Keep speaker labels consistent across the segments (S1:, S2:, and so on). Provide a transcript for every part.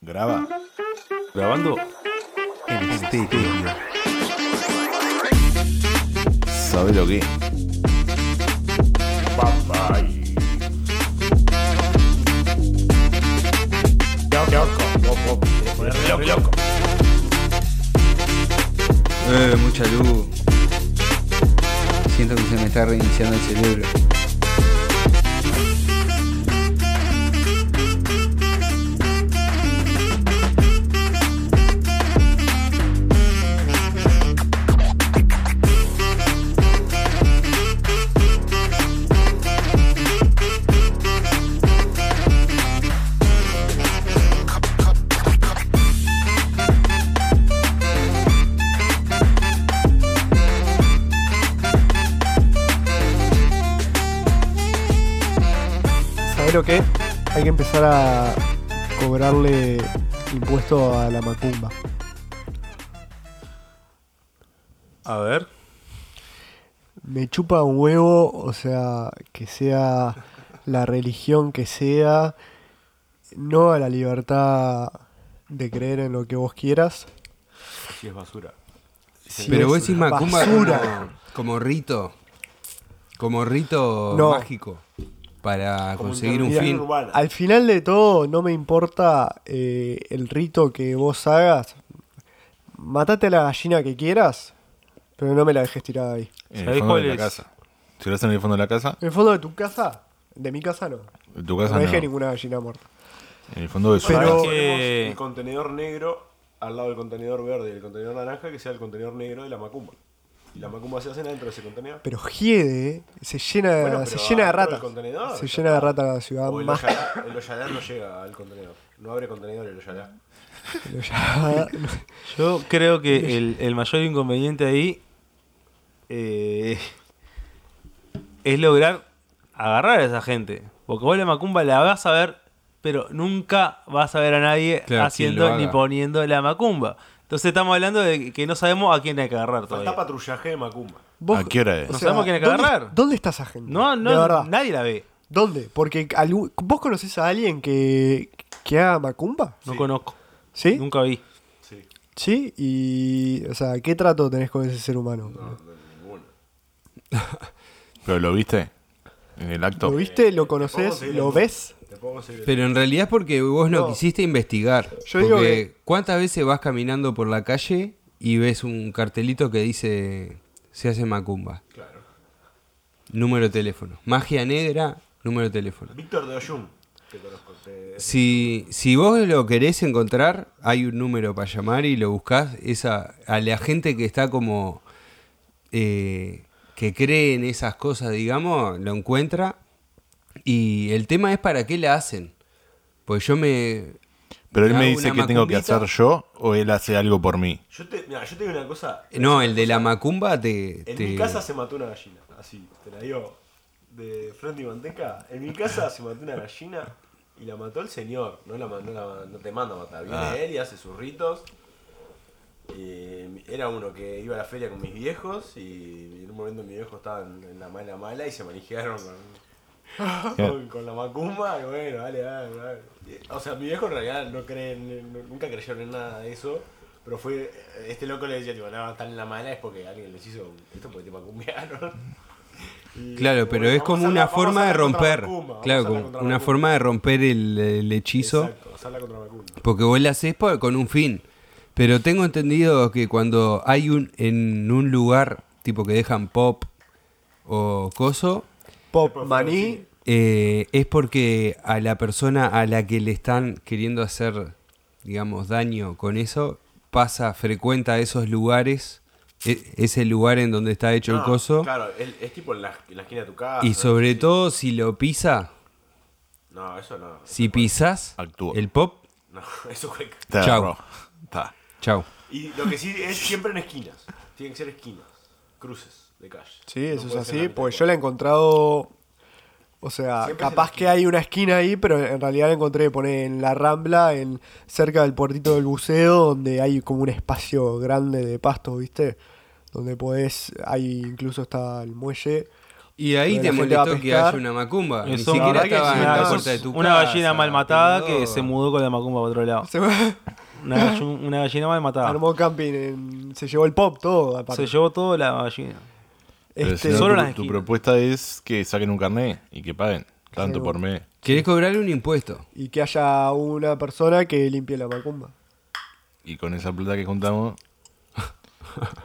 S1: Graba.
S2: Grabando.
S1: En estéreo. ¿Sabes lo que? es?
S3: Eh, mucha luz. Siento que se me está reiniciando el cerebro.
S4: ¿Sabés lo que? es? Hay que empezar a cobrarle impuesto a la macumba.
S2: A ver.
S4: Me chupa un huevo, o sea, que sea la religión que sea, no a la libertad de creer en lo que vos quieras.
S2: Si es basura.
S4: si
S3: Pero
S4: es
S3: vos decís Macumba
S4: basura.
S3: como, como rito. Como rito
S4: No.
S3: mágico. Para conseguir un
S4: Mira,
S3: fin.
S4: Al final de todo, no me importa eh, el rito que vos hagas. Matate a la gallina que quieras, pero no me la dejes tirada ahí.
S1: En el
S2: ¿Sabés
S1: fondo de
S2: cuál
S1: la
S2: es?
S1: casa. Si lo hacen en el fondo de la casa,
S4: En el fondo de tu casa, de mi casa no.
S1: en tu casa
S4: No
S1: no.
S4: dejé ninguna gallina muerta.
S1: En el fondo de su
S4: Pero-
S1: casa.
S4: Ponemos
S2: Eh,
S5: el contenedor negro al lado del contenedor verde y el contenedor naranja que sea el contenedor negro de la macumba. Y la macumba se hace dentro de ese contenedor.
S4: Pero Giede eh, se llena,
S5: Bueno, pero
S4: se llena de
S5: adentro del
S4: ratas.
S5: contenedor,
S4: Se
S5: ya
S4: llena de ratas la ciudad
S5: o el
S4: más.
S5: Oyalá- el Oyalá no llega al contenedor. No abre contenedor el Oyalá.
S2: yo creo que el, el mayor inconveniente ahí eh, es lograr agarrar a esa gente. Porque vos la macumba la vas a ver, pero nunca vas a ver a nadie
S3: Claro, quien
S2: haciendo
S3: lo
S2: ni
S3: haga.
S2: poniendo la macumba. Entonces estamos hablando de que no sabemos a quién hay que agarrar
S5: Falta
S2: todavía.
S5: patrullaje de macumba.
S4: Vos-
S1: ¿A qué hora es?
S4: o
S2: No sabemos quién hay que
S4: ¿dónde-
S2: agarrar.
S4: ¿Dónde está esa gente?
S2: No,
S4: De
S2: no,
S4: verdad.
S2: nadie la ve.
S4: ¿Dónde? Porque algún- vos conocés a alguien que, que haga macumba.
S2: No conozco.
S4: ¿Sí?
S2: Nunca vi.
S5: Sí.
S4: Sí, y. O sea, ¿qué trato tenés con ese ser humano?
S1: ¿Pero lo viste? En el acto.
S4: ¿Lo viste? ¿Lo
S5: puedo
S4: conoces?
S5: conseguir
S4: ¿Lo
S5: el-
S4: ves?
S5: Te puedo conseguir.
S3: Pero en realidad es porque vos no,
S4: No.
S3: quisiste investigar.
S4: Yo digo
S3: Porque ¿cuántas veces vas caminando por la calle y ves un cartelito que dice se hace macumba?
S5: Claro.
S3: Número de teléfono. Magia negra, número de teléfono.
S5: Víctor de Oyun. Te conozco. te-
S3: Si, si vos lo querés encontrar, hay un número para llamar y lo buscás. Esa, a la gente que está como. eh, que cree en esas cosas, digamos, lo encuentra. Y el tema es para qué la hacen. Pues yo me.
S1: Pero él me
S3: hago
S1: dice
S3: una
S1: que tengo que
S3: macumbita.
S1: hacer yo o él hace algo por mí.
S5: Yo te, mira, yo te digo una cosa.
S3: No, el de la macumba te.
S5: En
S3: te-
S5: mi casa se mató una gallina, así, te la digo de frente y manteca. En mi casa se mató una gallina y la mató el señor, no, la, ma- no, la- no te manda a matar. Viene él y hace sus ritos. Y era uno que iba a la feria con mis viejos y en un momento mis viejos estaban en la mala mala y se manijearon con, con, con la macumba y bueno, dale, dale, dale. Y, O sea, mis viejos en realidad no creen, no- nunca creyeron en nada de eso. Pero fue, este loco le decía, tipo, no, están en la mala es porque alguien les hizo esto porque te macumbearon. Y,
S3: Claro, pero
S5: bueno,
S3: es
S5: vamos
S3: como
S5: a
S3: una
S5: hacerla- vamos a
S3: forma de
S5: hacerla contra
S3: romper.
S5: Macumba, vamos a
S3: Claro,
S5: hacerla
S3: como
S5: contra
S3: una
S5: Macumba.
S3: forma de romper el, el hechizo.
S5: Exacto, hacerla contra Macumba.
S3: Porque vos la haces por- con un fin. Pero tengo entendido que cuando hay un en un lugar tipo que dejan pop o coso,
S4: Pop Maní.
S3: eh, es porque a la persona a la que le están queriendo hacer, digamos, daño con eso, pasa, frecuenta esos lugares, e- ese lugar en donde está hecho el
S5: No,
S3: coso.
S5: Ah, Claro, es, es tipo en la, en la esquina de tu casa.
S3: Y sobre
S5: sí.
S3: todo si lo pisa,
S5: No, eso no.
S3: si pisas
S1: Actúa.
S3: el pop,
S5: No, eso cueca.
S1: Está,
S3: Chau.
S1: bro. Está.
S3: chau.
S5: Y lo que sí es siempre en esquinas. Tienen que ser esquinas. Cruces de calle.
S4: Sí, eso es así. Pues
S5: Pues
S4: yo la he encontrado. O sea,
S5: Siempre
S4: capaz
S5: se la
S4: que hay una esquina ahí, pero en realidad la encontré pone en la rambla, en cerca del puertito del buceo, donde hay como un espacio grande de pastos, ¿viste? Donde podés, hay incluso está el muelle.
S3: Y ahí
S4: Porque
S3: te
S4: la gente va a
S3: molestó que
S4: pescar.
S3: haya una macumba. Ni
S2: Eso,
S3: siquiera
S5: la verdad que
S3: estaba
S5: sí,
S3: en la
S5: una-
S3: puerta de tu
S2: una
S3: casa.
S2: gallina mal matada
S3: boludo.
S2: que se mudó con la macumba para otro lado.
S4: Se fue-
S2: Una, gallu- una gallina mal
S1: Ah.
S2: matada.
S4: Armó camping, en- se llevó el pop, todo. aparte.
S2: Se llevó toda la gallina.
S1: Pero
S4: Este,
S1: si no,
S2: Solo
S1: tu-
S2: las
S1: tu,
S2: esquinas.
S1: propuesta es que saquen un carnet y que paguen tanto por mes.
S3: Querés cobrarle un impuesto.
S4: Y que haya una persona que limpie la macumba.
S1: Y con esa plata que juntamos,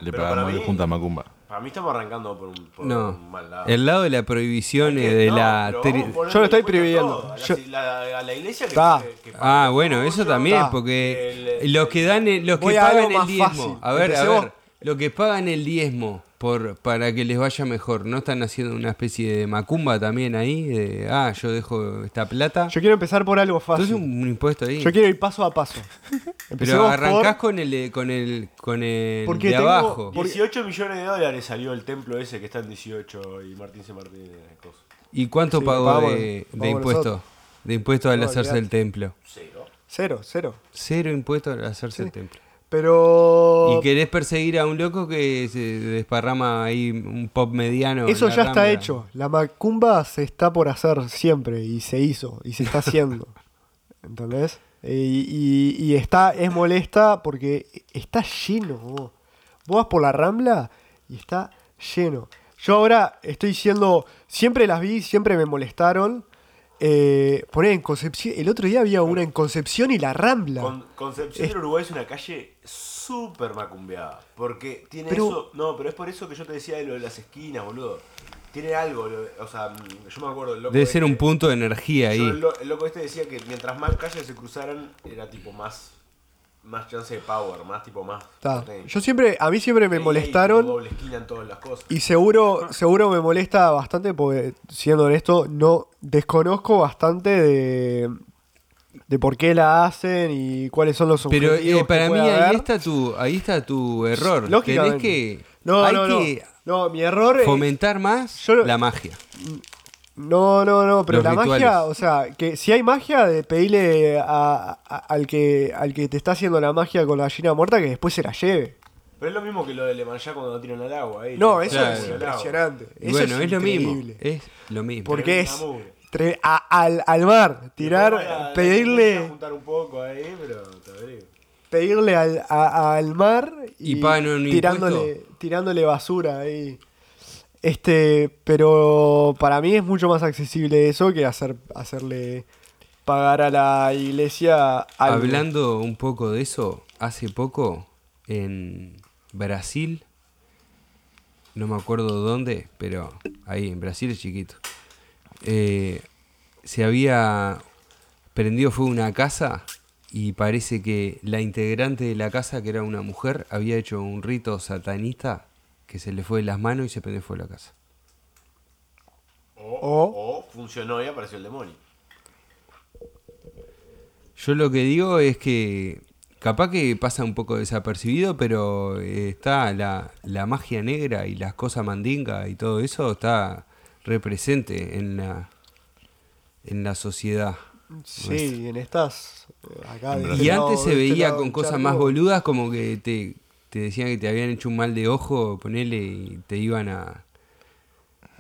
S1: le
S5: Pero para
S1: pagamos
S5: mí-
S1: de Junta Macumba.
S5: Para mí estamos arrancando por un, por un
S3: No.
S5: mal lado.
S3: El lado de la prohibición eh, de
S5: No,
S3: la.
S5: pero
S3: tri-
S5: vamos a ponerle
S4: Yo lo
S5: impuesto
S4: estoy
S5: a
S4: prohibiendo.
S5: todo, A la,
S4: Yo-
S5: la- a la iglesia que,
S4: Ta.
S5: que- que-
S3: Ah, bueno, eso también,
S4: Ah,
S3: porque
S5: el-
S3: los que dan, el- los que
S4: Voy a algo
S3: pagan el
S4: más
S3: diezmo,
S4: fácil.
S3: a ver, a
S4: Empecé
S3: ver,
S4: vos.
S3: los que pagan el diezmo por para que les vaya mejor, ¿no están haciendo una especie de macumba también ahí? De, ah, yo dejo esta plata.
S4: Yo quiero empezar por algo fácil.
S3: Entonces un, un impuesto ahí.
S4: Yo quiero ir paso a paso.
S3: Pero
S4: Empecemos
S3: arrancás
S4: por-
S3: con el de- con el con el
S4: Porque
S3: de
S4: tengo-
S3: abajo.
S4: porque-
S5: 18 millones de dólares salió el templo ese que está en 18 y Martín C. Martín en el coso.
S3: ¿Y cuánto
S4: Sí,
S3: pagó
S4: pagamos-
S3: de, de
S4: pagamos
S3: impuesto?
S4: nosotros.
S3: De impuesto al
S4: No,
S3: hacerse
S4: olvidate.
S3: el templo.
S5: Cero.
S4: Cero, cero.
S3: Cero impuesto al hacerse el templo.
S4: Pero.
S3: Y querés perseguir a un loco que se desparrama ahí un pop mediano.
S4: Eso
S3: en la
S4: ya está
S3: Rambla.
S4: hecho. La macumba se está por hacer siempre y se hizo y se está haciendo. ¿Entendés? Y, y- y está, es molesta porque está lleno. vos. Vos vas por la rambla y está lleno. Yo ahora estoy diciendo, siempre las vi, siempre me molestaron. Eh, poner en Concepción, el otro día había una en Concepción y la rambla.
S5: Con- Concepción del Uruguay es una calle súper macumbeada. Porque tiene
S4: Pero-
S5: eso. No, pero es por eso que yo te decía de lo de las esquinas, boludo. Tiene algo, lo- o sea, mm, yo me acuerdo. el loco
S3: Debe ser
S5: este-
S3: un punto de energía
S5: yo
S3: ahí.
S5: el, lo- el loco este decía que mientras más calles se cruzaran, era tipo más. Más chance de power, más tipo más.
S4: Ta.
S5: potencia.
S4: Yo siempre, a mí siempre me
S5: Ahí hay
S4: molestaron.
S5: doble esquina en todas las cosas.
S4: Y seguro, seguro me molesta bastante porque, siendo honesto, no desconozco bastante de, de por qué la hacen y cuáles son los
S3: Pero
S4: objetivos.
S3: eh,
S4: que
S3: para mí
S4: puede
S3: ahí
S4: haber.
S3: está tu ahí está tu error. Tenés
S4: Lógicamente.
S3: que
S4: No,
S3: hay
S4: no, no.
S3: que
S4: No, mi error es...
S3: fomentar más
S4: yo lo-
S3: la magia.
S4: No, no, no, pero
S3: Los
S4: la
S3: rituales.
S4: magia, o sea, que si hay magia, de pedirle a- a- al, que, al que te está haciendo la magia con la gallina muerta que después se la lleve.
S5: Pero es lo mismo que lo de Lemanyá cuando lo tiran al agua. ahí.
S4: No, eso
S3: Claro.
S4: es
S5: Al agua.
S4: impresionante.
S3: Y
S4: Eso
S3: bueno, es,
S4: es,
S3: lo mismo.
S4: increíble.
S3: Es lo mismo.
S4: Porque
S5: Tremenda
S4: es
S5: mugre.
S4: tre- a- al, al mar, tirar,
S5: Después voy a- voy a
S4: pedirle...
S5: juntar un poco ahí, pero te abrigo.
S4: pedirle al, a- al mar y,
S3: Y pagan un
S4: tirándole, tirándole basura ahí. Este, pero para mí es mucho más accesible eso que hacer, hacerle pagar a la iglesia algo.
S3: Hablando un poco de eso, hace poco en Brasil, no me acuerdo dónde, pero ahí en Brasil es chiquito, eh, se había prendido fuego una casa y parece que la integrante de la casa, que era una mujer, había hecho un rito satanista que se le fue de las manos y se prendió fuego la casa.
S5: O, o funcionó y apareció el demonio.
S3: Yo lo que digo es que capaz que pasa un poco desapercibido, pero eh, está la, la magia negra y las cosas mandinga y todo eso está represente en la en la sociedad.
S4: Sí, en estas. eh, Acá de
S3: Y
S4: este lado-
S3: antes se
S4: de este
S3: veía
S4: lado
S3: con
S4: del
S3: cosas
S4: charco.
S3: más boludas como que te, te decían que te habían hecho un mal de ojo, ponele y te iban a,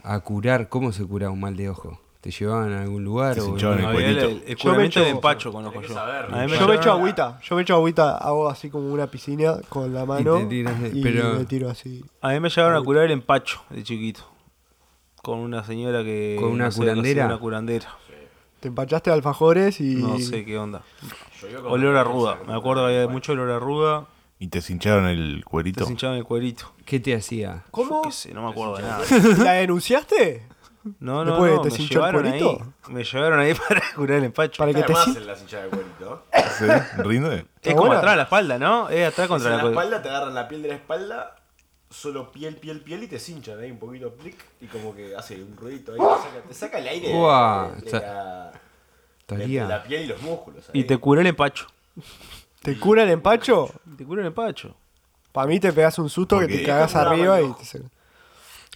S3: a curar. ¿Cómo se cura un mal de ojo? ¿Te llevaban a algún lugar?
S1: Te
S3: o
S1: hinchaban
S3: no?
S1: el
S2: Había el,
S1: cuerito.
S2: el, el
S4: Yo
S2: juramento
S4: me echo-
S2: de empacho conozco
S5: Tenés
S2: yo.
S5: que saber.
S2: A mí me
S4: Yo me echo
S2: echaron-
S4: agüita, yo me echo agüita, hago así como una piscina con la mano y,
S3: tiras de- pero-
S4: me tiro así.
S2: A mí me llegaron a curar el empacho de chiquito. Con una señora que.
S3: ¿Con una
S2: no sé,
S3: curandera?
S2: Una curandera.
S4: Te empachaste de alfajores y.
S2: No sé qué onda.
S5: Yo iba con
S2: Olor
S5: la
S2: a ruda.
S5: cabeza,
S2: Me acuerdo que había mucho olor a ruda.
S1: Y te cincharon el
S2: Te
S1: cuerito.
S2: hinchaban el cuerito.
S3: ¿Qué te hacía?
S4: ¿Cómo?
S2: Qué sé, no me acuerdo de nada.
S4: ¿La denunciaste?
S2: No, no,
S4: Después
S2: no.
S4: te
S2: me
S4: cinchó el
S2: llevaron ahí.
S4: cuerito.
S2: Me llevaron ahí para curar el empacho.
S4: Para que
S5: Está
S4: te
S5: de más
S4: sin-
S5: en las hinchas de cuerito.
S1: ¿Sí? ¿Rinde?
S2: Es como
S4: Ahora-
S2: atrás de la espalda, ¿no? Es
S5: Contra
S2: atrás contra
S5: en la
S2: la, cuerda.
S5: espalda te agarran la piel de la espalda, solo piel, piel, piel y te cinchan ahí un poquito plic y como que hace un ruidito ahí, te saca, te saca el aire de-
S3: Uah,
S5: de, de
S3: está-
S5: la, de- de
S3: Estaría-
S5: la piel y los músculos.
S2: Y
S5: ahí.
S2: te curó el empacho.
S4: ¿Te cura el empacho?
S2: Te curó el empacho.
S4: Para mí te pegas un susto que
S1: Porque-
S4: te cagás
S5: Curaba,
S4: arriba y
S5: ¿no?
S4: te se-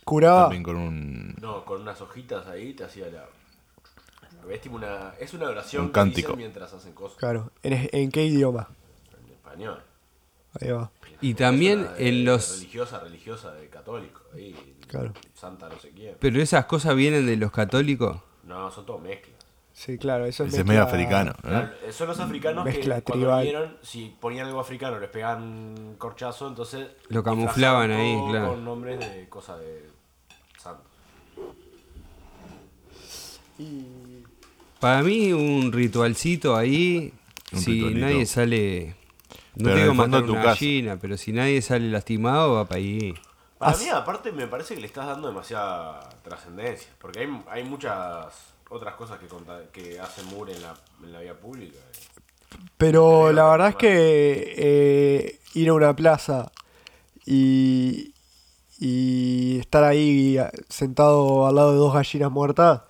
S4: curaba.
S1: También con un...
S5: No, con unas hojitas ahí te hacía la... ¿Ves? Tipo una, es una oración
S1: Un
S5: que dicen
S1: cántico.
S5: mientras hacen cosas
S4: Claro. ¿En, en qué idioma?
S5: en español.
S4: Ahí va,
S6: Y también
S5: Una de-
S6: en los...
S5: Religiosa, religiosa, de católico. ahí,
S4: claro.
S5: Santa no sé quién.
S6: Pero esas cosas vienen de los católicos.
S5: No, son todo mezclas.
S4: Sí, claro, eso es
S1: Ese es medio africano,
S6: ¿Eh?
S1: ¿no?
S5: Claro, Eh, Son los africanos
S4: Mezcla
S5: que cuando
S4: tribal.
S5: vinieron, si ponían algo africano, les pegaban un corchazo, entonces...
S6: Lo camuflaban
S5: disfrazaban
S6: ahí,
S5: todo
S6: claro.
S5: Con nombres de cosas de santos.
S6: Para mí un ritualcito ahí,
S1: Un
S6: si
S1: ritualito.
S6: nadie sale... No
S1: Pero en
S6: te digo
S1: el fondo
S6: matar
S1: de tu
S6: una
S1: casa.
S6: gallina, pero si nadie sale lastimado, va para ahí. Ah,
S5: Para
S4: As-
S5: mí, aparte, me parece que le estás dando demasiada trascendencia. Porque hay, hay muchas otras cosas que, conta- que hacen Moore en la, en la vía pública.
S4: Pero la verdad es que eh, ir a una plaza y, y estar ahí a- sentado al lado de dos gallinas muertas,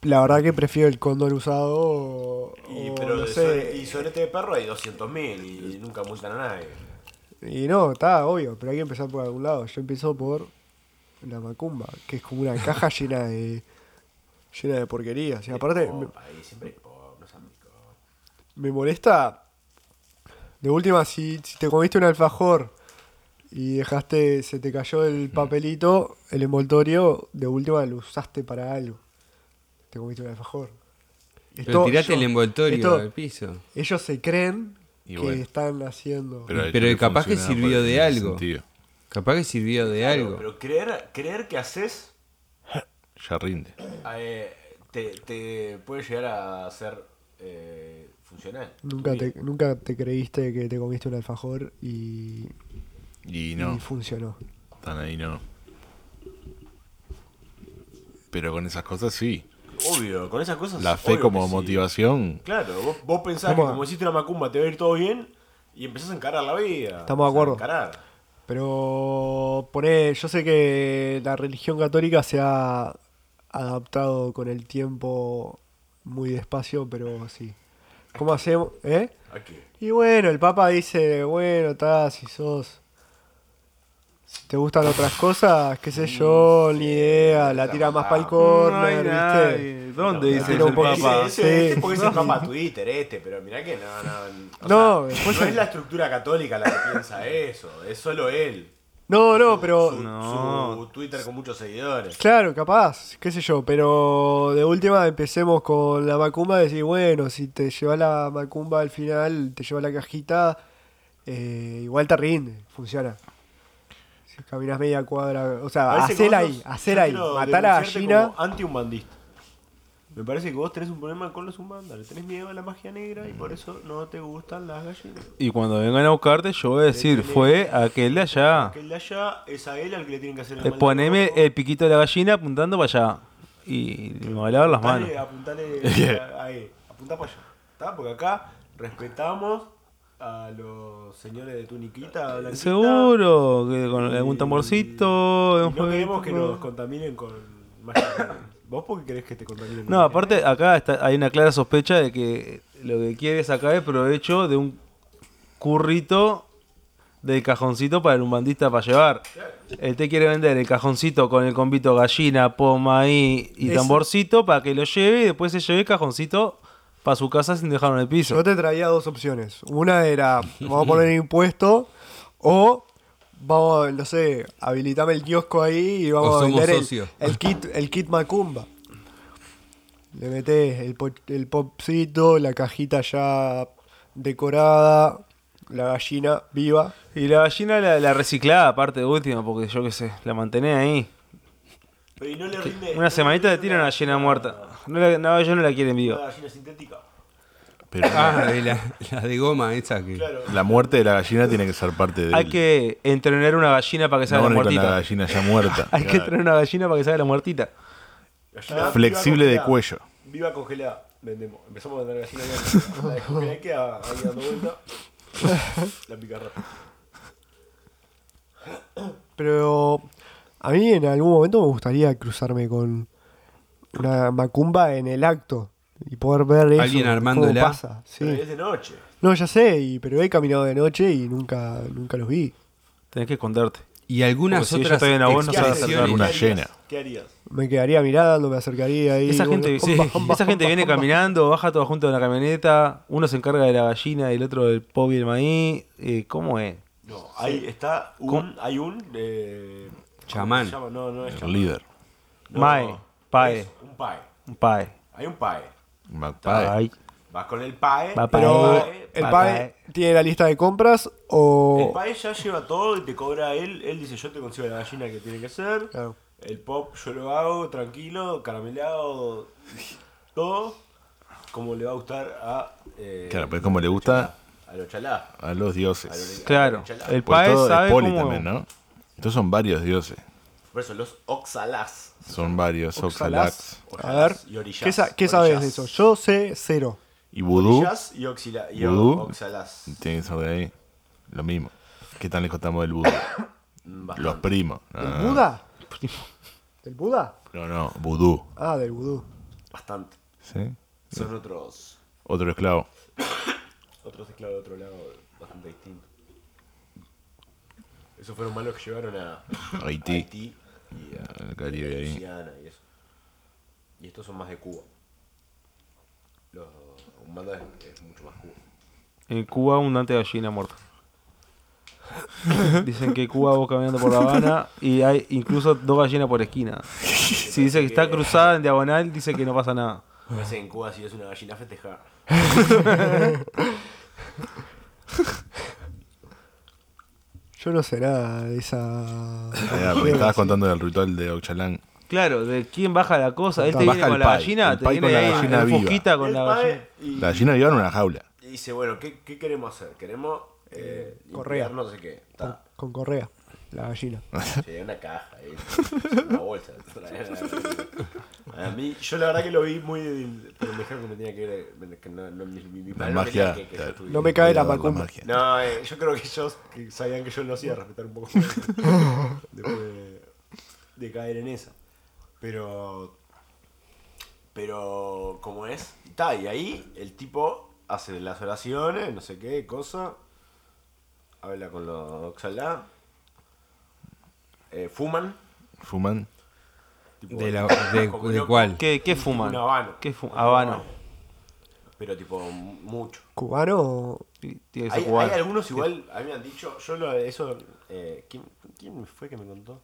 S4: la verdad que prefiero el cóndor usado o,
S5: Y,
S4: o
S5: pero
S4: Oh, no
S5: de
S4: sé.
S5: sobre- y sobre este de perro hay 200.000 y nunca multan a nadie.
S4: Y no, está obvio, pero hay que empezar por algún lado. Yo empiezo por la macumba, que es como una caja llena de llena de porquerías. Y aparte, me-
S5: Popa, ahí siempre hay pop, no sean picos.
S4: me molesta. De última, si, si te comiste un alfajor y dejaste, se te cayó
S5: Mm.
S4: el papelito, el envoltorio, de última lo usaste para algo. Te comiste un alfajor.
S6: Pero tirate
S4: yo-
S6: el envoltorio eh,
S4: esto-
S6: al piso.
S4: ellos se creen
S1: Y
S4: que
S1: bueno.
S4: están haciendo.
S1: Pero,
S6: Pero
S1: le
S6: capaz que
S1: funciona
S6: sirvió
S1: por
S6: de
S1: ese
S6: algo.
S1: sentido.
S6: Capaz que sirvió de algo.
S5: Pero creer, creer que haces
S1: Ya rinde.
S5: eh, te, te puede llegar a ser eh, funcional.
S4: Nunca te, nunca te creíste que te comiste un alfajor y,
S1: Y no,
S4: y funcionó.
S1: están ahí no. Pero con esas cosas sí.
S5: Obvio, con esas cosas.
S1: La fe
S5: obvio
S1: como
S5: que sí.
S1: motivación.
S5: Claro, vos, vos pensás
S4: Vamos
S5: que
S4: a-
S5: como hiciste una macumba te va a ir todo bien y empezás a encarar la vida. O
S4: Estamos de
S5: sea,
S4: acuerdo.
S5: encarar.
S4: Pero poné, yo sé que la religión católica se ha adaptado con el tiempo muy despacio, pero sí. ¿Cómo hacemos? ¿Eh?
S5: Aquí.
S4: Y bueno, el Papa dice, bueno, está, si sos... Si te gustan otras cosas, qué sé yo, ni idea, la tira más pa'l corner, ¿viste?
S2: ¿Dónde
S5: No,
S2: dice
S4: pero
S2: eso el
S4: ¿por
S2: Papa?
S5: Ese,
S4: qué
S5: ese-
S4: Sí.
S5: este porque es el Papa Twitter este, pero mirá que no, no. o
S4: No,
S5: sea,
S4: después
S5: no
S4: el-
S5: es la estructura católica la que piensa eso, es solo él.
S4: No, no, pero...
S5: Su-
S2: No.
S5: su Twitter con muchos seguidores.
S4: Claro, capaz, qué sé yo, pero de última empecemos con la macumba, decir, bueno, si te lleva la macumba al final, te lleva la cajita, eh, igual te rinde, funciona. Si caminas media cuadra, o sea,
S5: Parece que
S4: hacer
S5: vos
S4: ahí,
S5: sos-
S4: hacer
S5: yo
S4: ahí,
S5: quiero
S4: matar a la
S5: denunciarte
S4: gallina,
S5: como Anti-umbandista. Me parece que vos tenés un problema con los umbandas, le tenés miedo a la magia negra y por eso no te gustan las gallinas.
S2: Y cuando vengan a buscarte, yo voy a decir, fue aquel de allá.
S5: Que el de allá es a él al que le tienen que hacer el
S2: Ah. Eh,
S5: mal de
S2: Poneme
S5: ojo.
S2: el piquito de la gallina apuntando para allá. Y me va a lavar las manos.
S5: Apuntale, apuntale a- ahí, apuntá para allá. ¿Está? Porque acá respetamos a los señores de tuniquita blanquita.
S2: Eh, Seguro, que con
S5: y-
S2: algún
S5: y
S2: tamborcito.
S5: No queremos que
S2: no.
S5: nos contaminen con magia negra. ¿Vos por qué querés que te contaminen con
S2: No,
S5: magia
S2: aparte acá está- hay una clara sospecha de que lo que quiere sacar es provecho de un currito del cajoncito para el umbandista para llevar. Él te quiere vender el cajoncito con el convito gallina, poma ahí y
S4: Eso.
S2: tamborcito para que lo lleve y después se lleve el cajoncito para su casa sin dejarlo en el piso.
S4: yo te traía dos opciones. Una era, vamos a poner impuesto, o vamos, no sé, habilitame el kiosco ahí y vamos a
S6: somos
S4: vender el,
S6: socios.
S4: el kit, el kit macumba. Le metes el, po- el popcito, la cajita ya decorada, la gallina viva.
S2: Y la gallina la, la reciclada aparte de última, porque yo qué sé, la mantenés ahí.
S5: negra? Pero y no le rinde- no
S2: Una
S5: le
S2: semanita
S5: rinde
S2: de tiro una gallina muerta. No, la, no, ellos no la quieren viva.
S5: Una gallina sintética.
S1: Pero
S6: Ah, de la, la de goma esa que...
S5: Claro.
S1: la muerte de la gallina tiene que ser parte de
S2: Hay que entrenar una gallina para que salga
S1: no
S2: la
S1: con la
S2: muertita.
S1: gallina ya muerta.
S2: Hay que entrenar una gallina para que salga la muertita.
S5: Gallina viva
S1: Flexible de
S5: congelada.
S1: cuello.
S5: Viva congelada. Vendemos. Empezamos a vender gallina viva. La descongelada queda ahí dando vuelta. La picarra.
S4: Pero a mí en algún momento me gustaría cruzarme con una macumba en el acto y poder ver eso,
S6: Alguien
S4: cómo
S6: armándola.
S4: pasa. Sí.
S5: Pero es de noche.
S4: No, ya sé, y- pero he caminado de noche y nunca, nunca los vi.
S2: Tenés que esconderte.
S6: Y algunas
S2: Porque si ella
S6: otras
S2: está bien a vos, no se va a
S1: acercar
S6: expresiones-
S1: una
S5: harías?
S1: llena.
S5: ¿Qué harías?
S4: Me quedaría mirando, me acercaría ahí.
S2: Esa
S4: bueno,
S2: gente,
S4: jomba,
S2: sí,
S4: jomba,
S2: esa gente
S4: jomba,
S2: viene
S4: jomba.
S2: caminando, baja todos juntos en la camioneta, uno se encarga de la gallina y el otro del pop y el maíz. Eh, ¿Cómo es?
S5: No, ahí está un. Hay un. Eh,
S6: Chamán.
S5: ¿cómo se llama? No, no es
S1: El
S5: chamán.
S1: líder.
S5: No,
S2: Mae, pae.
S5: es Un pae.
S2: Un pae.
S5: Hay un pae.
S1: Magpie.
S2: Ay.
S5: Vas con el pae.
S2: Va pae.
S4: Pero,
S5: el
S4: ¿el
S5: pae.
S2: eh.
S4: PAE tiene la lista de compras
S5: El
S4: o...?
S5: pae ya lleva todo y te cobra él. Él dice: Yo te consigo la gallina que tiene que ser.
S4: Claro.
S5: El pop yo lo hago tranquilo, caramelado. Todo como le va a gustar a. eh,
S1: Claro, pues como le gusta
S5: A los chalá.
S1: a los
S5: A los-
S1: dioses.
S2: Claro, el
S1: Pues
S2: pae
S1: todo
S2: sabe
S1: es poli
S2: cómo.
S1: también, ¿no? Estos son varios dioses.
S5: Por eso los oxalás.
S1: Son varios
S4: Oxalás.
S1: Oxalax.
S5: Oxalás
S4: A ver,
S5: y orillas.
S4: ¿qué, sa- qué
S5: Orillas.
S4: sabes de eso? Yo sé cero.
S1: Y vudú.
S5: Orillas y, oxila, y
S1: Vudú.
S5: oxalás.
S1: Tiene que ser de ahí. Lo mismo. ¿Qué tan lejos estamos del vudú?
S5: Bastante.
S1: Los primos. No,
S5: Ah.
S4: ¿Del
S1: no,
S4: Buda? ¿Del Buda?
S1: No, no, vudú.
S4: Ah, del vudú.
S5: Bastante.
S1: ¿Sí?
S5: Son otros,
S1: Otro esclavo.
S5: otros esclavos de otro lado bastante distintos. Esos fueron malos que llevaron a
S1: Haití.
S5: Haití y a
S1: Al Caribe ahí.
S5: Luisiana y eso. Y estos son más de Cuba. Los Humanda es, es mucho más Cuba.
S2: En Cuba, abundante gallina muerta. Dicen que Cuba vos caminando por La Habana y hay incluso dos gallinas por esquina. Si dice que está cruzada en diagonal, dice que no pasa nada.
S5: A veces en Cuba si es una gallina festejar.
S4: Yo no sé nada de
S5: Eh,
S4: esa...
S1: Ah, porque estabas contando del ritual de Ochalán.
S2: Claro, de quién baja la cosa. Él te
S1: Baja
S2: viene con
S1: el
S2: la
S1: pai,
S2: gallina,
S1: el
S2: te
S1: pai
S2: viene
S1: con la
S2: ahí
S1: gallina
S2: en
S1: viva.
S2: fusquita con
S5: El
S2: la
S5: padre
S2: gallina.
S5: y-
S1: La gallina llevaron una jaula.
S5: Y dice, bueno, ¿qué, qué queremos hacer? Queremos eh,
S4: Correa.
S5: limpiar no sé qué.
S4: Con,
S5: Ta,
S4: con correa, la gallina.
S5: llegué una caja, eh, una bolsa. traer a- A mí, yo la verdad que lo vi muy... Pero me dijeron que me tenía que ir... Que no, no, mi, mi- mi
S1: La
S5: padre no quería
S1: magia.
S5: que- que yo
S1: claro,
S5: estuviera.
S4: No me cabe la
S1: la
S4: macumba.
S1: magia.
S5: No, eh, yo creo que ellos que sabían que yo lo hacía respetar un poco después de, de caer en esa. Pero. Pero, como es? Ta, y ahí el tipo hace las oraciones, no sé qué, cosa. Habla con los oxalá. eh, fuman.
S1: Fuman.
S5: tipo,
S6: De, la,
S5: como
S6: de,
S5: loco,
S6: de cuál.
S2: ¿Qué, qué fuman?
S5: Un habano.
S2: ¿Qué fu- habano.
S5: Pero, tipo, mucho.
S4: ¿Cubano o...?
S2: Y Tiene que
S5: Hay,
S2: ser cubano.
S5: hay algunos igual, a mí me han dicho, yo lo- eso, eh, ¿quién, quién fue que me contó?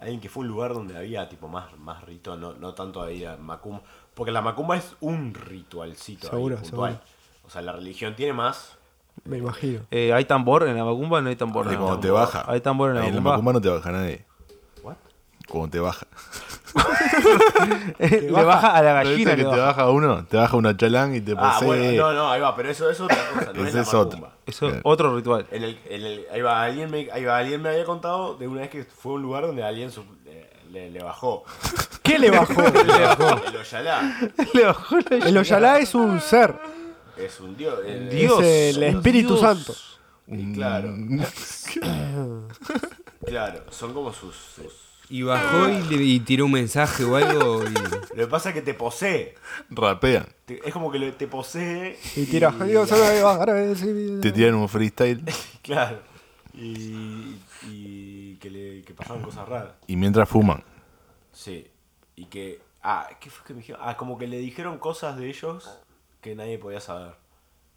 S5: Alguien que fue a un lugar donde había tipo más, más rito, no, no tanto había macumba, porque la macumba es un ritualcito ahí,
S4: Seguro,
S5: puntual.
S4: seguro.
S5: O sea, la religión tiene más,
S4: Me imagino.
S2: Eh, ¿Hay tambor en la macumba? No hay tambor.
S1: Porque
S2: en la
S1: cuando te
S2: macumba.
S1: baja.
S2: Hay tambor en la
S1: Ahí
S2: macumba.
S1: no te baja nadie.
S5: What?
S1: Cuando te baja.
S2: Le baja a la gallina.
S1: ¿Viste que
S2: le
S1: te
S2: baja.
S1: baja uno, te baja un Ochalán y te posee.
S5: Ah, bueno, no, no, ahí va, pero eso, eso es otra cosa, no es
S1: Pues Ese
S5: la
S1: es otro.
S5: macumba.
S2: Eso es otro ritual.
S5: En el, en el, ahí va, alguien me, ahí va, alguien me había contado de una vez que fue a un lugar donde alguien su- eh, le, le bajó.
S4: ¿Qué le bajó?
S5: le bajó. El Oyalá
S2: Le bajó la
S4: El Oyalá es un ser.
S5: es un dios. el-
S2: Dios.
S4: es el
S2: un
S4: Espíritu
S2: Dios.
S4: Santo.
S5: Eh, Claro. claro, son como sus, sus-
S6: Y bajó y, le- y tiró un mensaje o algo. y-
S5: Lo que pasa es que te posee.
S1: Rapean.
S5: Te- es como que lo- te posee.
S4: Y tira... Dios, ahora me va, ahora me- sí,
S1: Te tiran un freestyle
S5: Claro. Y, y que le que pasaron cosas raras.
S1: y mientras fuman.
S5: Sí. Y que. Ah, ¿qué fue que me dijeron? Ah, como que le dijeron cosas de ellos que nadie podía saber.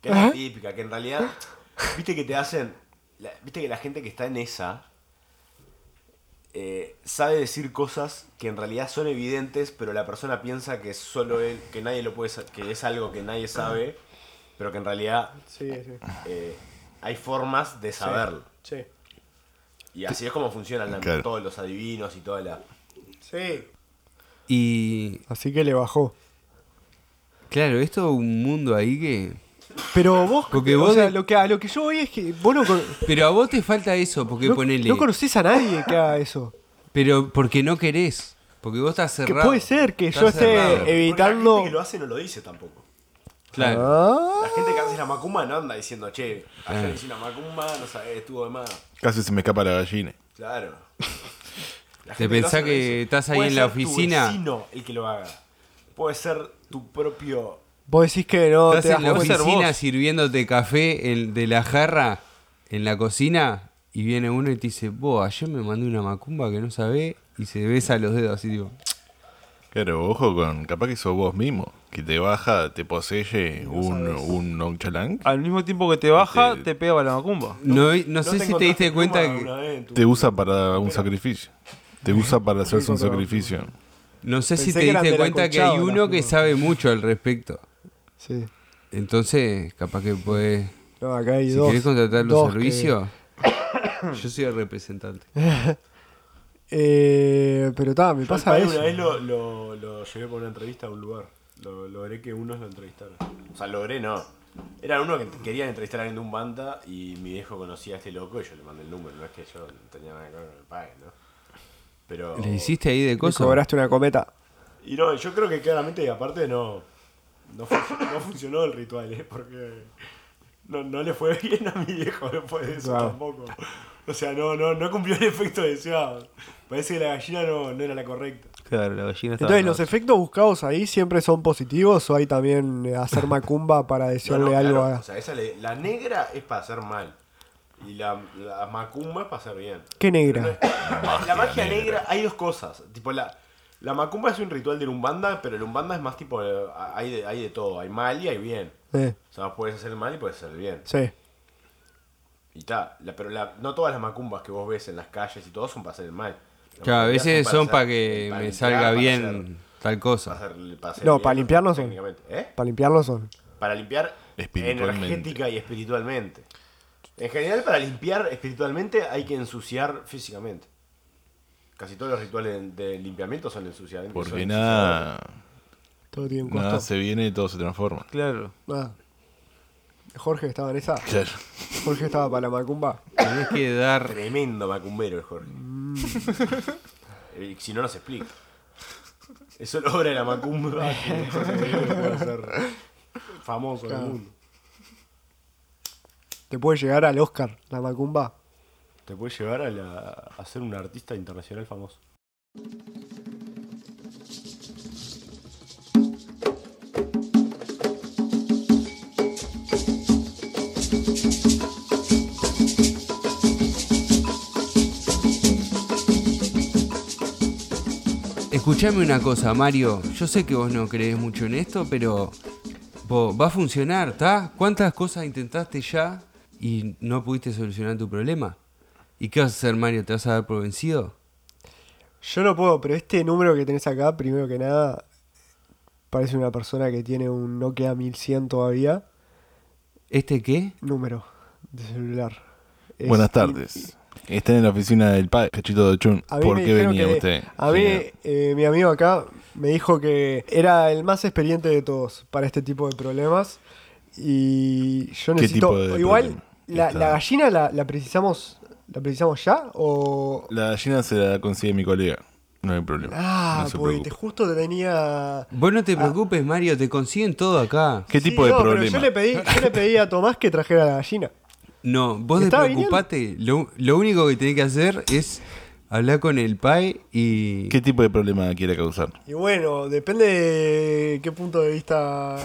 S5: Que es la típica, que en realidad. Viste que te hacen. la- Viste que la gente que está en esa. eh, sabe decir cosas que en realidad son evidentes, pero la persona piensa que solo él, que nadie lo puede, sa- que es algo que nadie sabe, pero que en realidad
S4: Sí, sí.
S5: eh, hay formas de saberlo.
S4: Sí.
S5: Y así es como funcionan la-
S1: Claro.
S5: todos los adivinos y toda la.
S4: Sí.
S6: Y
S4: Así que le bajó.
S6: claro, esto es un mundo ahí que...
S4: Pero vos,
S6: Porque
S4: o
S6: vos
S4: sea,
S6: de-
S4: lo que, a lo que yo voy es que vos no, con-
S6: Pero a vos te falta eso, porque
S4: no,
S6: ponele...
S4: no conocés a nadie que haga eso.
S6: Pero porque no querés. Porque vos estás cerrado.
S4: Que puede ser que
S6: Estás
S4: yo esté eh,
S6: cerrado.
S5: Porque La
S4: evitando.
S5: gente que lo hace no lo dice tampoco.
S6: Claro.
S4: Ah,
S5: La gente que hace la macumba no anda diciendo, che, ayer hice una macumba, no sabés, estuvo de más.
S1: Casi se me escapa la gallina.
S5: Claro. La
S6: ¿Te
S5: gente lo
S6: pensás
S5: hace, lo
S6: que
S5: dice.
S6: estás ahí
S5: Puede
S6: en la
S5: ser tu
S6: oficina?
S5: vecino el que lo haga. Puede ser tu propio.
S4: vos decís que no te
S6: Estás
S4: das
S6: en la
S4: cuenta.
S2: puede ser
S6: oficina
S2: vos.
S6: sirviéndote café en- de la jarra en la cocina
S3: y viene uno y te dice, vos, ayer me mandé una macumba que no sabe y se besa los dedos así, tipo,
S1: Claro, ojo con. Capaz que sos vos mismo. Que te baja, te posee un,
S4: sabes.
S1: un nonchalant.
S2: Al mismo tiempo que te baja,
S1: Te-
S2: te pega para la macumba.
S3: no, no sé si te diste cuenta que...
S5: que.
S1: Te usa para un sacrificio. Te usa para hacerse un sacrificio.
S3: No sé si
S4: Pensé
S3: te
S4: que eran
S3: diste
S4: del
S3: cuenta que hay
S4: acolchado las
S3: uno que
S4: plumas.
S3: sabe mucho al respecto.
S4: Sí.
S3: Entonces, capaz que puedes.
S4: No, acá hay
S3: Si
S4: dos.
S3: querés contratar los
S4: dos que-
S3: servicios, yo soy el representante.
S4: Eh, pero está, me
S5: Yo
S4: pasa
S5: al padre
S4: eso.
S5: Una vez lo, lo, lo llevé por una entrevista a un lugar. Lo, logré que unos lo entrevistaran. O sea, logré no. Era uno que querían entrevistar a alguien de un banda y mi viejo conocía a este loco y yo le mandé el número. No es que yo tenía nada que ver con el pague, ¿no? Pero.
S3: ¿Le hiciste ahí de
S4: Me
S3: cosas?
S4: cobraste una cometa.
S5: Y no, yo creo que claramente, aparte, no. No, fu- no funcionó el ritual, ¿eh? Porque. No, no le fue bien a mi viejo después de eso
S4: Claro.
S5: tampoco. O sea, no, no, no cumplió el efecto deseado. Parece que la gallina no, no era la correcta.
S2: Claro, la gallina está.
S4: Entonces, ¿los efectos buscados ahí siempre son positivos o hay también eh, hacer macumba para
S5: No,
S4: decirle
S5: no,
S4: algo
S5: claro,
S4: a...
S5: o sea, esa le- la negra es para hacer mal. Y la, la macumba es para hacer bien.
S4: ¿Qué negra?
S5: la magia negra. hay dos cosas. Tipo, la, la macumba es un ritual del Umbanda, pero el Umbanda es más tipo. eh, Hay de, hay de todo. Hay mal y hay bien.
S4: Eh,
S5: O sea, puedes hacer el mal y puedes hacer el bien.
S4: sí.
S5: Y ta, la- pero la- no todas las macumbas que vos ves en las calles y todo son para hacer el mal. La
S3: Claro, a
S5: mayoría
S3: veces son para
S5: hacer-
S3: que
S5: para
S3: me
S5: limpiar,
S3: salga
S5: para
S3: bien tal
S5: hacer-
S3: cosa.
S5: para hacer- para hacer
S4: No,
S5: bien,
S4: para limpiarnos son.
S5: técnicamente. ¿Eh?
S4: Para limpiarlo son.
S5: Para limpiar
S1: Espiritualmente.
S5: energética y espiritualmente. En general, para limpiar espiritualmente hay que ensuciar físicamente. Casi todos los rituales de, de limpiamiento son ensuciamiento.
S1: Porque
S5: son
S1: nada,
S4: Todo tiene un
S1: nada
S4: costo.
S1: se viene y todo se transforma.
S2: Claro.
S4: Ah. Jorge estaba en esa.
S1: Claro.
S4: Jorge estaba para la macumba.
S3: Tenés que dar.
S5: Tremendo macumbero el Jorge. Eh, si no, no se explica. Eso es obra de la macumba. que Jorge Benítez puede ser famoso en
S4: Claro.
S5: el mundo.
S4: Te puede llegar al Oscar, la macumba.
S5: Te puede llevar a, la- a ser un artista internacional famoso.
S3: Escuchame una cosa, Mario. Yo sé que vos no crees mucho en esto, pero. vos, va a funcionar, ¿está? ¿Cuántas cosas intentaste ya y no pudiste solucionar tu problema? ¿Y qué vas a hacer, Mario? ¿Te vas a dar por vencido?
S4: Yo no puedo, pero este número que tenés acá, primero que nada, parece una persona que tiene un Nokia 1100 todavía.
S3: ¿Este qué?
S4: Número de celular. Es
S1: Buenas
S4: in-
S1: tardes. Está en la oficina del padre, cachito de Chun.
S4: A mí
S1: ¿Por
S4: me
S1: qué
S4: dijeron
S1: venía
S4: que-
S1: usted?
S4: A mí,
S1: señor?
S4: eh, mi amigo acá me dijo que era el más experiente de todos para este tipo de problemas. Y yo
S1: ¿Qué
S4: necesito.
S1: tipo de
S4: igual,
S1: problema?
S4: la,
S1: Está.
S4: la gallina la, la precisamos. ¿La precisamos ya? O.
S1: La gallina se la consigue mi colega. No hay problema.
S4: Ah,
S1: no se
S4: porque te-
S1: preocupe.
S4: justo te tenía.
S3: Vos
S5: Ah.
S3: no te preocupes, Mario, te consiguen todo acá.
S1: ¿Qué
S4: Sí,
S1: tipo de
S4: no, pero
S1: problema?
S4: Yo le, pedí, yo le pedí a Tomás que trajera la gallina.
S3: No, vos
S4: ¿Estaba
S3: despreocupate. Lo, lo único que tenés que hacer es hablar con el PAE y.
S1: ¿Qué tipo de problema quiere causar?
S4: Y bueno, depende de qué punto de vista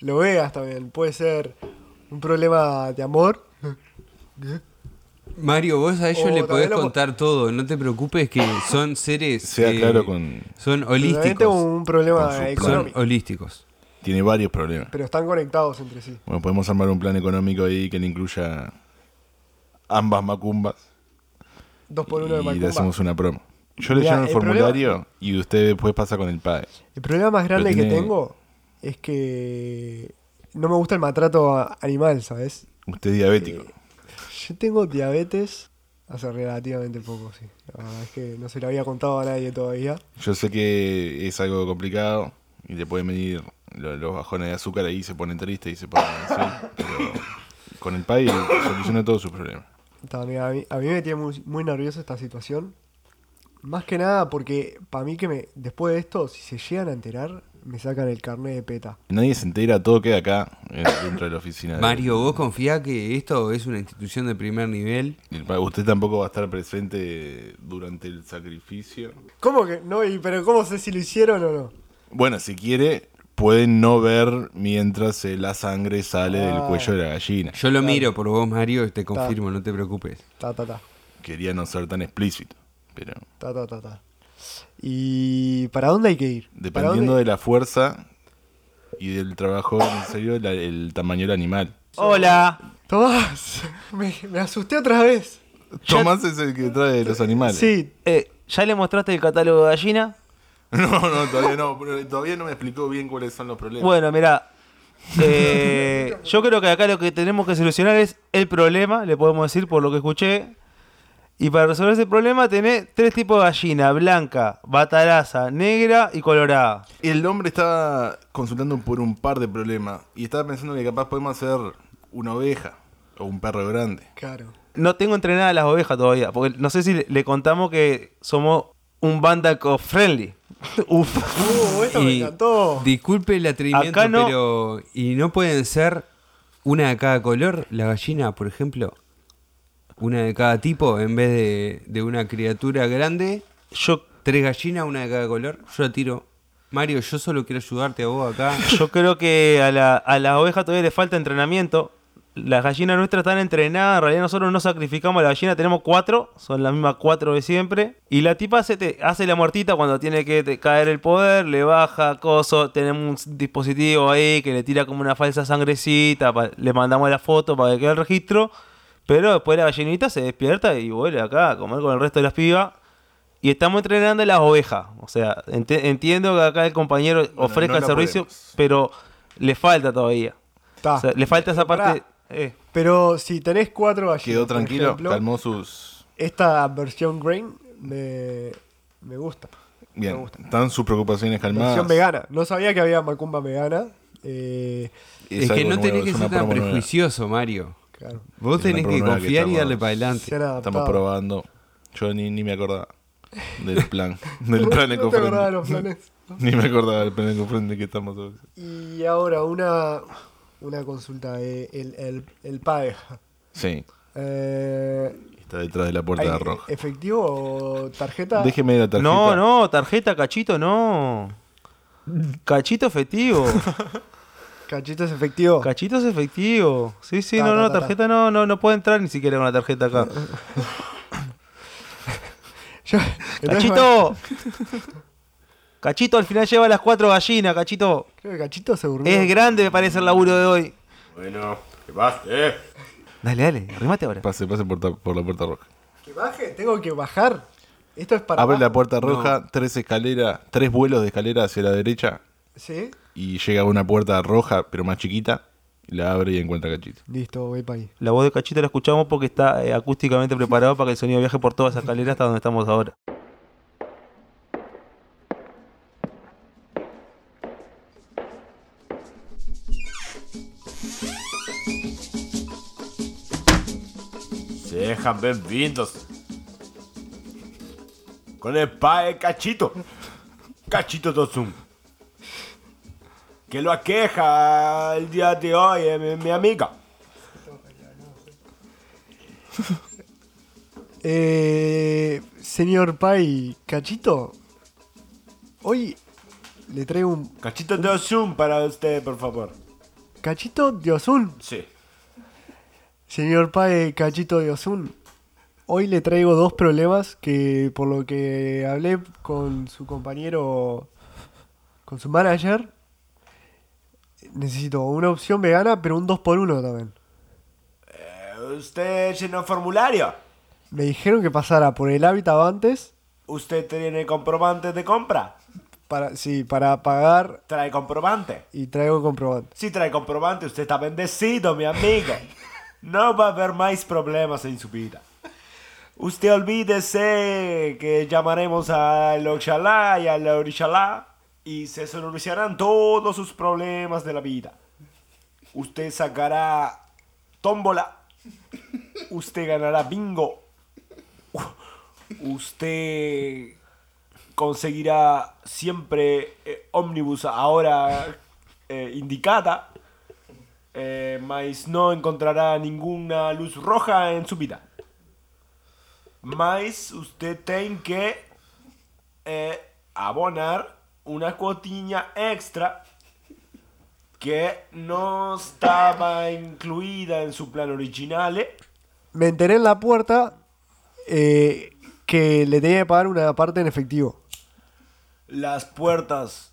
S4: lo veas también. Puede ser un problema de amor.
S3: Mario, vos a ellos
S4: O
S3: le podés
S4: también lo po-
S3: contar todo. No te preocupes que son seres.
S1: Sea
S3: eh,
S1: claro con.
S3: Son
S4: pero también tengo
S3: holísticos.
S4: un
S1: Con su
S4: problema
S1: plan.
S3: Son
S4: económico.
S3: holísticos.
S1: Tiene varios problemas.
S4: Pero están conectados entre sí.
S1: Bueno, podemos armar un plan económico ahí que le incluya ambas macumbas.
S4: Dos por uno de
S1: y le
S4: Macumba.
S1: hacemos una promo. Yo le
S4: Mirá,
S1: lleno el
S4: el
S1: formulario y usted después pasa con el padre.
S4: El problema más grande
S1: Pero
S4: que
S1: tiene-
S4: tengo es que no me gusta el maltrato a- animal, ¿sabes?
S1: Usted es diabético.
S4: Eh, Yo tengo diabetes hace relativamente poco, sí. La verdad es que no se lo había contado a nadie todavía.
S1: Yo sé que es algo complicado y le pueden venir lo- los bajones de azúcar ahí se ponen tristes y se ponen así. pero con el padre soluciona todos sus problemas.
S4: También a, mí, a mí me tiene muy, muy nervioso esta situación. Más que nada porque para mí que me, después de esto, si se llegan a enterar, me sacan el carnet de peta.
S1: Nadie se entera, todo queda acá, eh, dentro de la oficina. de-
S3: Mario, vos confía que esto es una institución de primer nivel.
S1: del padre. usted tampoco va a estar presente durante el sacrificio.
S4: ¿Cómo que? No, y- pero ¿cómo sé si lo hicieron o no?
S1: Bueno, si quiere, pueden no ver mientras eh, la sangre sale del
S4: Ah.
S1: cuello de la gallina.
S6: Yo lo miro por vos, Mario, y te confirmo, no te preocupes.
S4: Ta, ta, ta.
S1: Quería no ser tan explícito, pero
S4: Ta, ta, ta, ta. ¿Y para dónde hay que ir? ¿Para
S1: dependiendo
S4: dónde?
S1: de la fuerza y del trabajo necesario, la- el tamaño del animal.
S2: Hola.
S4: Tomás, me, me asusté otra vez.
S2: Ya-
S1: Tomás es el que trae los animales.
S4: Sí,
S2: Eh, ¿Ya le mostraste el catálogo de gallina?
S1: No, no, todavía no, pero todavía no me explicó bien cuáles son los problemas.
S2: Bueno, mira. yo creo que acá lo que tenemos que solucionar es el problema, le podemos decir por lo que escuché. Y para resolver ese problema tenés tres tipos de gallina, blanca, bataraza, negra y colorada.
S1: El hombre estaba consultando por un par de problemas y estaba pensando que capaz podemos hacer una oveja o un perro grande.
S4: claro.
S2: No tengo entrenadas las ovejas todavía, porque no sé si le, le contamos que somos un banda friendly. Uf.
S4: Uh, esto me
S6: Y
S4: encantó.
S6: Disculpe el atrevimiento,
S2: Acá no-
S6: pero. ¿Y no pueden ser una de cada color? La gallina, por ejemplo. Una de cada tipo, en vez de, de una criatura grande.
S2: Yo,
S6: Tres gallinas, una de cada color. Yo la tiro. Mario, yo solo quiero ayudarte a vos acá.
S2: yo creo que a la, a la oveja todavía le falta entrenamiento. Las gallinas nuestras están entrenadas, en realidad nosotros no sacrificamos a la gallina, tenemos cuatro, son las mismas cuatro de siempre. Y la tipa hace, te- hace la muertita cuando tiene que te- caer el poder, le baja, coso, tenemos un dispositivo ahí que le tira como una falsa sangrecita, pa- le mandamos la foto para que quede el registro. Pero después la gallinita se despierta y vuelve acá a comer con el resto de las pibas. Y estamos entrenando las ovejas. O sea, ente- entiendo que acá el compañero ofrezca
S1: no
S2: el
S1: la
S2: servicio,
S1: podemos.
S2: pero le falta todavía.
S4: Ta.
S2: O sea, le falta esa parte.
S4: Pará.
S2: eh.
S4: Pero si tenés cuatro gallinas.
S1: Quedó
S4: por
S1: tranquilo,
S4: ejemplo,
S1: calmó sus...
S4: Esta versión grain me, me gusta.
S1: Bien, están sus preocupaciones calmadas.
S4: Versión vegana. No sabía que había macumba vegana. Eh,
S6: Es, que
S1: algo
S6: no
S1: nuevo,
S6: tenés
S1: es
S6: que
S1: una
S6: ser tan
S1: promo nueva.
S6: prejuicioso, Mario.
S4: claro.
S6: Vos
S1: Es
S6: tenés
S1: una
S6: que
S1: promo nueva que
S6: confiar y
S1: estamos-
S6: darle para adelante.
S4: Se han adaptado.
S1: Estamos probando. Yo ni, ni me acordaba del plan. Del plan
S4: No te acordás de los
S1: ecofriendly.
S4: planes.
S1: Ni me acordaba del plan ecofriendly que estamos hoy.
S4: Y ahora una, una consulta. eh, el, el, el PAE.
S1: Sí,
S4: Eh,
S1: está detrás de la puerta de
S4: ¿hay
S1: roja.
S4: ¿Efectivo o tarjeta?
S1: Déjeme la tarjeta.
S2: No, no, tarjeta, cachito, no. Cachito efectivo.
S4: ¿Cachitos efectivo?
S2: Cachito es efectivo. Sí, sí,
S4: Ta,
S2: no,
S4: ta,
S2: no,
S4: ta, ta.
S2: tarjeta no, no, no puede entrar ni siquiera con la tarjeta acá.
S4: Yo- entonces,
S2: ¡Cachito! Cachito al final lleva las cuatro gallinas, Cachito.
S4: Creo que Cachito se durmió.
S2: Es grande, me parece el laburo de hoy.
S5: Bueno, ¿qué pasa? ¿Eh?
S2: Dale, dale, arrimate ahora.
S1: Pase, pase por, ta- por la puerta roja.
S4: Que baje, tengo que bajar. Esto es para.
S1: Abre la
S4: abajo.
S1: puerta roja, tres escaleras, tres vuelos de escalera hacia la derecha
S4: ¿Sí?
S1: y llega a una puerta roja, pero más chiquita. y La abre y encuentra a Cachito.
S4: Listo, voy para ahí.
S2: La voz de Cachito la escuchamos porque está eh, acústicamente preparado para que el sonido viaje por toda esa escalera hasta donde estamos ahora.
S5: Se dejan benvindos. Con el pae cachito. Cachito Tosun. Que lo aqueja el día de hoy, eh, mi, mi amiga.
S4: Eh, señor Pai, Cachito, hoy le traigo un
S5: Cachito Tosun para usted, por favor.
S4: Cachito de Osun.
S5: Sí.
S4: Señor Pai, Cachito de Osun. Hoy le traigo dos problemas que por lo que hablé con su compañero, con su manager, necesito una opción vegana, pero un 2x1 también.
S5: Eh, usted llenó el formulario.
S4: Me dijeron que pasara por el hábitat antes
S5: Usted tiene comprobante de compra.
S4: para, sí, para pagar
S5: Trae comprobante.
S4: y traigo comprobante.
S5: Si trae comprobante, usted está bendecido, mi amigo. No va a haber más problemas en su vida. Usted olvídese que llamaremos al Oxalá y al Orishalá y se solucionarán todos sus problemas de la vida. Usted sacará tómbola. Usted ganará bingo. Usted conseguirá siempre eh, ómnibus ahora eh, indicada, eh, mas no encontrará ninguna luz roja en su vida. Mas usted tiene que eh, abonar una cuotiña extra que no estaba incluida en su plan original. eh.
S4: Me enteré en la puerta eh, que le tenía que pagar una parte en efectivo.
S5: Las puertas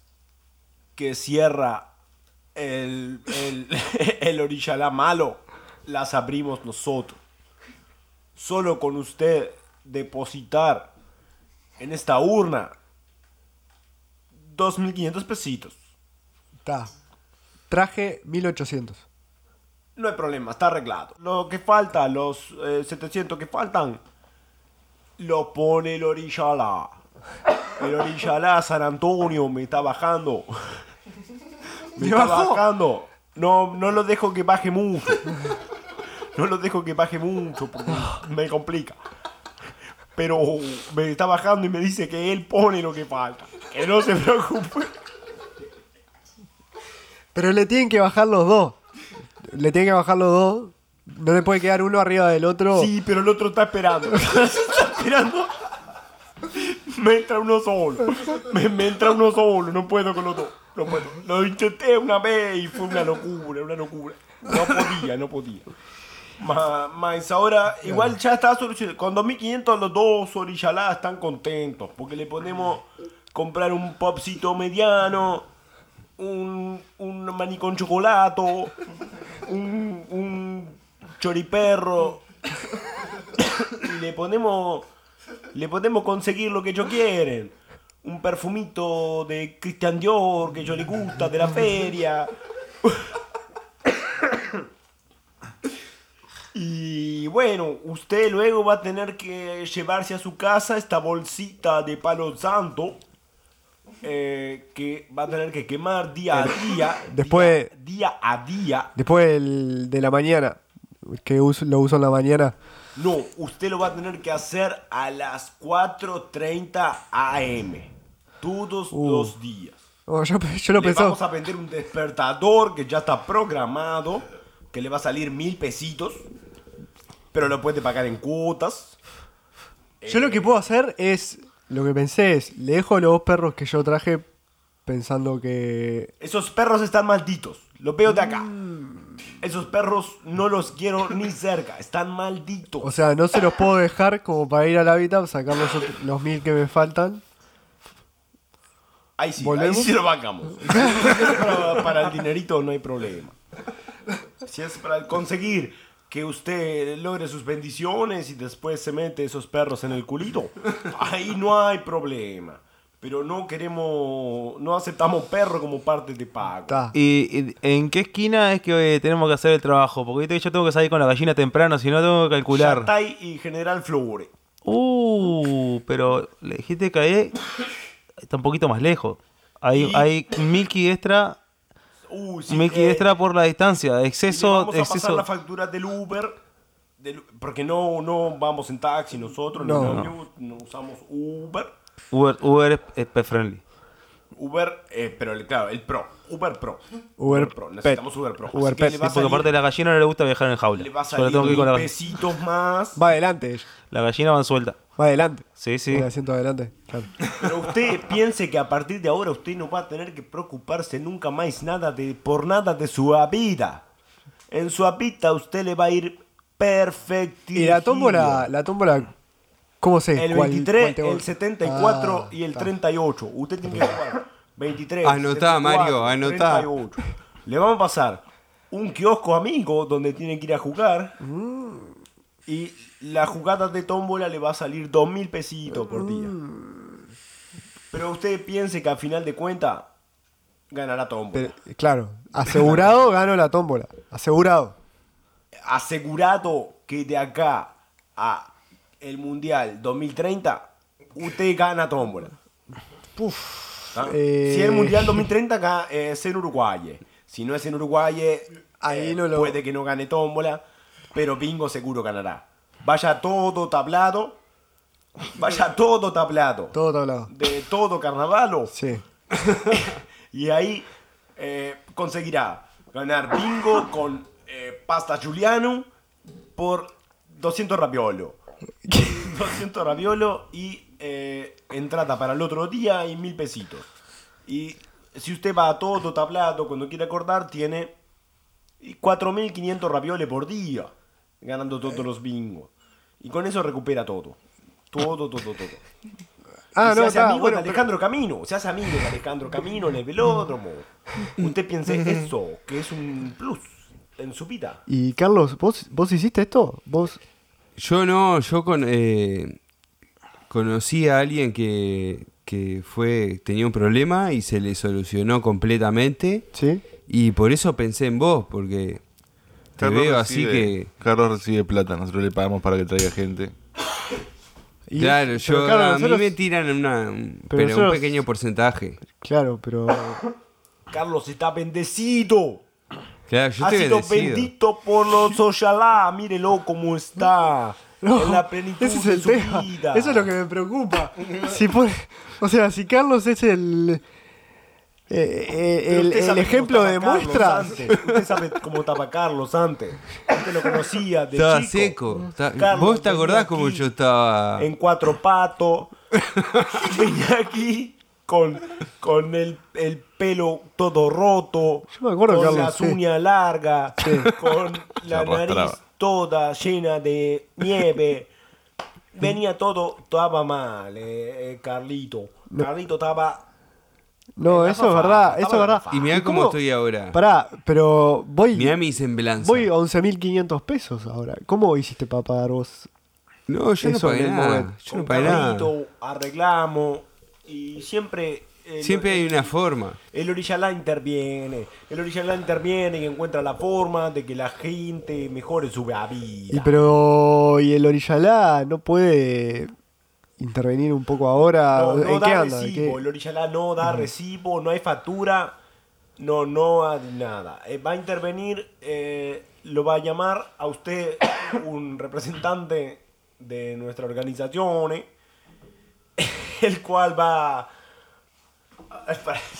S5: que cierra el, el, el Orishalá malo las abrimos nosotros. Solo con usted depositar en esta urna 2.500 pesitos.
S4: Está. Traje 1800.
S5: No hay problema, está arreglado. Lo que falta, los eh, 700 que faltan, lo pone el Orishalá. El Orishalá San Antonio me está bajando. Me está bajando. No, no lo dejo que baje mucho. No lo dejo que baje mucho porque me complica. Pero me está bajando y me dice que él pone lo que falta. Que no se preocupe.
S4: Pero le tienen que bajar los dos. Le tienen que bajar los dos. No le puede quedar uno arriba del otro.
S5: Sí, pero el otro está esperando. está esperando. Me entra uno solo. Me, me entra uno solo. No puedo con los dos. No puedo. Lo intenté una vez y fue una locura, una locura. No podía, no podía. Más ahora, igual ya está solucionado. Con 2500 los dos orillalá están contentos. Porque le ponemos comprar un popcito mediano, un, un maní con chocolato, un, un choriperro. y le ponemos le podemos conseguir lo que ellos quieren. Un perfumito de Christian Dior que yo le gusta, de la feria. Y bueno, usted luego va a tener que llevarse a su casa esta bolsita de palo santo eh, que va a tener que quemar día a día.
S4: Después-
S5: día- día a día.
S4: Después del- de la mañana. Que uso- lo uso en la mañana.
S5: No, usted lo va a tener que hacer a las 4.30 am. Todos los días.
S4: Oh, yo, yo lo
S5: le
S4: pensaba.
S5: vamos a vender un despertador que ya está programado, que le va a salir mil pesitos, pero lo puede pagar en cuotas.
S4: Yo lo que puedo hacer es. Lo que pensé es. Le dejo los dos perros que yo traje. Pensando que.
S5: Esos perros están malditos, lo veo de acá. Esos perros no los quiero ni cerca, están malditos.
S4: O sea, no se los puedo dejar como para ir al hábitat, sacar los, otro- los mil que me faltan.
S5: Ahí sí,
S4: ¿Volvemos?
S5: ahí sí lo bancamos. Si es para, para el dinerito no hay problema. Si es para conseguir que usted logre sus bendiciones y después se mete esos perros en el culito, ahí no hay problema. Pero no queremos, no aceptamos perro como parte de pago.
S4: Está.
S2: ¿Y y en qué esquina es que eh, tenemos que hacer el trabajo? Porque viste que yo tengo que salir con la gallina temprano, si no tengo que calcular.
S5: Yatay y General Flore.
S2: Uh, pero le dijiste que ahí está un poquito más lejos. Hay,
S5: Y-
S2: hay Milky extra,
S5: Uy, sí,
S2: Milky
S5: eh,
S2: extra por la distancia,
S5: y le
S2: exceso,
S5: vamos a pasar
S2: exceso.
S5: la factura del Uber, del- porque no, no vamos en taxi nosotros, no,
S4: No.
S5: no usamos Uber.
S2: Uber, Uber es, es pet friendly.
S5: Uber, eh, pero el, claro, el Pro. Uber Pro.
S4: Uber
S5: Pro.
S4: Pet.
S5: Necesitamos Uber Pro.
S4: Uber
S5: Así que
S4: Pet.
S5: le va
S2: Sí,
S5: a
S2: porque
S5: salir-
S2: aparte a la gallina no le gusta viajar en jaula.
S5: le va a
S2: Yo la
S5: salir
S2: tengo que ir con la,
S5: mil pesitos más.
S4: Va adelante ella.
S2: la gallina van suelta.
S4: Va adelante.
S2: Sí, sí.
S4: El asiento adelante. Claro.
S5: Pero usted piense que a partir de ahora usted no va a tener que preocuparse nunca más nada de, por nada de su vida. En su vida usted le va a ir perfecto.
S4: Y la tómbola, la tómbola, ¿cómo sé?
S5: El
S4: cuál-
S5: 23,
S4: cuál tengo?
S5: el 74
S4: Ah,
S5: y el
S4: está.
S5: 38. Usted tiene que jugar 23.
S6: Anotá,
S5: 74,
S6: Mario, anotá.
S5: 38. Le vamos a pasar un kiosco amigo donde tiene que ir a jugar.
S4: Mm.
S5: Y la jugada de tómbola le va a salir 2.000 pesitos por día.
S4: Mm.
S5: Pero usted piense que al final de cuenta ganará tómbola.
S4: Pero, eh, claro, asegurado gano la tómbola. Asegurado.
S5: asegurado que de acá a el Mundial 2030, usted gana tómbola. ¿Ah?
S4: eh.
S5: Si el Mundial 2030 ga- eh, es en Uruguay. Si no es en Uruguay,
S4: Ahí
S5: eh,
S4: no lo-
S5: puede que no gane tómbola, pero Bingo seguro ganará. Vaya todo tablado, vaya todo tablado.
S4: Todo tablado.
S5: De todo carnavalo.
S4: Sí.
S5: Y ahí eh, conseguirá ganar bingo con eh, pasta Giuliano por 200 raviolo. 200 raviolo y eh, entrada para el otro día y mil pesitos. Y si usted va a todo totaplato, cuando quiera cortar, tiene 4.500 ravioles por día, ganando todos los bingos. Y con eso recupera todo. Todo, todo, todo. todo.
S4: Ah,
S5: Y se hace
S4: no, está,
S5: amigo
S4: bueno,
S5: de Alejandro Camino, se hace amigo de Alejandro Camino en el velódromo.
S3: Mm.
S5: Usted piense eso, que es un plus en su vida.
S4: Y Carlos, ¿vos, vos hiciste esto? ¿Vos?
S3: Yo no, yo con, eh, conocí a alguien que, que fue, tenía un problema y se le solucionó completamente.
S4: ¿Sí?
S3: Y por eso pensé en vos, porque te veo así
S1: recibe-
S3: que.
S1: Carlos recibe plata, nosotros le pagamos para que traiga gente.
S4: Y-
S3: claro,
S4: pero,
S3: yo
S4: Carlos,
S3: a
S4: nosotros-
S3: mí me tiran una, un-
S4: pero
S3: pero un
S4: nosotros-
S3: pequeño porcentaje.
S4: Claro, pero...
S5: Carlos está bendecido.
S3: Claro, yo
S5: ha
S3: estoy
S5: sido
S3: bendecido.
S5: bendito por los Ojalá. Mírelo cómo está.
S4: No,
S5: en la plenitud
S4: ese es
S5: de
S4: el
S5: su
S4: tema.
S5: vida.
S4: Eso es lo que me preocupa. Si pone- o sea, si Carlos es el... eh, eh,
S5: Pero
S4: el,
S5: usted
S4: el
S5: sabe cómo
S4: ejemplo
S5: estaba
S4: de
S5: Carlos
S4: muestra.
S5: antes. Usted sabe cómo estaba Carlos antes. Usted lo conocía de
S3: Estaba
S5: chico.
S3: seco. Está-
S5: Carlos
S3: vos te
S5: venía
S3: acordás como
S5: aquí
S3: yo estaba.
S5: En cuatro patos. venía aquí con, con el, el pelo todo roto.
S4: Yo me acuerdo,
S5: con
S4: Carlos,
S5: las
S4: sí.
S5: uñas largas. Con la
S1: arrastraba.
S5: nariz toda llena de nieve. Venía todo, estaba mal, eh, eh, Carlito. Carlito estaba
S4: No,
S5: La
S4: eso es
S5: fafa,
S4: verdad,
S5: estaba
S4: eso es
S5: la
S4: verdad.
S5: fafa.
S3: Y mirá cómo
S4: cómo-
S3: estoy ahora.
S4: Pará, pero voy...
S3: Mirá mi semblanza.
S4: Voy a 11.500 pesos ahora. ¿Cómo hiciste para pagar vos?
S3: No, yo no
S4: Eso
S3: pagué
S4: del
S3: nada.
S4: Movet.
S3: Yo
S5: con
S3: no pagué nada.
S5: carrito, arreglamos y siempre eh, el,
S3: Siempre hay una forma.
S5: el Orizalá interviene, el Orizalá interviene y encuentra la forma de que la gente mejore su
S4: Y
S5: vida.
S4: pero y el Orillalá no puede intervenir un poco ahora.
S5: No, no
S4: ¿En qué
S5: da
S4: anda? ¿En
S5: recibo,
S4: qué?
S5: el Orizalá no da recibo, no hay factura, no, no hay nada. Eh, va a intervenir, eh, lo va a llamar a usted un representante de nuestra organización, eh, el cual va a...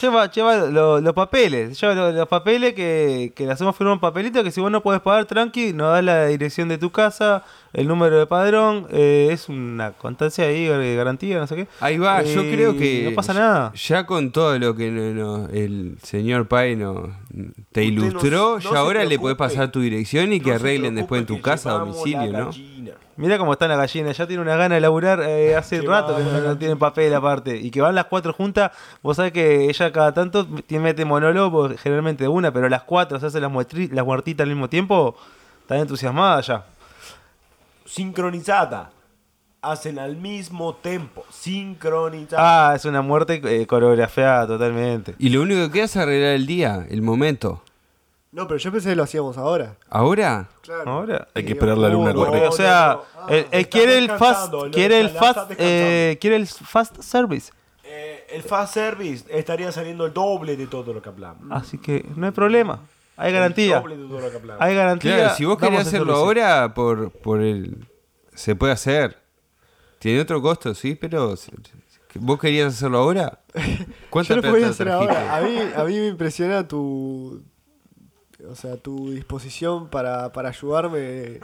S2: Lleva, lleva lo- los papeles, lleva lo- los papeles que, que le hacemos firmar un papelito que si vos no podés pagar tranqui, nos das la dirección de tu casa, el número de padrón, eh, es una constancia ahí, eh, garantía, no sé qué.
S3: Ahí va, yo
S2: Eh,
S3: creo que.
S2: No pasa nada.
S3: Ya con todo lo que no- no- el señor Pai no, te ilustró,
S5: no
S3: ya
S5: se
S3: ahora le
S5: preocupe.
S3: podés pasar tu dirección y que
S5: No se
S3: arreglen
S5: preocupe
S3: después en tu
S5: que
S3: casa a
S5: llevamos
S3: domicilio,
S5: la
S3: ¿no?
S5: gallina.
S2: Mirá cómo están las gallinas, ya tiene una gana de laburar eh, hace
S5: Qué
S2: rato que no,
S5: bárbaro.
S2: no tienen papel aparte. Y que van las cuatro juntas, vos sabés que ella cada tanto tiene- mete monólogo, porque generalmente una, pero las cuatro se hacen las, muestri- las muertitas al mismo tiempo, están entusiasmadas ya.
S5: Sincronizada. Hacen al mismo tiempo. Sincronizada.
S2: Ah, es una muerte eh, coreografiada totalmente.
S3: Y lo único que queda es arreglar el día, el momento.
S4: No, pero yo pensé que lo hacíamos ahora.
S3: ¿Ahora?
S2: Ahora.
S1: Hay que esperar la luna
S4: no,
S2: Porque,
S1: correcta.
S2: o sea,
S5: no, no.
S2: el- el
S5: Está
S2: quiere el fast,
S5: descansando, lo
S2: quiere el
S5: está- la está
S2: fast, eh, quiere el fast service.
S5: Eh, el fast service estaría saliendo el doble de todo lo que hablamos.
S2: Así que no hay problema, hay garantía,
S5: El doble de todo lo que hablamos.
S2: hay garantía.
S3: Claro, si vos
S2: damos
S3: querés
S2: el
S3: hacerlo
S2: servicio.
S3: ahora, por, por el. Se puede hacer. Tiene otro costo, sí, pero. se- se- ¿Vos querías hacerlo ahora? ¿Cuánta
S4: Yo lo
S3: plata
S4: podía hacer
S3: trajiste?
S4: ahora. ah, A mí, a mí me impresiona tu. O sea, tu disposición para, para ayudarme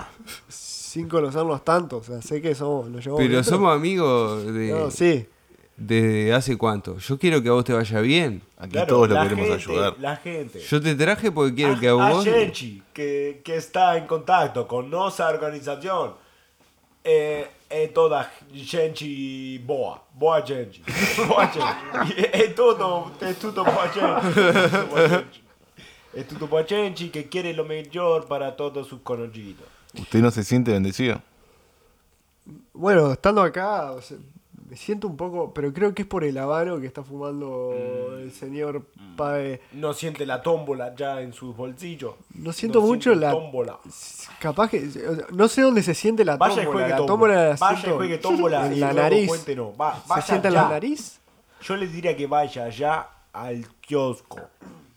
S4: sin conocernos tanto. O sea, sé que somos, nos llevamos.
S3: Pero
S4: bien,
S3: somos amigos de,
S4: No, sí.
S3: desde hace cuánto. Yo quiero que a vos te vaya bien.
S1: Aquí
S5: Claro,
S1: todos lo
S5: la
S1: queremos
S5: gente-
S1: ayudar.
S5: La gente.
S3: Yo te traje porque quiero
S4: Ah,
S5: a,
S3: que a
S5: a
S3: vos.
S5: Genchi, que, que está en contacto con nuestra organización. Eh, eh, toda Genchi Boa. Boa Genchi. Boa Genchi. Es todo, es todo Boa Genchi. Boa Genchi. Es todo Boa Genchi que quiere lo mejor para todos sus conocidos.
S1: ¿Usted no se siente bendecido?
S4: Bueno, estando acá, o sea, me siento un poco. Pero creo que es por el habano que está fumando
S5: Mm.
S4: el señor Pae.
S5: No siente la tómbola ya en sus bolsillos.
S4: No siento mucho
S5: siente
S4: la-
S5: tómbola.
S4: Capaz que. o sea, No sé dónde se siente la
S5: Vaya y
S4: tómbola.
S5: juegue
S4: La
S5: tómbola.
S4: tómbola la
S5: Vaya y
S4: siento
S5: juegue tómbola
S4: En
S5: y
S4: la
S5: luego
S4: nariz.
S5: cuéntenos. Va-
S4: ¿Se
S5: vaya
S4: sienta en
S5: ya.
S4: la nariz?
S5: Yo les diría que vaya ya al kiosco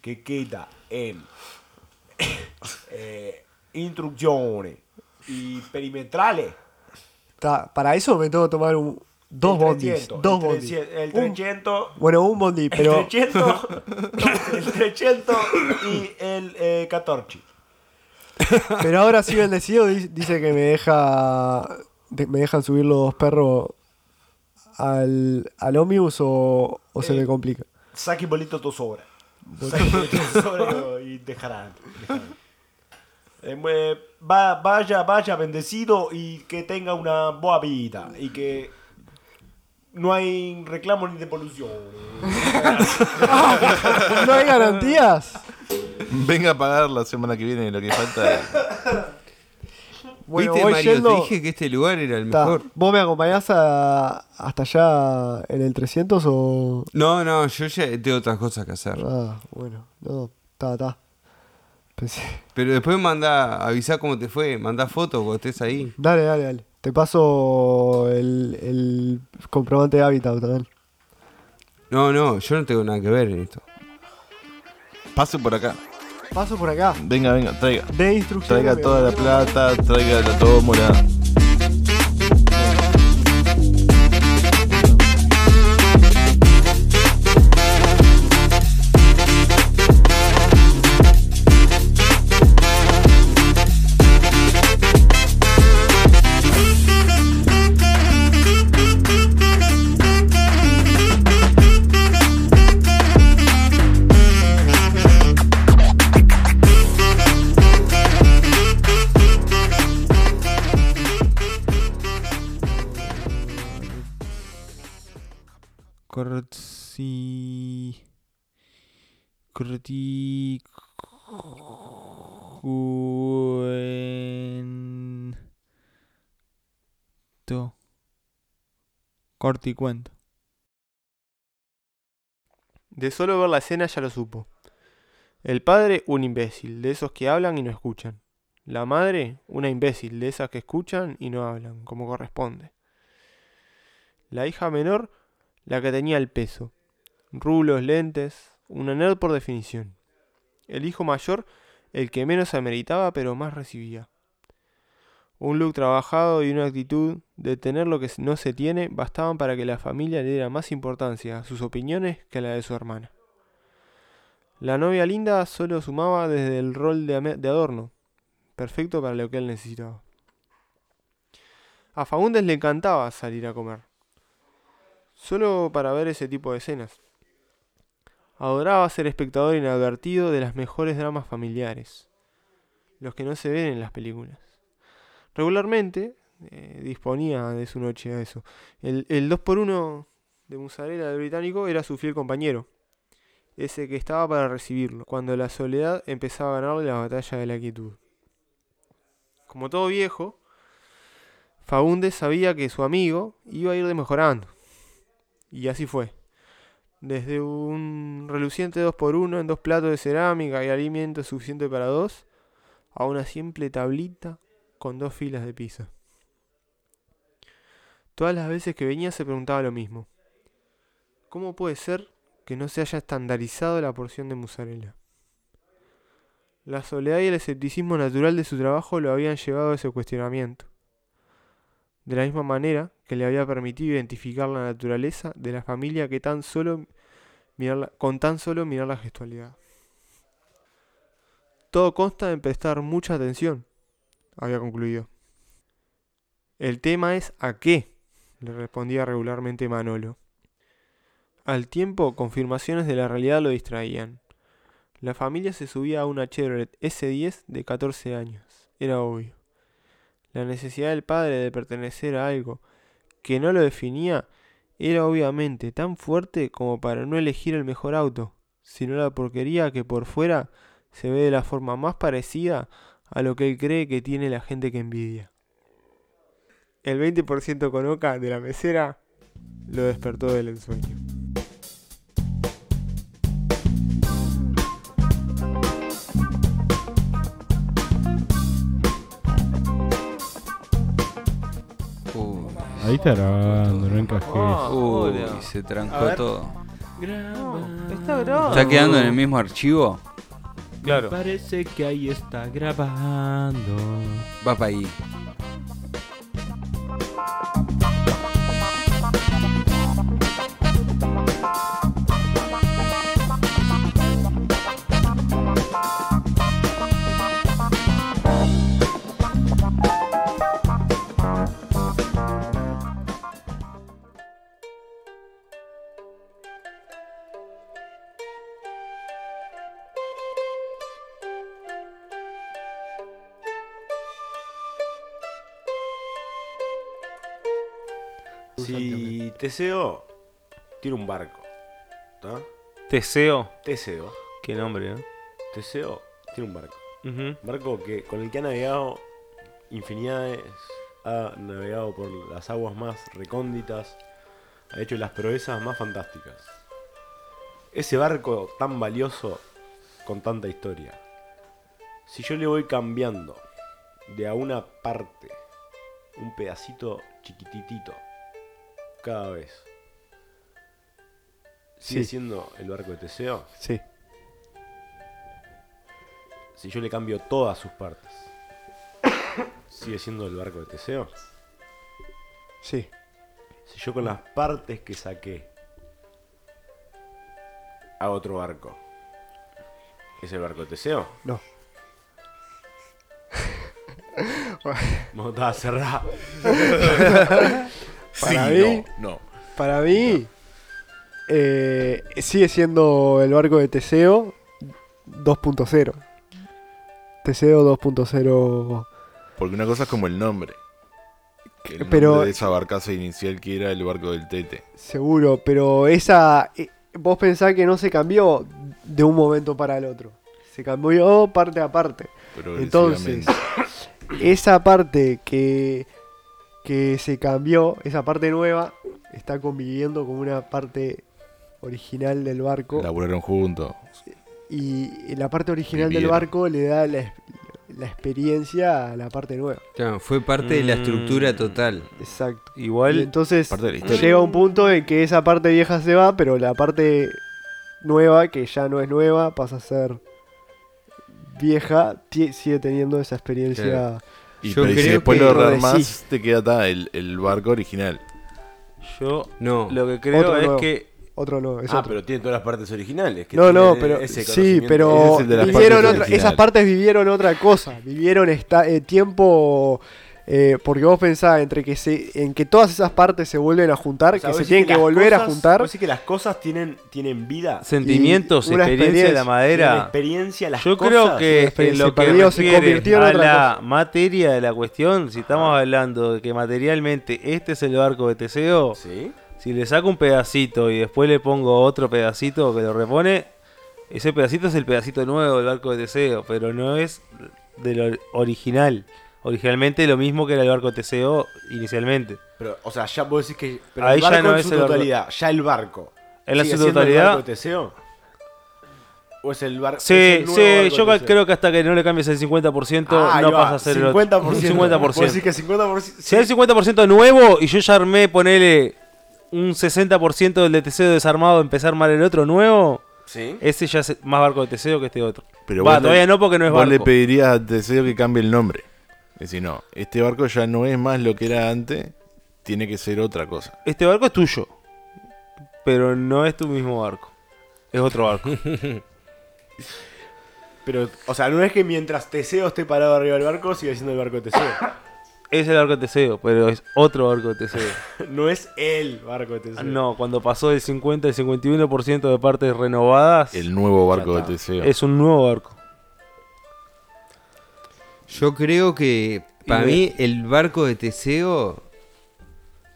S5: que queda en eh, instrucciones y perimetrales.
S4: Ta, para eso me tengo que tomar un, dos
S5: El
S4: bondis.
S5: 300,
S4: Dos
S5: el
S4: bondis.
S5: 300, El
S4: Un-
S5: 300.
S4: bueno, un bondi, pero.
S5: El 300, el 300 y el eh, 14.
S4: Pero ahora sí bendecido di- dice que me deja de- me dejan
S5: Eh,
S4: subir los dos perros al, al ómnibus o, o se me complica.
S5: Saque bolito tu sobra. Saque bolito tu sobra y dejarán. dejarán. Eh, mue- va- vaya, vaya bendecido y que tenga una boa vida. Y que no hay reclamo ni devolución.
S4: ¿No hay garantías?
S1: Venga a pagar la semana que viene lo que falta.
S4: Bueno,
S6: ¿Viste,
S4: voy
S6: Mario?
S4: yendo.
S6: Te dije que este lugar era el
S4: Ta,
S6: mejor.
S4: ¿Vos me acompañás a- hasta allá en el 300 o...?
S6: No, no, yo ya tengo otras cosas que hacer.
S4: Ah, bueno, no, está, está. Pensé-
S6: Pero después manda, avisá cómo te fue, mandá fotos cuando estés ahí.
S4: Dale, dale, dale. Te paso el, el comprobante de hábitat también.
S6: No, no, yo no tengo nada que ver en esto.
S1: Pase por acá.
S4: Paso por acá.
S1: Venga, venga, traiga.
S4: De instrucciones.
S1: Traiga toda la plata, traiga la tómbola.
S7: Corti. Corti. Cuento. Corti cuento.
S8: De solo ver la escena ya lo supo. El padre, un imbécil, de esos que hablan y no escuchan. La madre, una imbécil, de esas que escuchan y no hablan, como corresponde. La hija menor, la que tenía el peso. Rulos, lentes, una nerd por definición. El hijo mayor, el que menos ameritaba pero más recibía. Un look trabajado y una actitud de tener lo que no se tiene bastaban para que la familia le diera más importancia a sus opiniones que a la de su hermana. La novia linda solo sumaba desde el rol de, ame- de adorno, perfecto para lo que él necesitaba. A Fagundes le encantaba salir a comer, solo para ver ese tipo de escenas. Adoraba ser espectador inadvertido de las mejores dramas familiares, los que no se ven en las películas. Regularmente eh, disponía de su noche a eso. El, el 2x1 de mozzarella del británico era su fiel compañero, ese que estaba para recibirlo, cuando la soledad empezaba a ganarle la batalla de la quietud. Como todo viejo, Fagundes sabía que su amigo iba a ir mejorando. Y así fue. Desde un reluciente 2x1 en dos platos de cerámica y alimento suficiente para dos, a una simple tablita con dos filas de pizza. Todas las veces que venía se preguntaba lo mismo. ¿Cómo puede ser que no se haya estandarizado la porción de mozzarella? La soledad y el escepticismo natural de su trabajo lo habían llevado a ese cuestionamiento. De la misma manera que le había permitido identificar la naturaleza de la familia que tan solo mirar la- con tan solo mirar la gestualidad. Todo consta en prestar mucha atención, había concluido. El tema es ¿a qué? le respondía regularmente Manolo. Al tiempo, confirmaciones de la realidad lo distraían. La familia se subía a una Chevrolet S10 de 14 años, era obvio. La necesidad del padre de pertenecer a algo que no lo definía era obviamente tan fuerte como para no elegir el mejor auto, sino la porquería que por fuera se ve de la forma más parecida a lo que él cree que tiene la gente que envidia. El 20% con oca de la mesera lo despertó del ensueño.
S3: Uy,
S9: Ahí está grabando, no encajé.
S3: uy,
S7: hola.
S3: se trancó todo.
S7: está grabado.
S3: ¿Está quedando en el mismo archivo?
S2: Claro.
S7: Parece que ahí está grabando.
S3: Va para ahí.
S5: Si Teseo tiene un barco, ¿tá?
S2: Teseo.
S5: Teseo,
S2: Qué nombre, ¿no?
S5: Teseo tiene un barco.
S2: Ujú.
S5: Barco que, con el que ha navegado infinidades, ha navegado por las aguas más recónditas, ha hecho las proezas más fantásticas. Ese barco tan valioso con tanta historia. Si yo le voy cambiando de a una parte un pedacito chiquititito cada vez, ¿sigue
S4: Sí.
S5: siendo el barco de Teseo?
S4: Sí.
S5: Si yo le cambio todas sus partes, ¿sigue siendo el barco de Teseo?
S4: Sí.
S5: Si yo con las partes que saqué hago otro barco, ¿es el barco de Teseo?
S4: No.
S5: Vos estabas cerrada.
S4: Para
S1: sí,
S4: mí-
S1: no, no.
S4: Para mí, eh, sigue siendo el barco de Teseo 2.0. Teseo 2.0.
S1: Porque una cosa es como el nombre. Que El
S4: Pero-
S1: nombre de esa barcaza inicial que era el barco del Tete.
S4: Seguro, pero esa. eh, Vos pensás que no se cambió de un momento para el otro. Se cambió parte a parte. Entonces,
S1: progresivamente.
S4: esa parte que, que se cambió, esa parte nueva, está conviviendo con una parte original del barco.
S1: Laburaron juntos.
S4: Y la parte original del
S1: Vivieron.
S4: barco le da la, ex- la experiencia a la parte nueva.
S3: Claro, fue parte de la estructura
S2: Mm.
S3: total.
S4: Exacto. Y
S2: Igual,
S4: entonces
S1: Parte de la historia.
S4: llega un punto en que esa parte vieja se va, pero la parte nueva, que ya no es nueva, pasa a ser vieja, ti- sigue teniendo esa experiencia.
S3: Claro.
S1: Y
S3: Yo
S1: pero si
S3: creo
S1: después
S4: que
S1: lo ahorras
S4: rodecís.
S1: más, te queda ta, el, el barco original.
S2: yo
S3: No,
S2: lo que creo
S4: Otro
S2: es
S4: nuevo.
S2: que.
S4: Otro no, es
S5: ah,
S4: otro.
S5: pero tiene todas las partes originales. que
S4: No,
S5: tiene
S4: no, pero
S5: ese
S4: sí,
S5: conocimiento.
S4: pero
S1: Ese es de las
S4: vivieron
S1: partes
S4: otra-
S1: originales.
S4: esas partes vivieron otra cosa, vivieron esta, eh, tiempo eh, porque vos pensás entre que se, en que todas esas partes se vuelven a juntar,
S5: O sea,
S4: que
S5: vos
S4: se
S5: decís
S4: tienen que,
S5: las
S4: volver a
S5: cosas-
S4: juntar,
S5: vos decís que las cosas tienen, tienen vida.
S2: Sentimientos,
S4: una
S2: experiencia, de la
S4: experiencia,
S5: tienen
S2: madera.
S5: experiencia, las
S2: Yo
S5: cosas.
S2: creo que en
S4: experiencia.
S2: lo que
S4: Perdido, se
S2: refiere
S4: convirtió en
S2: a
S4: otra
S2: la materia de la cuestión, si estamos hablando de que materialmente este es el barco de Teseo,
S5: Sí.
S2: si le saco un pedacito y después le pongo otro pedacito que lo repone, ese pedacito es el pedacito nuevo del barco de Teseo, pero no es del or- original. Originalmente lo mismo que era el barco de Teseo inicialmente.
S5: Pero, o sea, ya vos decís que. Pero
S2: Ahí
S5: el
S2: ya
S5: barco
S2: no
S5: en
S2: es
S5: su
S2: el barco.
S5: totalidad. Ya el barco.
S2: En la
S5: ¿Sigue
S2: su
S5: siendo
S2: totalidad-
S5: ¿El barco de Teseo? ¿O es el barco?
S2: Sí, sí, yo ca- creo que hasta que no le cambies el 50% no pasa a ser el otro.
S5: 50%.
S2: Un
S5: Vos decís
S2: 50%.
S5: que 50%.
S2: Si hay el 50% nuevo y yo ya armé, ponele un 60% del de Teseo desarmado, empecé a armar el otro nuevo,
S5: Sí.
S2: ese ya es más barco de Teseo que este otro.
S1: Pero
S2: Va,
S1: vos le-
S2: todavía no porque no es
S1: Vos le
S2: barco.
S1: pedirías a Teseo que cambie el nombre. Es decir, no, este barco ya no es más lo que era antes, tiene que ser otra cosa.
S2: Este barco es tuyo, pero no es tu mismo barco. Es otro barco.
S5: Pero, o sea, no es que mientras Teseo esté parado arriba del barco, siga siendo el barco de Teseo.
S2: es el barco de Teseo, pero es otro barco de Teseo.
S5: no es el barco de Teseo.
S2: No, cuando pasó del 50 al 51% de partes renovadas,
S1: El nuevo barco de
S5: está.
S1: Teseo.
S2: es un nuevo barco.
S3: Yo creo que para
S2: de-
S3: mí el barco de Teseo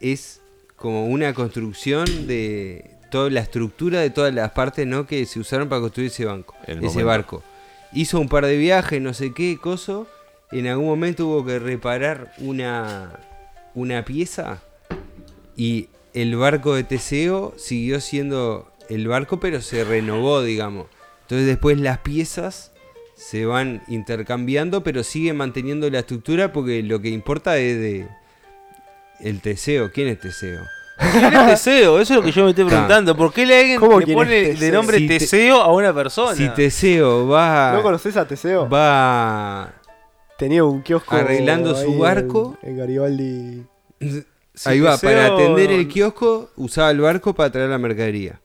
S3: es como una construcción de toda la estructura de todas las partes ¿no? que se usaron para construir ese banco,
S1: El
S3: ese
S1: momento.
S3: barco. Hizo un par de viajes, no sé qué, coso. En algún momento hubo que reparar una, una pieza y el barco de Teseo siguió siendo el barco, pero se renovó, digamos. Entonces después las piezas se van intercambiando, pero sigue manteniendo la estructura porque lo que importa es de el Teseo. ¿Quién es Teseo?
S2: ¿Quién es Teseo? Eso es lo que yo me estoy preguntando. ¿Por qué le, alguien
S4: ¿Cómo
S2: le
S4: quién
S2: pone
S4: es
S2: de
S4: Teseo?
S2: nombre
S3: Si te-
S2: Teseo a una persona?
S3: Si Teseo va,
S4: ¿no conoces a Teseo?
S3: va
S4: Tenía un kiosco
S3: Arreglando su
S4: ahí en-
S3: barco.
S4: en, Garibaldi.
S2: Si
S3: Ahí va,
S2: Teseo-
S3: para atender el kiosco usaba el barco para traer la mercadería.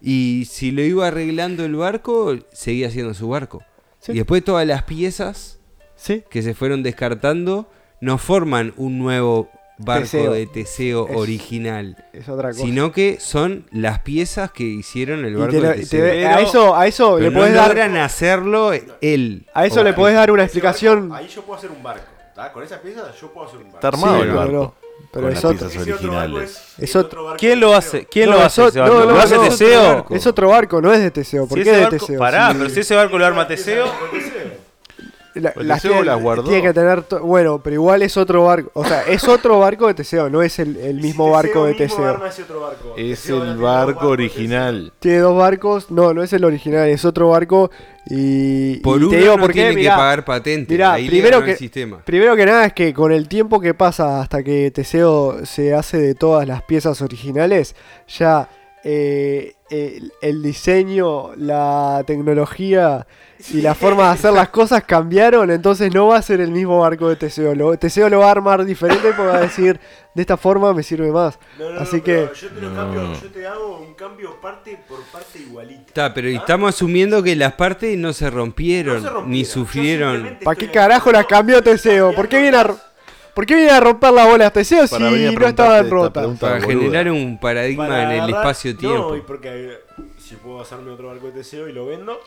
S3: Y si lo iba arreglando el barco, seguía siendo su barco.
S4: Sí.
S3: Y después todas las piezas
S4: Sí,
S3: que se fueron descartando no forman un nuevo barco
S4: Teseo.
S3: de Teseo
S4: Es-
S3: original,
S4: es otra cosa.
S3: sino que son las piezas que hicieron el
S4: Y
S3: barco
S4: te lo-
S3: de
S4: te-
S3: Teseo.
S4: a eso, a eso
S3: Pero
S4: le
S3: no
S4: podés dar,
S3: logran hacerlo él.
S4: a eso le
S3: Ok.
S4: podés dar una
S5: Ese barco,
S4: explicación.
S5: ahí yo puedo hacer un barco. ¿tá? Con esa pieza yo puedo hacer un barco.
S1: Está armado
S4: Sí,
S1: el
S4: pero
S1: barco.
S4: no.
S1: con
S4: Pero es
S1: las
S4: otro.
S1: piezas originales.
S4: Es otro-
S2: ¿Quién lo hace? ¿Quién
S4: No,
S2: lo
S4: es
S2: hace?
S4: ot-
S2: ese barco?
S4: no, no,
S2: ¿Lo hace
S4: no, es otro
S2: Teseo?
S4: barco. Es otro barco, no es de Teseo. ¿Por
S2: Si
S4: qué
S2: ese
S4: es de
S2: barco-
S4: Teseo?
S2: Pará,
S4: Sí.
S2: pero si ese barco lo arma Teseo.
S4: La-
S1: ¿El
S4: las
S1: Teseo
S4: tiene-
S1: las guardó?
S4: Tiene que tener. to- Bueno, pero igual es otro barco. O sea, es otro barco de Teseo, no es el, el mismo barco de Teseo.
S1: Es el barco original.
S4: Tiene dos barcos. No, no es el original, es otro barco. Y.
S6: Por
S4: y
S6: uno
S4: te digo
S6: no
S4: por qué,
S6: tiene
S4: mirá,
S6: que pagar patente.
S4: mirá,
S6: ahí le
S4: primero
S6: ganó el
S4: que-
S6: sistema.
S4: Primero que nada es que con el tiempo que pasa hasta que Teseo se hace de todas las piezas originales, ya eh, el, el diseño, la tecnología y la forma de hacer las cosas cambiaron, entonces no va a ser el mismo barco de Teseo. Lo- Teseo lo va a armar diferente porque va a decir, de esta forma me sirve más.
S5: No, no, no,
S4: Así
S5: pero
S4: que-
S5: Yo te, lo cambio, yo te hago un cambio parte por parte ¿Ah? igualito.
S6: Está, pero estamos asumiendo que las partes no se rompieron,
S5: No se rompieron,
S6: ni
S5: yo
S6: sufrieron.
S5: simplemente
S4: ¿Para qué
S5: estoy
S4: carajo la
S5: haciendo-
S4: cambió Teseo? ¿Por qué viene a, ro- ¿por qué viene a romper la bola a Teseo si
S1: Para venir a
S4: no
S1: preguntarte
S4: estaba en
S1: esta
S4: rota?
S1: pregunta
S6: Para
S1: boluda.
S6: generar un paradigma
S5: Para
S6: en el
S5: agarrar- No,
S6: espacio-tiempo.
S5: y porque eh, si puedo hacerme otro barco de Teseo y lo vendo.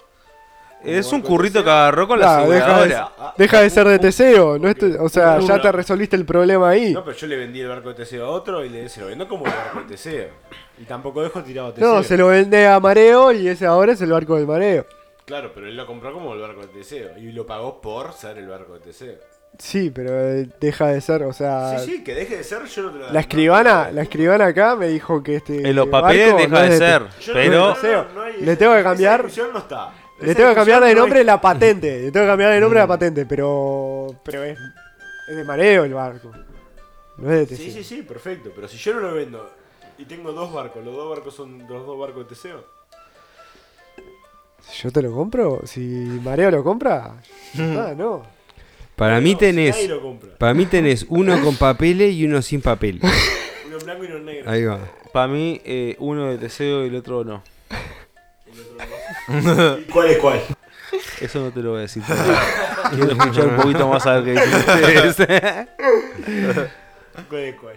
S2: Es un currito que agarró con la
S4: Claro, deja, de,
S2: aseguradora.
S4: deja de ser de Teseo, no este- o sea,
S5: Uno.
S4: ya te resolviste el problema ahí.
S5: No, pero yo le vendí el barco de Teseo a otro y le se lo vendo como el barco de Teseo. Y tampoco dejo tirado a Teseo.
S4: No, se lo vende a Mareo y ese ahora es el barco del Mareo.
S5: Claro, pero él lo compró como el barco de Teseo. Y lo pagó por ser el barco de Teseo.
S4: Sí, pero eh, deja de ser, o sea,
S5: Sí, sí, que deje de ser, yo no te lo
S4: Ah. la escribana, la escribana acá me dijo que este
S2: En los
S4: barco
S2: papeles
S4: no es
S2: deja de
S4: Te-
S2: ser,
S5: Yo no-
S2: pero.
S5: no, no, no hay-
S4: Le tengo que
S5: esa
S4: cambiar-
S5: discusión no está.
S4: Le
S5: Esa
S4: tengo que cambiar de
S5: discusión no
S4: nombre
S5: hay.
S4: la patente, le tengo que cambiar de nombre
S2: Mm.
S4: la patente, pero pero es, es de Mareo el barco. No es de
S5: Sí,
S4: Teseo.
S5: sí, sí, perfecto. Pero si yo no lo vendo y tengo dos barcos, los dos barcos son los dos barcos de Teseo.
S4: Si yo te lo compro, si Mareo lo compra, ah, no.
S6: Para mí
S5: No, si
S6: tenés,
S5: nadie lo compra.
S6: para mí tenés uno con papeles y uno sin papel.
S5: Uno en blanco y uno en negro.
S6: Ahí va.
S2: Para mí, eh, uno de Teseo y el otro no.
S5: ¿Y ¿Cuál es cuál?
S2: Eso no te lo voy a decir. Quiero escuchar un poquito más a ver qué dicen ustedes.
S5: ¿Cuál es cuál?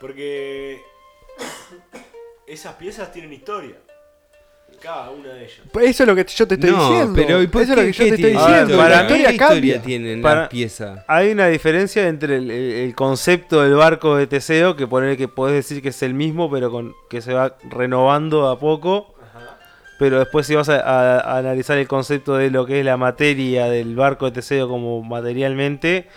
S5: Porque esas piezas tienen historia. Cada una de ellas.
S4: Eso es lo que yo te estoy
S6: no,
S4: diciendo.
S6: pero ¿y por
S4: eso es
S6: qué?
S4: lo que yo
S6: ¿Qué
S4: te estoy
S6: tiene?
S2: A ver,
S4: diciendo.
S2: para
S4: la
S2: mí
S4: historia
S6: ¿qué historia
S4: cambia.
S6: tienen
S2: Para-
S6: las piezas?
S2: Hay una diferencia entre el, el- el concepto del barco de Teseo, que poner que podés decir que es el mismo, pero con que se va renovando a poco. Pero después si vas a, a- a analizar el concepto de lo que es la materia del barco de Teseo como materialmente,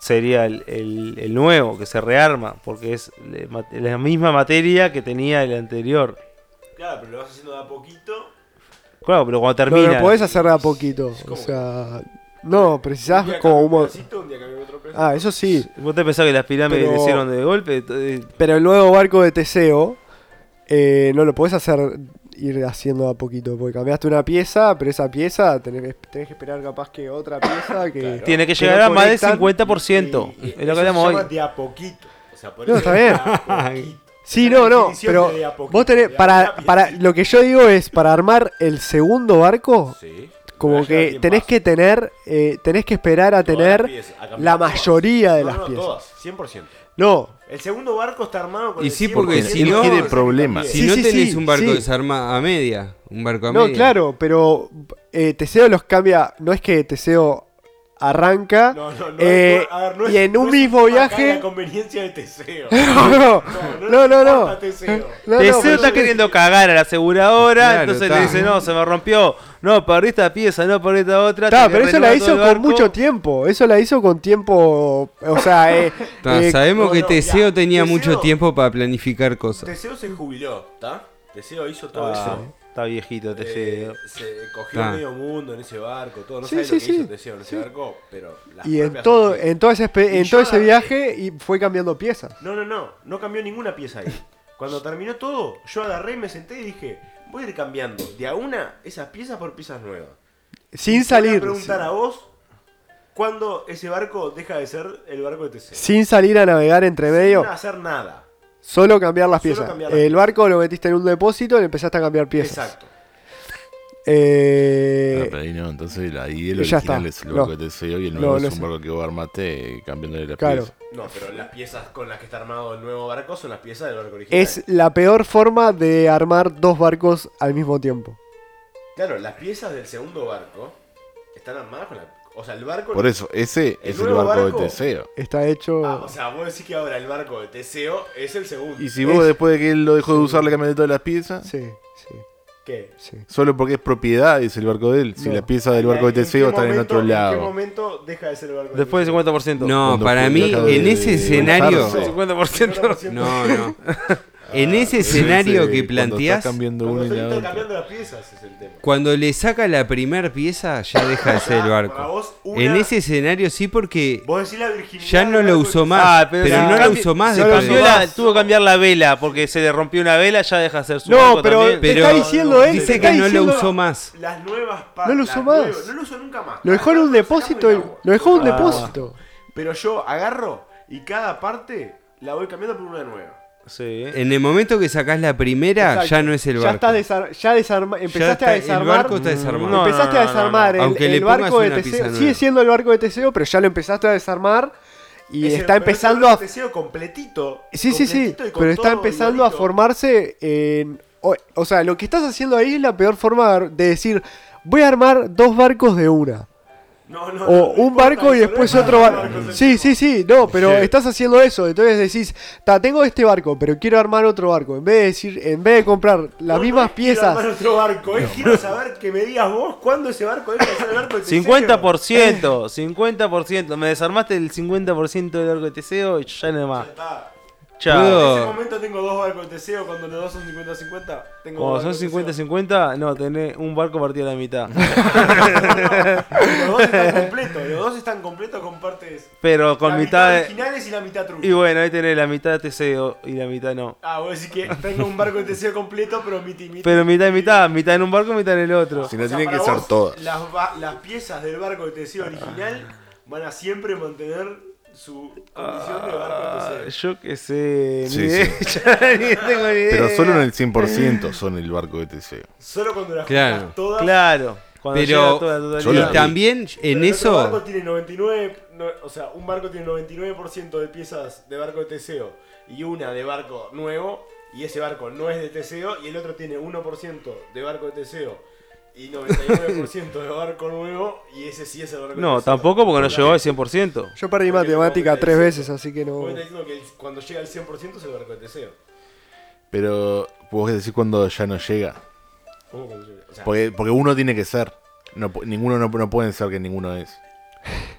S2: sería el, el- el nuevo, que se rearma, porque es eh, ma- la misma materia que tenía el anterior.
S5: Claro, pero lo vas haciendo de a poquito.
S2: Claro, pero cuando
S4: No,
S2: termina...
S4: lo podés hacer de a poquito. O sea, no, precisás
S5: Un día
S4: como
S5: cambio
S4: un. mo-
S5: un pedacito, un día cambio otro pedacito.
S4: Ah, eso sí.
S2: ¿Vos te pensás que las pirámides
S4: Pero-
S2: le hicieron de golpe? Eh,
S4: Pero el nuevo barco de Teseo eh, no lo podés hacer ir haciendo de a poquito. Porque cambiaste una pieza, pero esa pieza tenés, tenés que esperar capaz que otra pieza que.
S2: Tiene que
S4: que
S2: llegar
S4: no
S2: a más del
S4: conectan
S2: 50%.
S5: Y- y
S2: es lo que
S5: eso
S2: hablamos
S5: se
S2: hoy.
S5: llama de a poquito. O sea, por
S4: No,
S5: eso
S4: está
S5: es
S4: bien.
S5: de a poquito.
S4: Sí,
S5: Esa
S4: no,
S5: es la
S4: no,
S5: definición
S4: pero
S5: de de a poquito,
S4: vos tenés,
S5: de a
S4: para,
S5: una
S4: para,
S5: piecita.
S4: lo que yo digo es, para armar el segundo barco,
S5: Sí.
S4: como
S5: Pero lleva
S4: que
S5: bien
S4: tenés
S5: más.
S4: que tener, eh, tenés que esperar a
S5: Todas las
S4: tener
S5: piezas, a cambiar
S4: la
S5: todas.
S4: mayoría de
S5: No,
S4: las
S5: no,
S4: piezas.
S5: todas, 100%.
S4: No,
S5: El segundo barco está armado con
S6: Y
S5: el
S6: sí, porque
S5: 100%
S6: si
S5: de
S6: no-
S5: las
S6: quiere
S5: piezas.
S1: problemas.
S4: Sí,
S6: Si no
S4: sí,
S6: tenés
S4: sí,
S6: un barco
S4: sí.
S6: que se arma a media, un barco a
S4: no,
S6: media.
S4: claro, pero eh, Teseo los cambia, no es que Teseo arranca
S5: No, no, no,
S4: eh,
S5: no, a ver, no
S4: y
S5: es-
S4: en
S5: no
S4: un
S5: es
S4: mismo
S5: acá
S4: viaje...
S5: la conveniencia de Teseo.
S4: No, no, no, no, no.
S5: importa Teseo.
S4: No, no,
S2: Teseo
S4: pero-
S2: está queriendo cagar a la aseguradora,
S6: Claro,
S2: entonces
S6: está.
S2: le dice, no, se me rompió, no, perdí esta pieza, no, perdí esta otra.
S4: Ta,
S2: tenés
S4: pero
S2: que
S4: eso la
S2: renovar todo
S4: hizo
S2: el
S4: con
S2: barco".
S4: mucho tiempo. Eso la hizo con tiempo. O sea, eh,
S6: Ta,
S4: eh,
S6: sabemos
S5: no,
S6: que
S5: no,
S6: Teseo
S5: ya.
S6: tenía
S5: Teseo-
S6: mucho tiempo para planificar cosas.
S5: Teseo se jubiló, ¿está? Teseo hizo todo
S2: Ah,
S5: eso.
S2: Está viejito Teseo.
S5: Eh, se cogió
S6: Ta.
S5: medio mundo en ese barco, todo. No
S4: Sí,
S5: sé
S4: sí,
S5: lo que
S4: sí.
S5: hizo Teseo en ese barco, pero. las
S4: y en
S5: propias-
S4: todo, en todo ese, espe-
S5: Y
S4: en
S5: yo
S4: todo ese
S5: la-
S4: viaje y fue cambiando piezas.
S5: No, no, no. No cambió ninguna pieza ahí. Cuando terminó todo, yo agarré, me senté y dije: Voy a ir cambiando de a una esas piezas por piezas nuevas. Te
S4: Sin
S5: voy a
S4: salir.
S5: preguntar a vos cuándo ese barco deja de ser el barco de Teseo.
S4: Sin salir a navegar entre medio.
S5: No va a hacer nada.
S4: Solo cambiar las
S5: Solo
S4: piezas.
S5: cambiar las
S4: el
S5: piezas.
S4: barco lo metiste en un depósito y le empezaste a cambiar piezas.
S5: Exacto.
S1: Ah,
S4: Eh,
S1: pero ahí no, entonces ahí el
S4: y ya
S1: original
S4: está.
S1: es el barco
S4: No.
S1: de Teseo y el
S4: No,
S1: nuevo
S4: no
S1: es
S4: sé.
S1: un barco que vos armaste cambiándole la
S4: Claro.
S1: pieza.
S5: No, pero las piezas con las que está armado el nuevo barco son las piezas del barco original.
S4: es la peor forma de armar dos barcos al mismo tiempo.
S5: Claro, las piezas del segundo barco están armadas con la. O sea, el barco.
S1: Por eso, ese
S5: El
S1: es el
S5: nuevo
S1: barco de
S5: barco.
S1: Teseo.
S4: Está hecho.
S5: Ah, o sea, vos decís que ahora el barco de Teseo es el segundo.
S1: Y si vos
S4: Es-
S1: después de que él lo dejó de usar le cambiaste todas las piezas,
S4: Sí, sí,
S5: ¿Qué?
S4: sí.
S1: solo porque es propiedad, dice el barco de él. Si
S4: No.
S1: las piezas del barco de
S5: ¿En qué
S1: Teseo están en
S5: momento-
S1: otro
S5: ¿En qué
S1: lado.
S5: momento deja de ser el barco de
S10: Después del 50%.
S6: No,
S1: Cuando
S6: para
S1: fue-
S6: mí,
S1: acaba de-
S6: en ese
S1: de
S6: escenario.
S1: lanzarse.
S10: 50%.
S5: Teseo?
S6: No, no. En ese escenario que planteás,
S1: Cuando estás cambiando
S5: Cuando
S1: una
S5: estoy
S1: y la otra.
S5: intercambiando las piezas es el tema.
S6: cuando le saca la primer pieza, ya deja de ser el
S5: Para
S6: barco.
S5: vos, una,
S6: En ese escenario sí, porque
S5: vos decís la virginidad.
S6: ya no
S5: del
S6: lo
S5: barco
S6: usó
S5: de
S6: más.
S10: Ah,
S6: pero
S10: si
S6: no lo
S10: cambi-
S6: usó más
S10: si
S6: de
S10: cambió
S6: paso.
S10: la- tuvo que cambiar la vela porque se le rompió una vela, ya deja de ser su barco
S4: No, pero
S10: también.
S4: te
S6: Pero
S4: está diciendo él. te
S6: Dice
S4: está
S6: que no lo
S4: diciendo-
S6: usó más.
S5: Teseo. Las nuevas
S4: No lo
S5: las
S4: usó más.
S5: nuevas- No lo usó nunca más.
S4: Lo dejó en un
S5: Agarro,
S4: depósito.
S5: sacamos
S4: y-
S5: el agua.
S4: Lo dejó en un
S10: Ah.
S4: depósito.
S5: Pero yo agarro y cada parte la voy cambiando por una nueva.
S10: Sí.
S6: En el momento que sacás la primera,
S4: Exacto.
S6: ya no es el
S4: Ya,
S6: barco.
S4: estás desar- ya desarma-
S6: Ya
S4: empezaste
S6: está-
S4: a desarmar.
S6: El barco está desarmado.
S10: No,
S4: empezaste a desarmar el-
S6: Aunque
S4: el,
S6: le pongas
S4: barco de
S6: una pieza
S4: Teseo.
S6: nueva.
S4: Sigue siendo el barco de Teseo, pero ya lo empezaste a desarmar. Y
S5: Es el-
S4: está
S5: pero es el
S4: empezando a.
S5: barco de Teseo completito.
S4: Sí, sí, sí.
S5: completito y con
S4: Pero está
S5: todo
S4: empezando a
S5: igualito.
S4: formarse en. O, o sea, lo que estás haciendo ahí es la peor forma de decir. Voy a armar dos barcos de una.
S5: No, no, no,
S4: O
S5: no
S4: un barco
S5: importa,
S4: y después
S5: no es
S4: otro
S5: un barco,
S4: barco.
S5: es
S4: Sí, sí, sí. No, pero
S1: Sí.
S4: estás haciendo eso. Entonces decís, "Ta, tengo este barco, pero quiero armar otro barco. En vez de decir, en vez de comprar
S5: No,
S4: las
S5: no
S4: mismas
S5: es quiero
S4: piezas.
S5: armar otro barco, es quiero saber que me digas vos cuándo ese barco deja de ser el barco de Teseo.
S10: 50%, 50%. Me desarmaste el 50% del arco de Teseo y ya no hay más.
S5: Ah,
S10: Chao.
S6: Puedo-
S5: En ese momento tengo dos barcos de Teseo, cuando los dos son 50-50, tengo
S10: Como
S5: dos
S10: son
S5: barcos de Teseo.
S10: 50-50, no, tenés un barco partido a la mitad.
S5: Los dos están completos, los dos están completos con partes.
S10: Pero
S5: la
S10: con
S5: mitad
S10: mitad de...
S5: originales y la mitad trucha.
S10: Y bueno, ahí tenés la mitad de Teseo y la mitad no.
S5: Ah, vos decís que tengo un barco de Teseo completo, pero mi timita.
S10: Pero mitad y mitad, mitad en un barco, mitad en el otro.
S1: Si no tienen que ser todas.
S5: Las, ba- las piezas del barco de Teseo original van a siempre mantener su condición de barco de
S10: Ah,
S5: Teseo.
S10: yo qué sé,
S1: Sí,
S10: ni idea, ni tengo ni idea.
S1: Pero solo en
S5: Eh.
S1: el 100% son el barco de Teseo.
S5: Solo cuando las
S6: Claro.
S5: juntas todas.
S10: Claro, cuando llega toda la
S6: Pero
S1: Yo la
S6: y
S1: vi.
S10: totalidad.
S6: también
S5: pero
S6: en
S5: el otro
S6: eso
S5: barco tiene 99, no, o sea, un barco tiene 99% de piezas de barco de Teseo y una de barco nuevo, y ese barco no es de Teseo, y el otro tiene 1% de barco de Teseo y 99% de barco nuevo, y ese sí es el barco de
S10: No,
S5: Teseo.
S10: tampoco porque no llegó al 100%.
S4: Yo perdí
S5: Porque
S4: matemática
S5: no,
S4: tres
S5: porque-
S4: veces, así que no.
S5: Vos me estás diciendo que el- cuando llega al 100% es el barco de Teseo.
S1: Pero vos decís cuando ya no llega.
S5: ¿Cómo cuando llega? O sea,
S1: Porque, porque uno tiene que ser. No, pu- ninguno no, no pueden ser que ninguno es.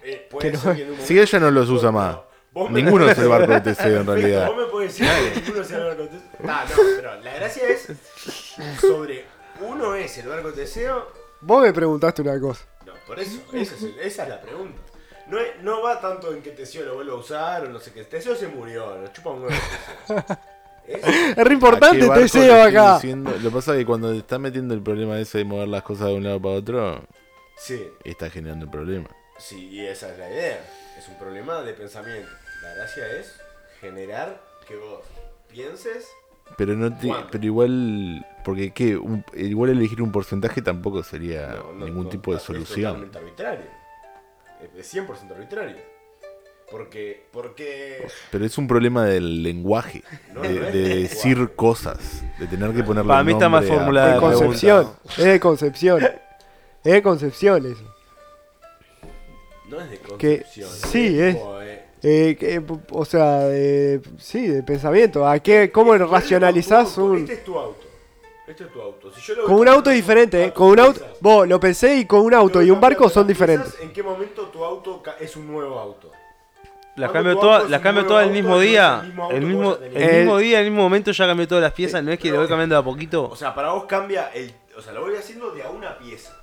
S5: eh, puede
S4: que no-
S5: ser que en un momento-
S1: Si ella no los usa más.
S5: Vos me-
S1: Ninguno es el barco de Teseo en
S5: Perfecto,
S1: realidad.
S5: Vos me podés decir que ninguno sea el barco de Teseo. Nah, no, pero la gracia es sobre uno es el barco de Teseo.
S4: Vos me preguntaste una cosa.
S5: No, por eso, eso es el- esa es la pregunta. No, es- no va tanto en que Teseo lo vuelva a usar o no sé qué. Teseo se murió, lo chupa un huevo. Teseo. Es-
S4: Es re
S1: ¿A qué
S4: importante
S1: barco le
S4: Teseo
S1: estoy
S4: acá.
S1: diciendo? Lo que pasa es que cuando te está metiendo el problema ese de mover las cosas de un lado para otro,
S5: Sí,
S1: está generando el problema.
S5: sí, y esa es la idea. Es un problema de pensamiento. La gracia es generar que vos pienses.
S1: Pero no te-
S5: Bueno.
S1: pero igual porque qué, Un- igual elegir un porcentaje tampoco
S4: Ah,
S1: sería
S5: No, no,
S1: ningún
S5: no,
S1: tipo de
S5: es
S1: solución.
S5: totalmente arbitrario. Es de 100% arbitrario. Porque, porque
S1: Pero es un problema del lenguaje,
S5: No,
S1: de,
S5: no es
S1: de
S5: lenguaje.
S1: decir cosas, de tener que ponerle
S10: Para mí está más
S1: nombre a-
S10: formulada
S4: De
S10: la pregunta.
S4: Concepción. Es de Concepción. Es de Concepción eso.
S5: no es de
S4: Que-
S5: concepción.
S4: sí, es-
S5: tipo, eh,
S4: Eh, que, o sea, de- sí, de pensamiento. ¿A qué, ¿Cómo
S5: yo digo,
S4: racionalizás
S5: tú-
S4: un.?
S5: Este es tu auto. Este es tu auto. Si yo lo voy
S4: Con un auto
S5: cambiando-
S4: diferente, ¿eh?
S5: Ah,
S4: Con un
S5: ¿qué
S4: auto.
S5: pensás?
S4: Vos lo pensé y con un auto
S5: Te
S4: y
S5: voy
S4: un barco
S5: cambiando las
S4: son
S5: piezas,
S4: diferentes.
S5: ¿En qué momento tu auto ca- es un nuevo auto? Cuando
S10: Las cambio
S5: tu auto
S10: todas,
S5: es
S10: las
S5: un
S10: cambio
S5: nuevo
S10: todas el
S5: auto,
S10: mismo
S5: no es el
S10: día.
S5: mismo auto
S10: El
S5: que
S10: mismo,
S5: vos ya tenías.
S10: el
S4: Eh,
S10: mismo día, el mismo momento ya cambió todas las piezas. No es que le voy cambiando de a poquito.
S5: Eh, O sea, para vos cambia el. O sea, lo voy haciendo de a una pieza.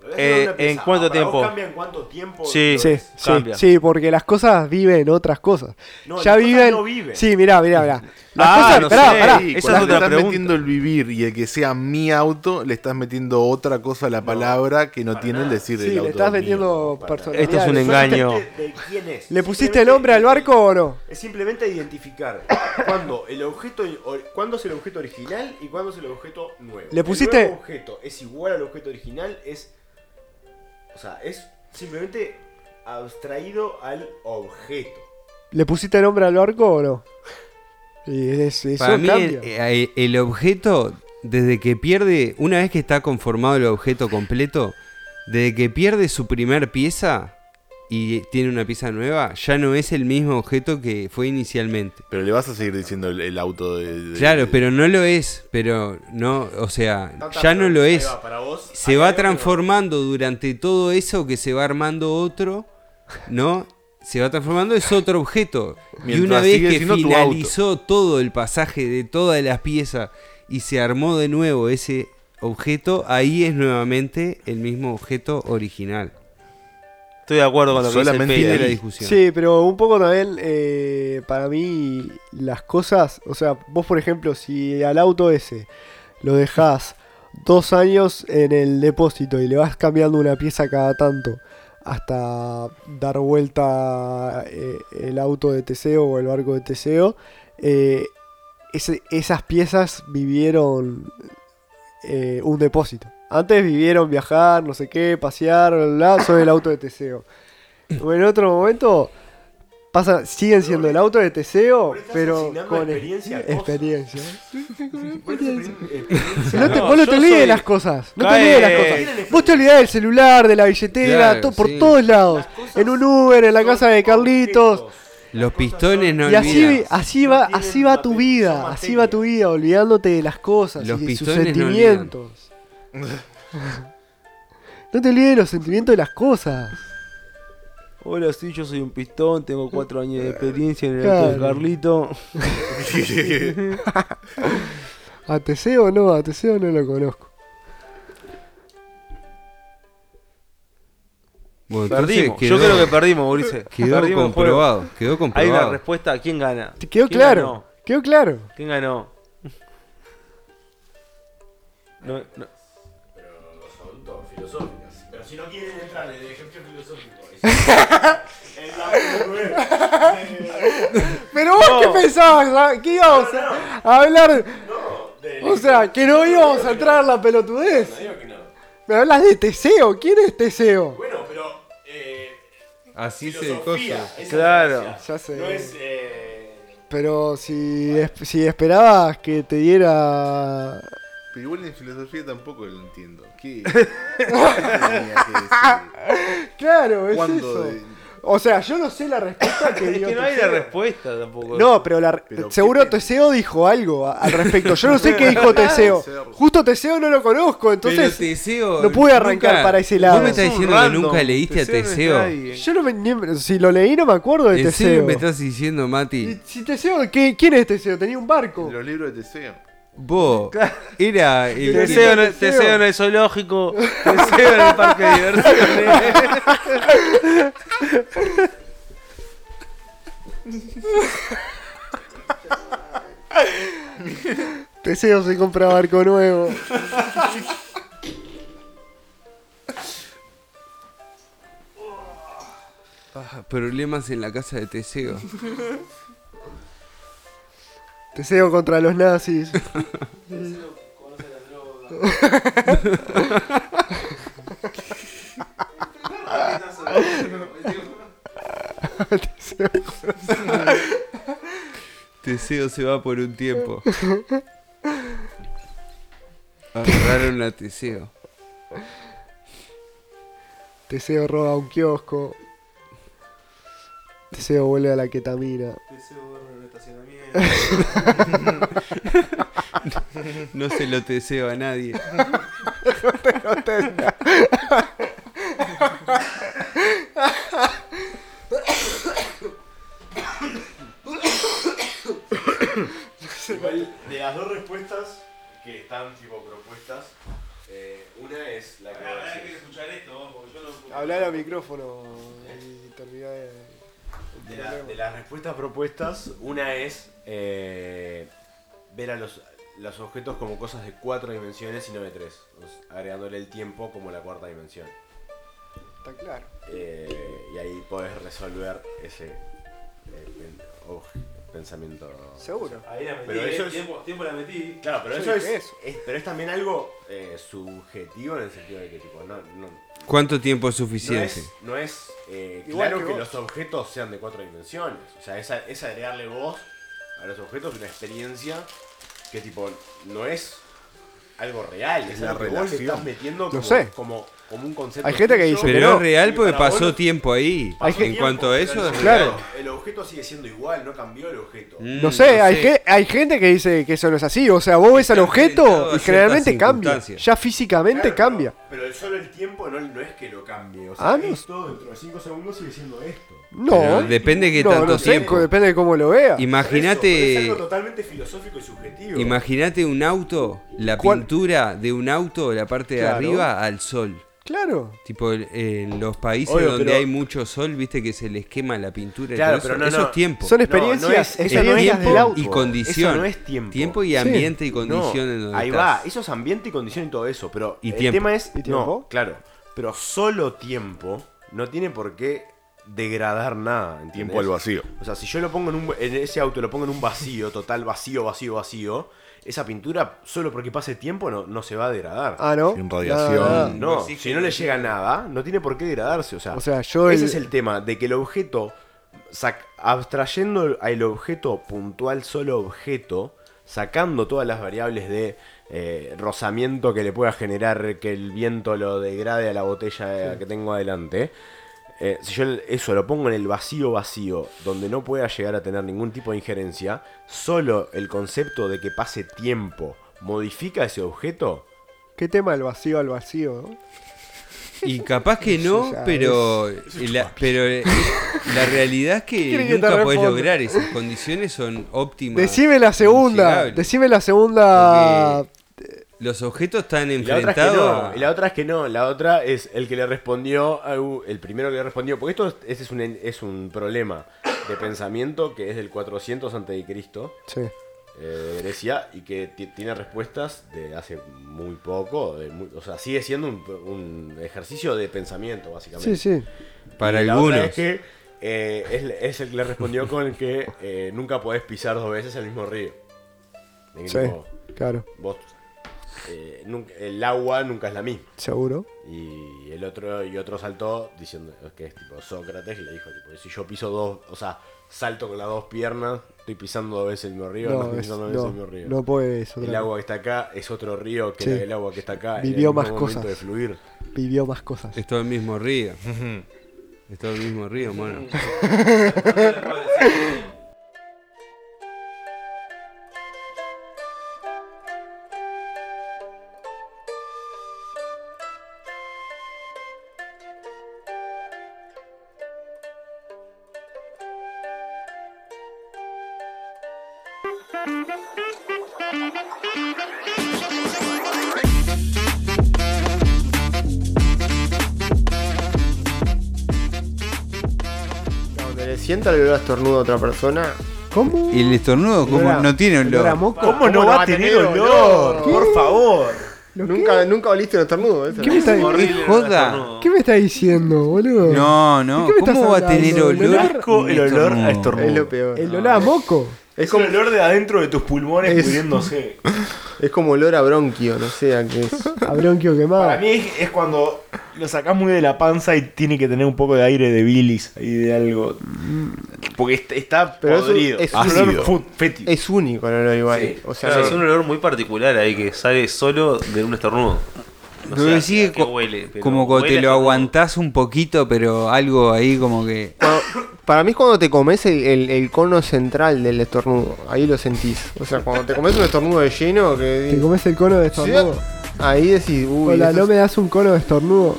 S5: Lo voy haciendo
S10: Eh,
S5: de a una pieza.
S10: ¿en cuánto
S5: Ah, para vos
S10: tiempo?
S5: cambia en cuánto tiempo?
S10: Sí.
S5: lo
S4: Sí,
S5: ves.
S4: sí,
S10: Cambia.
S4: sí, porque las cosas viven otras cosas.
S5: No, las cosas
S4: ya viven.
S5: no viven.
S4: Sí, mirá, mirá, mirá. Las
S10: Ah,
S4: cosas.
S10: no
S4: pará,
S10: sé.
S4: pará.
S10: Sí, Esa es
S1: cuando
S10: otra
S1: le estás
S10: pregunta.
S1: metiendo el vivir y el que sea mi auto, le estás metiendo otra cosa a la palabra que no tiene el decir
S4: Sí,
S1: el auto.
S4: le estás
S1: es mío.
S4: metiendo personalidad.
S10: Esto es un engaño.
S5: Solamente de quién es.
S4: ¿Le pusiste
S5: Simplemente
S4: nombre al
S5: de-
S4: barco o no?
S5: Es simplemente identificar cuándo el objeto or- cuándo es el objeto original y cuándo es el objeto nuevo.
S4: ¿Le pusiste-
S5: El nuevo objeto es igual al objeto original, es o sea, es simplemente abstraído al objeto.
S4: ¿Le pusiste nombre al barco o no? Y es, eso
S6: Para mí el,
S4: cambia.
S6: eh, el objeto, desde que pierde, una vez que está conformado el objeto completo,
S3: Desde que pierde su primer pieza y tiene una pieza nueva, ya no es el mismo objeto que fue inicialmente.
S1: Pero le vas a seguir diciendo el, el auto de, de-
S3: Claro, pero no lo es, pero no, o sea, ya no lo
S5: Ahí
S3: es.
S5: va, para vos,
S3: se
S5: hay
S3: va
S5: algo que no-
S3: transformando durante todo eso que se va armando otro, ¿no? Se va transformando, es otro objeto. y
S1: Mientras
S3: una vez
S1: sigue
S3: que
S1: siendo tu auto.
S3: finalizó todo el pasaje de todas las piezas y se armó de nuevo ese objeto, ahí es nuevamente el mismo objeto original.
S8: Estoy de acuerdo con lo que dice
S1: Solamente
S8: el Pei
S1: de la
S8: ahí.
S3: Discusión.
S4: Sí, pero un poco también eh, para mí las cosas, o sea, vos por ejemplo, si al auto ese lo dejás dos años en el depósito y le vas cambiando una pieza cada tanto hasta dar vuelta eh, el auto de Teseo o el barco de Teseo, eh, ese- esas piezas vivieron eh, un depósito. Antes vivieron viajar, no sé qué, pasear, bla, bla, son el auto de Teseo. O en otro momento pasa, siguen siendo el auto de Teseo,
S5: estás
S4: pero
S5: asignando
S4: con e-,
S5: experiencia a cosas.
S4: experiencia.
S5: Vos tenés experien-
S4: Si
S5: experiencia.
S4: no te,
S8: No,
S4: vos no
S8: yo
S4: te olvides de
S8: soy-
S4: las cosas. No te
S8: Cae-
S4: olvides de las cosas. Vos te olvidás del celular, de la billetera,
S3: Claro,
S4: to- por
S3: sí.
S4: todos lados.
S5: Las cosas
S4: En un Uber, en la
S5: son
S4: casa de Carlitos.
S5: objetos.
S3: Los pistones no
S4: Y así,
S3: olvidan.
S4: así
S5: No
S4: va,
S5: tienen
S4: así va
S5: mate-
S4: tu
S5: son
S4: vida,
S5: materia.
S4: así va tu vida, olvidándote de las cosas
S3: Los
S4: y de sus
S3: pistones no olvidan.
S4: sentimientos. No te olvides de los sentimientos de las cosas.
S8: Hola, sí, yo soy un pistón, tengo cuatro años de experiencia en el
S4: Claro.
S8: auto de Carlito.
S4: A Teseo no, a Teseo no lo conozco.
S3: Bueno, entonces
S8: Perdimos.
S3: quedó-
S8: Yo creo que perdimos,
S3: quedó
S8: Ulises. perdimos el juego.
S3: comprobado, quedó
S8: Hay una
S3: comprobado.
S8: respuesta a quién gana.
S4: ¿Te quedó
S8: ¿Quién
S4: claro?
S8: ganó?
S4: ¿Quedó claro?
S8: ¿Quién ganó? No, no.
S5: Son filosóficas. Pero si no quieren entrar en el ejemplo filosófico. es- en la-
S4: Pero vos qué pensabas, ah? que íbamos a, a hablar. o sea, que no íbamos a entrar en la pelotudez. Me hablas de Teseo, ¿quién es Teseo?
S5: Bueno, pero. eh,
S3: Así se
S5: filosofía,
S3: cosa.
S5: esa es
S8: Claro.
S5: la gracia.
S4: Ya sé.
S5: No es. eh,
S4: Pero si, es- si esperabas que te diera.
S1: Pero igual en filosofía tampoco lo entiendo. ¿Qué? ¿Qué tenía que decir?
S4: Claro, es
S1: ¿Cuándo?
S4: eso.
S1: de-
S4: O sea, yo no sé la respuesta que
S8: Es
S4: dio
S8: que no hay la
S4: Teseo.
S8: respuesta tampoco.
S4: No, pero, la-
S1: Pero
S4: seguro
S1: qué-
S4: Teseo dijo algo a- al respecto. Yo no sé qué dijo Teseo. Justo Teseo no lo conozco, entonces
S3: Pero Teseo
S4: no pude arrancar
S3: nunca-
S4: para ese
S3: Vos
S4: lado.
S3: me estás
S8: Es un
S3: diciendo que
S8: random.
S3: nunca leíste a
S8: Teseo no
S3: Teseo.
S8: está ahí.
S4: Yo no me, ni- si lo leí no me acuerdo de
S3: ¿En serio
S4: Teseo.
S3: me estás diciendo,
S4: Y
S3: Mati?
S4: si Teseo, ¿qué- ¿quién es Teseo? Tenía un barco.
S1: Los libros de Teseo.
S3: Vos, era el
S8: Teseo
S4: Teseo.
S8: en, el, Teseo en el zoológico, Teseo en el parque de diversiones.
S4: Teseo se compra barco nuevo.
S3: Ah, Problemas en la casa de Teseo.
S4: Teseo contra los nazis.
S3: Teseo se va por un tiempo. Agarraron a Teseo.
S4: Teseo roba un kiosco. Teseo vuelve a la ketamina.
S3: No se lo teseo a nadie.
S5: igual, de las dos respuestas que están tipo propuestas, eh, una es
S8: Ah,
S5: la que. vos decís.
S4: Hablar al micrófono y terminar de...
S5: De, la- de las respuestas propuestas, una es eh, ver a los, los objetos como cosas de cuatro dimensiones y no de tres, o sea, agregándole el tiempo como la cuarta dimensión.
S4: Está claro.
S5: Eh, y ahí podés resolver ese eh, pen- oj- pensamiento.
S4: Seguro.
S8: Ahí la metí, eh,
S5: Pero eso es-
S8: tiempo, tiempo la metí.
S5: Claro, Ah, pero
S4: Sí,
S5: eso es,
S4: eso.
S5: es- pero es también algo eh, subjetivo en el sentido de que tipo, no, no,
S3: ¿Cuánto tiempo es
S5: no
S3: suficiente?
S5: es, no es eh,
S4: Igual
S5: claro
S4: que
S5: que,
S4: vos.
S5: los objetos sean de cuatro dimensiones. O sea, es, a- es agregarle voz a los objetos una experiencia que tipo no es algo real, es,
S1: la
S5: algo que vos le
S1: relación.
S5: estás metiendo
S4: Lo
S5: como,
S4: sé.
S5: como, como como un concepto.
S6: Hay gente que
S5: tuyo,
S6: dice que Pero no. es real
S5: y
S6: porque
S5: para
S6: pasó tiempo ahí.
S5: Pasó
S6: En cuanto a eso,
S5: pero el
S6: es
S5: objeto-
S6: real.
S5: El objeto sigue siendo igual, no cambió el objeto.
S6: Mm.
S4: No sé, hay, ge- hay gente que dice que eso no es así. O sea, vos ves al
S5: enfrentado
S4: objeto
S5: a
S4: y generalmente
S5: ciertas
S4: cambia.
S5: circunstancias.
S4: Ya físicamente
S5: Claro,
S4: cambia.
S5: Pero, pero solo el tiempo no, no es que lo cambie. O sea,
S4: Ah, no.
S5: esto dentro de 5 segundos sigue siendo esto.
S4: No.
S6: Pero depende qué
S4: No,
S6: tanto
S4: no sé,
S6: tiempo.
S4: depende de cómo lo veas.
S5: Eso, pero es
S6: Imagínate.
S5: algo totalmente filosófico y subjetivo.
S6: Imagínate un auto, la
S5: ¿Cuál?
S6: pintura de un auto, la parte de
S5: Claro.
S6: arriba al sol.
S4: Claro.
S6: Tipo, el- en los países
S5: Obvio,
S6: donde
S5: pero-
S6: hay mucho sol, viste que se les quema la pintura. y
S5: Claro,
S6: todo
S5: pero
S6: eso.
S5: no,
S6: eso
S5: no.
S6: es tiempo.
S5: Son No, experiencias- no es- eso no es
S6: tiempo
S5: del auto. eh.
S6: Y condición.
S5: Eso no es tiempo.
S6: y
S5: Sí.
S6: ambiente y
S5: No,
S6: condición en donde
S5: Ahí
S6: estás.
S5: va, eso es ambiente y condición y todo eso. Pero
S6: Y
S5: el
S6: tiempo.
S5: tema es.
S6: ¿Y
S5: No,
S6: tiempo?
S5: claro. Pero solo tiempo no tiene por qué degradar nada. ¿entendés?
S1: Tiempo al vacío.
S5: O sea, si yo lo pongo en, un, en ese auto, lo pongo en un vacío, total vacío, vacío, vacío. Esa pintura, solo porque pase tiempo, no, no se va a degradar.
S4: Ah, ¿no?
S1: Sin
S4: radiación. Nada, nada.
S5: No, si no le llega nada, no tiene por qué degradarse. O sea,
S4: O sea, yo
S5: ese
S4: el-
S5: es el tema, de que el objeto, sac- abstrayendo al objeto puntual, solo objeto, sacando todas las variables de eh, rozamiento que le pueda generar que el viento lo degrade a la botella que tengo adelante. eh, si yo el- eso lo pongo en el vacío vacío, donde no pueda llegar a tener ningún tipo de injerencia, solo el concepto de que pase tiempo modifica ese objeto,
S4: ¿Qué tema del vacío al vacío? no?
S6: Y capaz que
S4: Sí,
S6: no,
S4: ya,
S6: pero, la, pero eh, la realidad es
S4: ¿Qué
S6: que
S4: querés que te
S6: nunca podés
S4: responda?
S6: lograr. Esas condiciones son óptimas.
S4: Decime la segunda.
S6: inllegable.
S4: Decime la segunda.
S6: Los objetos están
S5: Y la otra es que
S6: enfrentados.
S5: no,
S6: a-
S5: y la otra es que no, la otra es el que le respondió, a u- el primero que le respondió, porque esto es, ese es, un, es un problema de pensamiento que es del 400 a.C.
S4: Sí.
S5: eh, de Grecia y que ti- tiene respuestas de hace muy poco, de muy- o sea, sigue siendo un, un ejercicio de pensamiento básicamente.
S4: Sí, sí.
S6: Para
S5: Y la
S6: algunos.
S5: otra es que eh, es, es el que le respondió con el que eh, nunca podés pisar dos veces el mismo río. Y
S4: Sí,
S5: tipo,
S4: claro.
S5: Vos, eh, nunca- el agua nunca es la misma.
S4: Seguro.
S5: Y el otro, y otro saltó diciendo que es tipo Sócrates, le dijo, tipo, si yo piso dos, o sea, salto con las dos piernas, estoy pisando dos veces el mismo río, no,
S4: No,
S5: estoy
S4: es-
S5: pisando dos veces
S4: no,
S5: el mismo río.
S4: no puede eso,
S5: El
S4: claro.
S5: agua que está acá es otro río que
S4: Sí.
S5: el agua que está acá. en el
S4: Vivió
S5: mismo
S4: más
S5: momento
S4: cosas.
S5: de fluir.
S4: Vivió más cosas.
S6: Es todo el mismo río. es todo el mismo río, mono.
S8: Cuando le sienta el olor a estornudo a otra persona.
S4: ¿Cómo?
S3: Y el estornudo, ¿cómo?
S8: Olor a-
S3: no tiene olor.
S8: olor a moco. ¿Cómo no va a tener olor? Por
S5: favor.
S8: Nunca, nunca oliste un estornudo. ¿eh?
S4: ¿Qué me está,
S3: ¿Qué joda?
S4: ¿Qué me está diciendo, boludo?
S3: No, no.
S4: ¿De qué me
S3: ¿Cómo
S4: estás
S3: va a tener
S4: hablando? Me
S3: olor?
S4: da
S5: asco el
S3: un
S5: olor a estornudo.
S8: Es lo peor.
S4: El olor a moco.
S5: Es como el olor de adentro de tus pulmones
S8: Es-
S5: pudriéndose.
S8: Es como olor a bronquio, no sé a qué es.
S4: A bronquio
S5: Para
S4: quemado.
S5: mí es, es cuando lo sacás muy de la panza y tiene que tener un poco de aire de bilis y de algo. Porque est- está
S8: Pero es un-
S5: podrido.
S8: es
S5: un
S1: ácido.
S5: olor fu- fétido.
S8: Es único el olor igual.
S10: Sí.
S8: O sea,
S10: Claro,
S8: no-
S10: es un olor muy particular ahí que sale solo de un estornudo. No
S3: Lo
S10: sé
S3: que
S10: a-
S3: sí
S10: a
S3: es
S10: qué
S3: co-
S10: huele, pero
S3: como cuando
S10: huele
S3: te
S10: a
S3: lo
S10: estornudo.
S3: aguantás un poquito, pero algo ahí como que.
S8: Cuando- para mí es cuando te comes el, el- el cono central del estornudo. Ahí lo sentís. O sea, cuando te comes un estornudo de lleno,
S4: Te
S8: que
S4: comes el cono de estornudo.
S8: ahí decís, uy,
S4: Hola,
S8: esto
S4: no
S8: es-
S4: me das un cono de estornudo.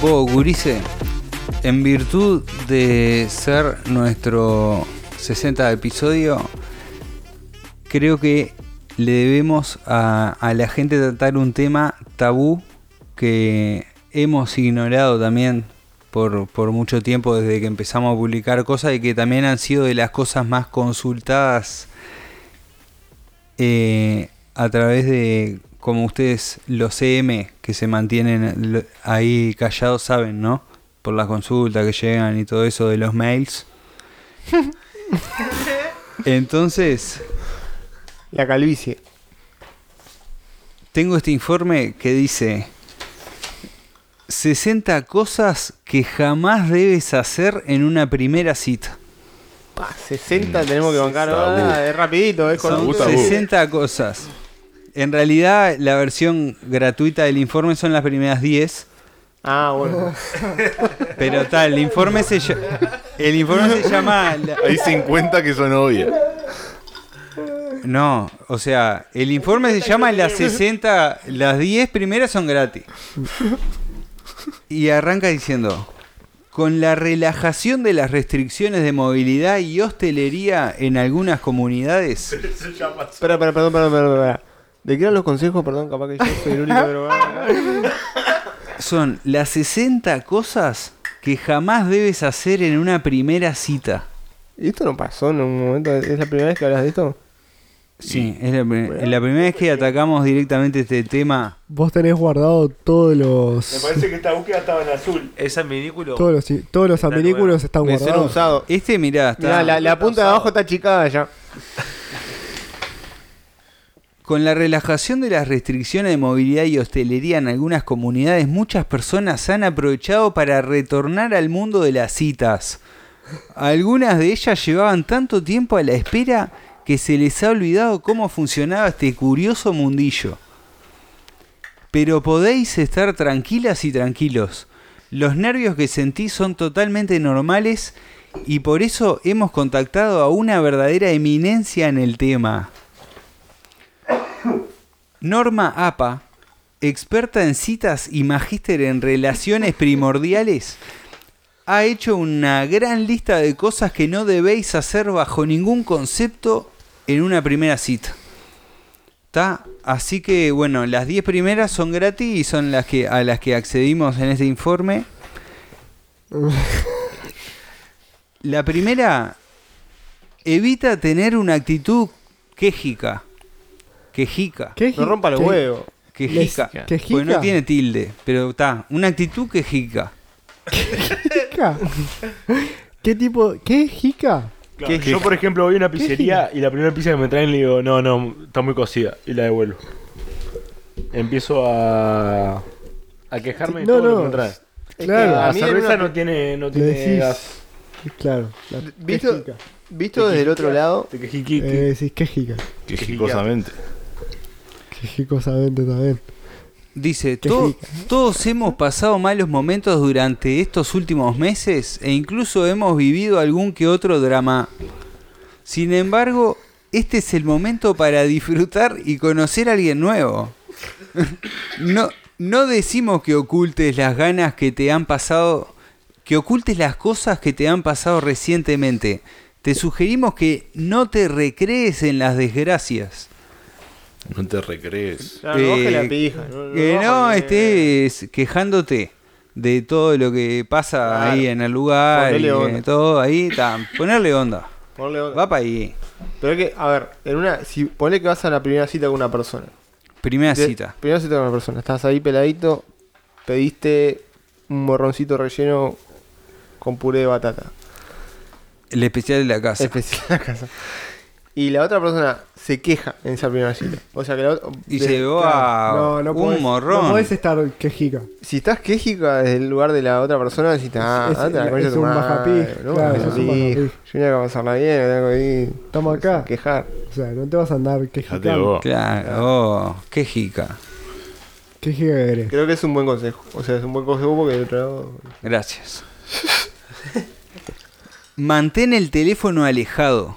S3: Vos, Gurice, en virtud de ser nuestro 60 episodio, creo que le debemos a, a la gente tratar un tema tabú que hemos ignorado también por, por mucho tiempo desde que empezamos a publicar cosas y que también han sido de las cosas más consultadas eh, a través de como ustedes, los CM que se mantienen lo- ahí callados, saben, ¿no? Por las consultas que llegan y todo eso de los mails. Entonces.
S8: La calvicie.
S3: Tengo este informe que dice. 60 cosas que jamás debes hacer en una primera cita.
S8: Pa, 60 tenemos que bancar ahora. Es rapidito, es
S3: Son
S8: cortito.
S3: 60 cosas. En realidad, la versión gratuita del informe son las primeras 10.
S8: Ah, bueno.
S3: Pero tal, el informe se, ll- el informe se llama. la-
S1: Hay 50 que son obvias.
S3: No, o sea, el informe se llama las 60, las 10 primeras son gratis. Y arranca diciendo, con la relajación de las restricciones de movilidad y hostelería en algunas comunidades,
S8: Espera, espera, perdón, perdón, perdón. perdón. ¿De qué eran los consejos? Perdón, capaz que yo soy el único drogado acá.
S3: son las 60 cosas que jamás debes hacer en una primera cita.
S8: ¿Y esto no pasó en un momento? ¿Es la primera vez que hablas de esto?
S3: Sí, es la, pri- es la primera vez que atacamos directamente este tema.
S4: Vos tenés guardado todos
S5: Me
S4: los.
S5: parece que esta búsqueda estaba en azul.
S10: Ese minículo.
S4: Todos los, todos los adminículos están
S8: Me ser
S4: guardados.
S8: usado.
S3: Este, mirá, está...
S8: Mirá, la, la punta de abajo está achicada ya.
S3: Con la relajación de las restricciones de movilidad y hostelería en algunas comunidades, muchas personas han aprovechado para retornar al mundo de las citas. Algunas de ellas llevaban tanto tiempo a la espera que se les ha olvidado cómo funcionaba este curioso mundillo. Pero podéis estar tranquilas y tranquilos. Los nervios que sentís son totalmente normales y por eso hemos contactado a una verdadera eminencia en el tema. Norma APA, experta en citas y magíster en relaciones primordiales, ha hecho una gran lista de cosas que no debéis hacer bajo ningún concepto en una primera cita. ¿Está? Así que bueno, las 10 primeras son gratis y son las que a las que accedimos en este informe. La primera, evita tener una actitud quejica. Quejica.
S4: ¿Qué
S8: No
S4: gi-
S8: rompa los
S4: qué-
S8: huevos.
S3: Quejica.
S4: Les- quejica.
S3: Porque no tiene tilde, pero está. Una actitud quejica.
S4: jica? ¿Qué tipo? ¿Qué es jica?
S5: Claro, yo, por ejemplo, voy a una pizzería y la primera pizza que me traen le digo, no, no, está muy cocida y la devuelvo. Empiezo a, a quejarme de
S4: No,
S5: todo lo
S4: no.
S5: que me traen. Eh,
S4: Claro.
S5: La
S8: a mí en
S5: cerveza
S8: una-
S5: no tiene, no
S4: Le
S5: tiene gas.
S4: decís. Claro. la- ¿qué
S8: ¿Visto?
S4: jica?
S8: Visto desde el otro lado,
S5: Te
S4: Eh,
S5: quejiqui-
S4: decís, ¿qué jica?
S1: Quejicosamente.
S4: Qué jicosamente también.
S3: Dice,
S4: Qué
S3: "To-
S4: rica". ¿eh?
S3: todos hemos pasado malos momentos durante estos últimos meses e incluso hemos vivido algún que otro drama. Sin embargo, este es el momento para disfrutar y conocer a alguien nuevo. No, no decimos que ocultes las ganas que te han pasado, que ocultes las cosas que te han pasado recientemente. Te sugerimos que no te recrees en las desgracias.
S1: No te recrees.
S8: ya, no baje
S3: Eh,
S8: la pija. No,
S3: Que no
S8: baje,
S3: estés quejándote de todo lo que pasa
S8: Claro.
S3: ahí en el lugar
S8: Ponele
S3: y
S8: onda.
S3: en todo ahí, ta, ponerle onda.
S8: ponle onda.
S3: Va para ahí.
S8: Pero es que, a ver, en una, si ponle que vas a la primera cita con una persona.
S3: Primera
S8: De-
S3: cita.
S8: Primera cita con una persona. Estás ahí peladito, pediste un morroncito relleno con puré de batata.
S3: El especial de la casa.
S8: Especial de la casa. Y la otra persona se queja en esa primera cita. O sea que la otra-
S3: y
S8: de-
S3: se va
S4: Claro,
S3: un morrón.
S4: No podés estar quejica.
S8: Si estás quejica desde el lugar de la otra persona, decís, ah,
S4: Es- es-
S8: andate a la concha de
S4: es
S8: tu
S4: un
S8: madre,
S4: bajapij,
S8: ¿no?
S4: claro, es
S8: Bajapij.
S4: un bajapij.
S8: Yo tengo que pasarla bien, tengo que ir.
S4: Estamos acá.
S8: Quejar.
S4: O sea, no te vas a andar
S1: Fíjate
S4: quejicando.
S1: vos.
S3: Claro, oh, qué jica.
S4: ¿Qué jica que querés?
S8: Creo que es un buen consejo. O sea, es un buen consejo porque del otro lado.
S3: Gracias. Mantén el teléfono alejado.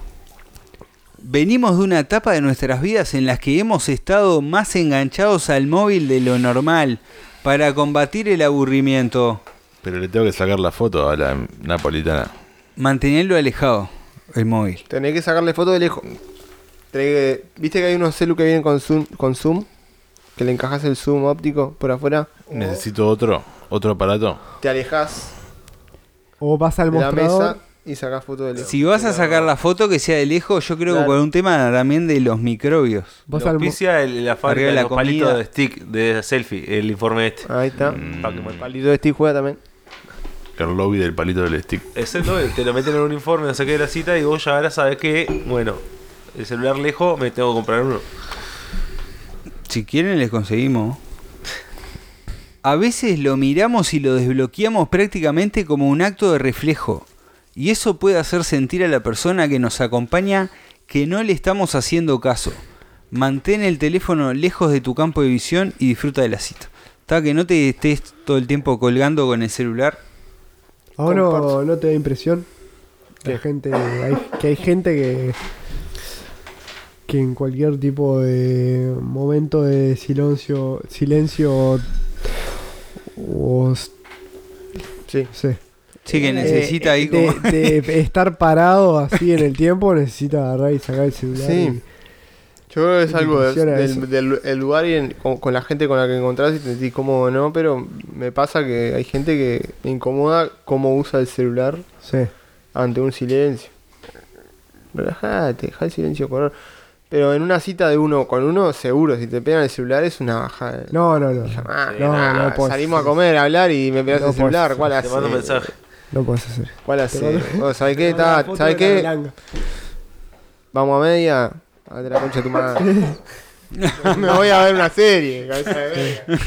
S3: Venimos de una etapa de nuestras vidas en las que hemos estado más enganchados al móvil de lo normal para combatir el aburrimiento.
S1: Pero le tengo que sacar la foto a la napolitana.
S3: Mantenerlo alejado, el móvil.
S8: Tenés que sacarle foto de lejos. Tenés que- ¿Viste que hay unos celu que vienen con zoom, con zoom? Que le encajas el zoom óptico por afuera.
S1: Necesito otro, otro aparato.
S8: Te alejas
S4: O vas al
S8: de la
S4: mostrador.
S8: mesa y y sacás foto de lejos.
S3: Si vas a sacar la foto que sea de lejos, yo creo que
S8: Claro.
S3: por un tema también de los microbios.
S4: Vos
S3: Lo
S4: al-
S2: Auspicia el- la fábrica
S3: Arriba
S2: de
S3: la
S2: los palitos
S3: comida.
S2: de stick de selfie, el informe este.
S8: Ahí está.
S2: Pokémon.
S8: Palito de Steve juega también.
S1: El lobby del palito del stick.
S2: Excepto que te lo meten en un informe, no sé qué de la cita y vos ya ahora sabes que, bueno, el celular lejos, me tengo que comprar uno.
S3: Si quieren les conseguimos. A veces lo miramos y lo desbloqueamos prácticamente como un acto de reflejo. Y eso puede hacer sentir a la persona que nos acompaña que no le estamos haciendo caso. Mantén el teléfono lejos de tu campo de visión y disfruta de la cita. Está que no te estés todo el tiempo colgando con el celular.
S4: ¿A vos Ah, no,
S8: Comparto.
S4: no te da impresión que hay gente, hay- que hay gente que, que en cualquier tipo de momento de silencio, silencio o, o s-
S8: Sí.
S4: no sé,
S3: Sí, que necesita
S4: eh,
S3: ahí
S4: de,
S3: como...
S4: de estar parado así en el tiempo, necesita agarrar y sacar el celular.
S8: Sí.
S4: y-
S8: Yo creo que es
S4: Me
S8: algo de-
S4: impresiona eso.
S8: del, del- el lugar y en- con, con la gente con la que encontrás y te sentís cómodo o no, pero me pasa que hay gente que me incomoda cómo usa el celular
S4: sí.
S8: ante un silencio. Relajate, deja el silencio correr. Pero en una cita de uno con uno, seguro, si te pegan el celular es una bajada.
S4: No, no, no.
S8: Jamás.
S4: No,
S8: Ah,
S4: no podés
S8: Salimos a
S4: hacer
S8: comer, a hablar y me pegas
S4: No pues,
S8: el celular.
S4: podés
S8: ¿Cuál hace?
S2: Te mando un mensaje.
S4: No puedes hacer.
S8: ¿Cuál hace? Vos, ¿Sabés qué? Ta, ¿Sabés qué? Vamos a media. A la concha de tu madre. Me voy a ver una serie, cabeza de verga.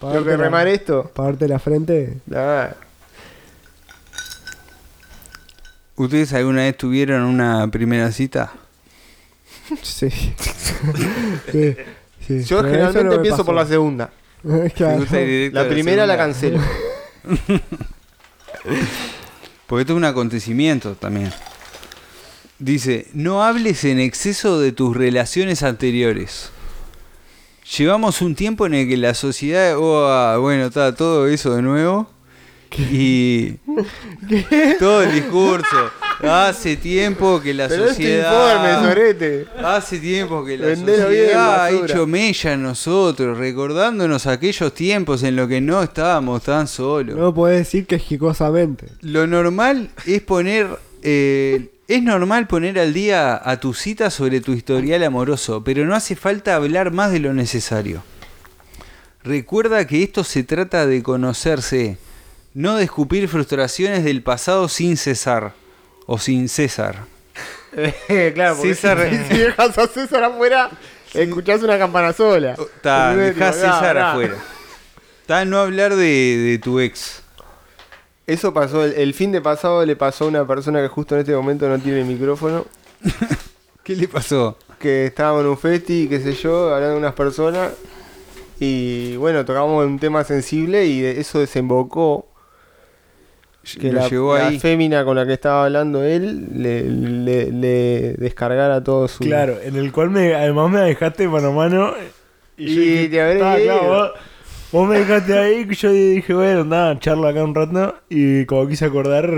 S8: Tengo que remar esto.
S4: Pagarte la frente.
S8: Nah.
S3: ¿Ustedes alguna vez tuvieron una primera cita?
S4: Sí. sí. sí. Pero
S8: Yo
S4: eso no
S8: generalmente
S4: me
S8: empiezo por la
S4: pasó.
S8: segunda.
S3: ¿Te
S4: Claro.
S3: gusta ir directo a
S8: La primera la
S3: segunda?
S8: cancelo.
S3: Porque esto es un acontecimiento también. Dice, no hables en exceso de tus relaciones anteriores. Llevamos un tiempo en el que la sociedad, oh, bueno, está todo eso de nuevo. Y todo el discurso. Hace tiempo que la
S8: Pero es tu informe,
S3: sociedad...
S8: sorete.
S3: Hace tiempo que la
S8: Vendelo bien,
S3: sociedad ha
S8: basura.
S3: hecho mella en nosotros, recordándonos aquellos tiempos en los que no estábamos tan solos.
S4: No podés decir que jicosamente.
S3: Lo normal es poner. eh, es normal poner al día a tu cita sobre tu historial amoroso, pero no hace falta hablar más de lo necesario. Recuerda que esto se trata de conocerse, no de escupir frustraciones del pasado sin cesar. O sin César.
S8: claro, porque
S3: César-
S8: si, si dejas a César afuera, escuchás una campana sola.
S3: Ta,
S8: Olvidate,
S3: dejá a
S8: pará,
S3: César
S8: pará.
S3: afuera. Ta, no hablar de, de tu ex.
S8: Eso pasó, el, el fin de pasado le pasó a una persona que justo en este momento no tiene micrófono,
S3: ¿Qué le pasó?
S8: que estaba en un festi, qué sé yo, hablando de unas personas. Y bueno, tocamos un tema sensible y de- eso desembocó que
S3: lo
S8: la,
S3: llevó
S8: la
S3: ahí.
S8: fémina con la que estaba hablando él le, le- le descargara todo su...
S11: Claro, en el cual me, además me dejaste mano a mano.
S8: Y te habré
S11: "Ta,
S8: leído".
S11: claro, vos, vos me dejaste ahí, que yo dije, bueno, nada, charla acá un rato. Y como quise acordar,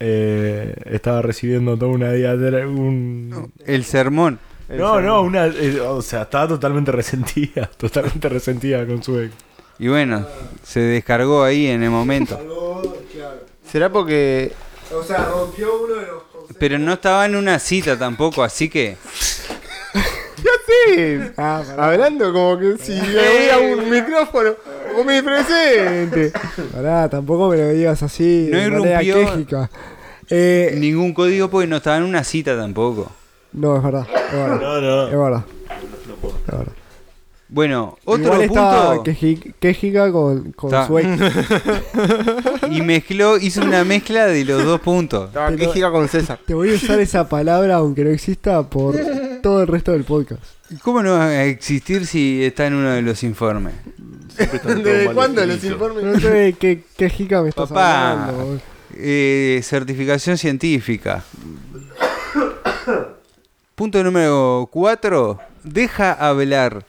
S11: eh, estaba recibiendo toda una diatra- un
S3: El sermón.
S8: El
S11: No, no,
S8: sermón.
S11: una, eh, o sea, estaba totalmente resentida, totalmente resentida con su ex.
S3: Y bueno, se descargó ahí en el momento.
S8: ¿Será porque
S4: O sea, rompió uno de los.
S3: Pero no estaba en una cita tampoco, así que.
S8: Sí, hablando como que si le hubiera un micrófono omnipresente.
S4: Pará, tampoco me lo digas así.
S3: No
S4: de manera
S3: irrumpió-
S4: quejica. Eh,
S3: Ningún código porque no estaba en una cita tampoco.
S4: no, es verdad. Es verdad.
S11: No, no.
S4: Es verdad.
S3: Bueno, otro
S4: Igual estaba
S3: punto.
S4: queji- quejica con, con
S3: Está.
S4: su ex.
S3: Y mezcló, hizo una mezcla de los dos puntos.
S8: Estaba que gira con César.
S4: Te voy a usar esa palabra, aunque no exista, por todo el resto del podcast.
S3: ¿Cómo no va a existir si está en uno de los informes?
S8: ¿Desde cuándo los informes?
S4: No sé de qué quejica me estás
S3: Papá.
S4: hablando. boludo.
S3: Eh, certificación científica. Punto número 4. Deja hablar.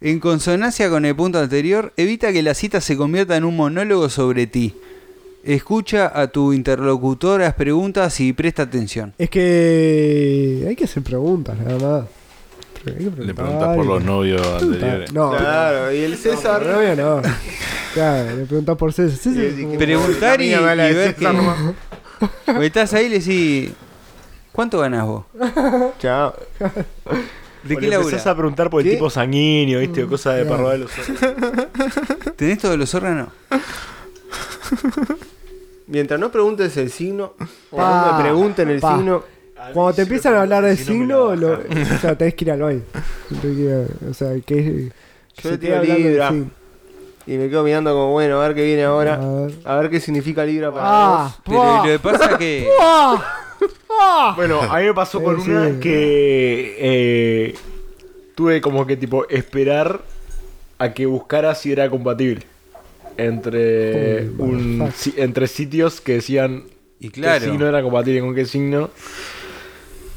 S3: En consonancia con el punto anterior, evita que la cita se convierta en un monólogo sobre ti. Escucha a tu interlocutor, haz preguntas y presta atención.
S4: Es que hay que hacer preguntas, nada más. Hay que preguntar
S1: Le preguntas por
S4: y-
S1: los novios
S4: Ah,
S1: anteriores.
S4: No,
S8: Claro, y el
S4: no,
S8: César.
S4: no, novia no. Claro, le preguntás por César. César
S8: Y
S4: es
S8: decís,
S4: como-
S3: Preguntar y,
S8: La mina me habla
S3: y
S8: de
S3: ver
S8: César
S3: que-
S8: nomás.
S3: Porque estás ahí y le decís, ¿cuánto ganás vos?
S8: Chao.
S3: ¿De
S11: O
S3: qué
S11: le
S3: laburás?
S11: empezás a preguntar por el
S3: ¿Qué?
S11: tipo sanguíneo, ¿viste? O cosas de
S3: Claro.
S11: parro de los ojos.
S3: ¿Tenés todos los órganos?
S8: Mientras no preguntes el signo, o
S4: Pa,
S8: no me pregunten el
S4: pa.
S8: signo,
S4: Cuando te empiezan a hablar del signo, lo, o sea, tenés que ir al baño. Tenés que ir a- O sea, que
S8: yo
S4: se
S8: le tiro
S4: queda hablando del
S8: Libra.
S4: signo.
S8: Y me quedo mirando como, bueno, a ver qué viene ahora. A ver, qué significa Libra para
S4: Ah,
S8: vos.
S3: Pero y lo que pasa es que.
S11: Bueno, a mí me pasó con
S4: Sí,
S11: una
S4: sí.
S11: que eh, tuve como que tipo esperar a que buscara si era compatible entre
S4: Holy
S11: un
S4: motherfucker.
S11: si- entre sitios que decían
S3: Y claro.
S11: qué signo era compatible con qué signo.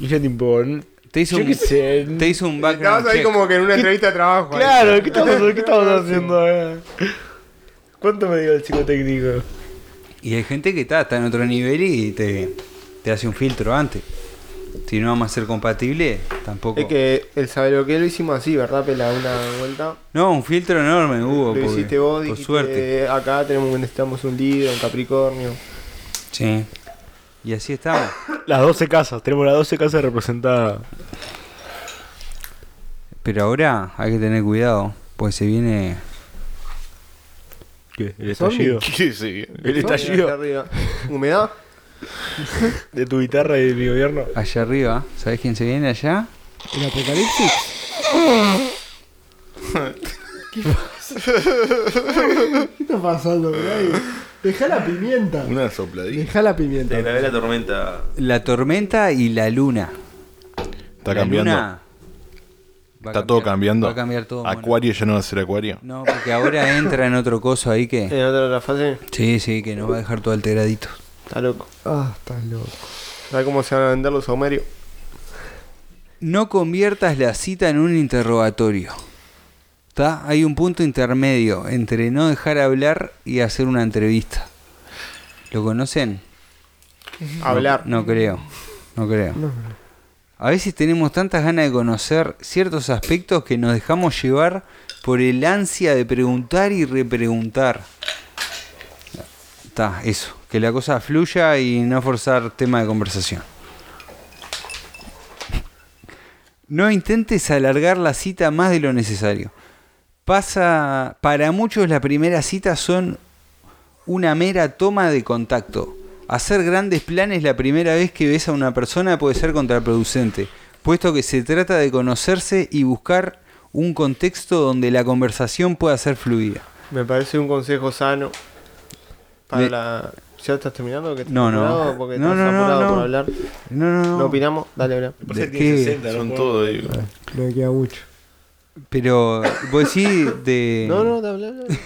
S11: Y yo tipo n-
S3: Te hizo
S11: yo
S3: un-
S11: qué sé.
S3: Te hizo un background
S8: Estabas ahí
S3: check.
S8: como que en una entrevista de trabajo. ahí.
S11: Claro, ¿qué estamos, qué estamos haciendo acá? ¿Cuánto me dio el psicotécnico?
S3: Y hay gente que está, está en otro nivel y te, te hace un filtro antes. Si no vamos a ser compatibles, tampoco.
S8: Es que el saber lo que lo hicimos así, ¿verdad? Pela una vuelta.
S3: No, un filtro enorme hubo.
S8: lo
S3: porque,
S8: hiciste vos,
S3: Por
S8: dijiste,
S3: suerte.
S8: acá tenemos, necesitamos un Libra, un Capricornio.
S3: Sí. Y así estamos.
S11: Las 12 casas, tenemos las 12 casas representadas.
S3: Pero ahora hay que tener cuidado, pues se viene.
S11: ¿Qué? El
S4: ¿Zombie?
S11: estallido.
S1: ¿Qué sí?
S11: El
S8: Acá
S11: estallido
S8: arriba. ¿Humedad?
S11: de tu guitarra y de mi gobierno.
S3: Allá arriba, ¿sabés quién se viene allá?
S4: ¿El apocalipsis? ¿Qué está pasando, Bray? Deja la pimienta.
S1: Una sopladilla.
S4: Deja la pimienta.
S10: Te grabé la tormenta.
S3: La tormenta y la luna.
S1: Está
S3: La
S1: cambiando.
S3: luna va a
S1: Está todo
S3: cambiar.
S1: cambiando.
S3: Va a cambiar todo. bueno.
S1: Acuario ya no va a ser acuario.
S3: No, porque ahora entra en otro coso ahí
S1: Eh.
S3: que.
S8: En otra, otra fase,
S3: Sí, sí, que nos va a dejar todo alteradito.
S8: está loco.
S4: Ah, estás loco.
S8: ¿Sabes cómo se van a vender los aumerios?
S3: No conviertas la cita en un interrogatorio. ¿Está? Hay un punto intermedio entre no dejar hablar y hacer una entrevista. ¿Lo conocen?
S8: Hablar.
S3: No creo, no creo. A veces tenemos tantas ganas de conocer ciertos aspectos que nos dejamos llevar por el ansia de preguntar y repreguntar. Está, eso. Que la cosa fluya y no forzar tema de conversación. No intentes alargar la cita más de lo necesario. Pasa, para muchos las primeras citas son una mera toma de contacto. Hacer grandes planes la primera vez que ves a una persona puede ser contraproducente, puesto que se trata de conocerse y buscar un contexto donde la conversación pueda ser fluida.
S8: Me parece un consejo sano para
S3: Le-
S8: la... ¿Ya estás terminando? ¿Que estás
S3: No, no.
S8: apurado? Porque
S3: No,
S8: estás
S3: no, no,
S8: apurado
S3: no.
S8: por hablar.
S3: No, no, no. Eh,
S8: ¿No opinamos? Dale, bro.
S3: ¿De qué?
S1: Son todo, digo.
S4: No me queda mucho.
S3: Pero vos decís de,
S8: No, no, dale, dale.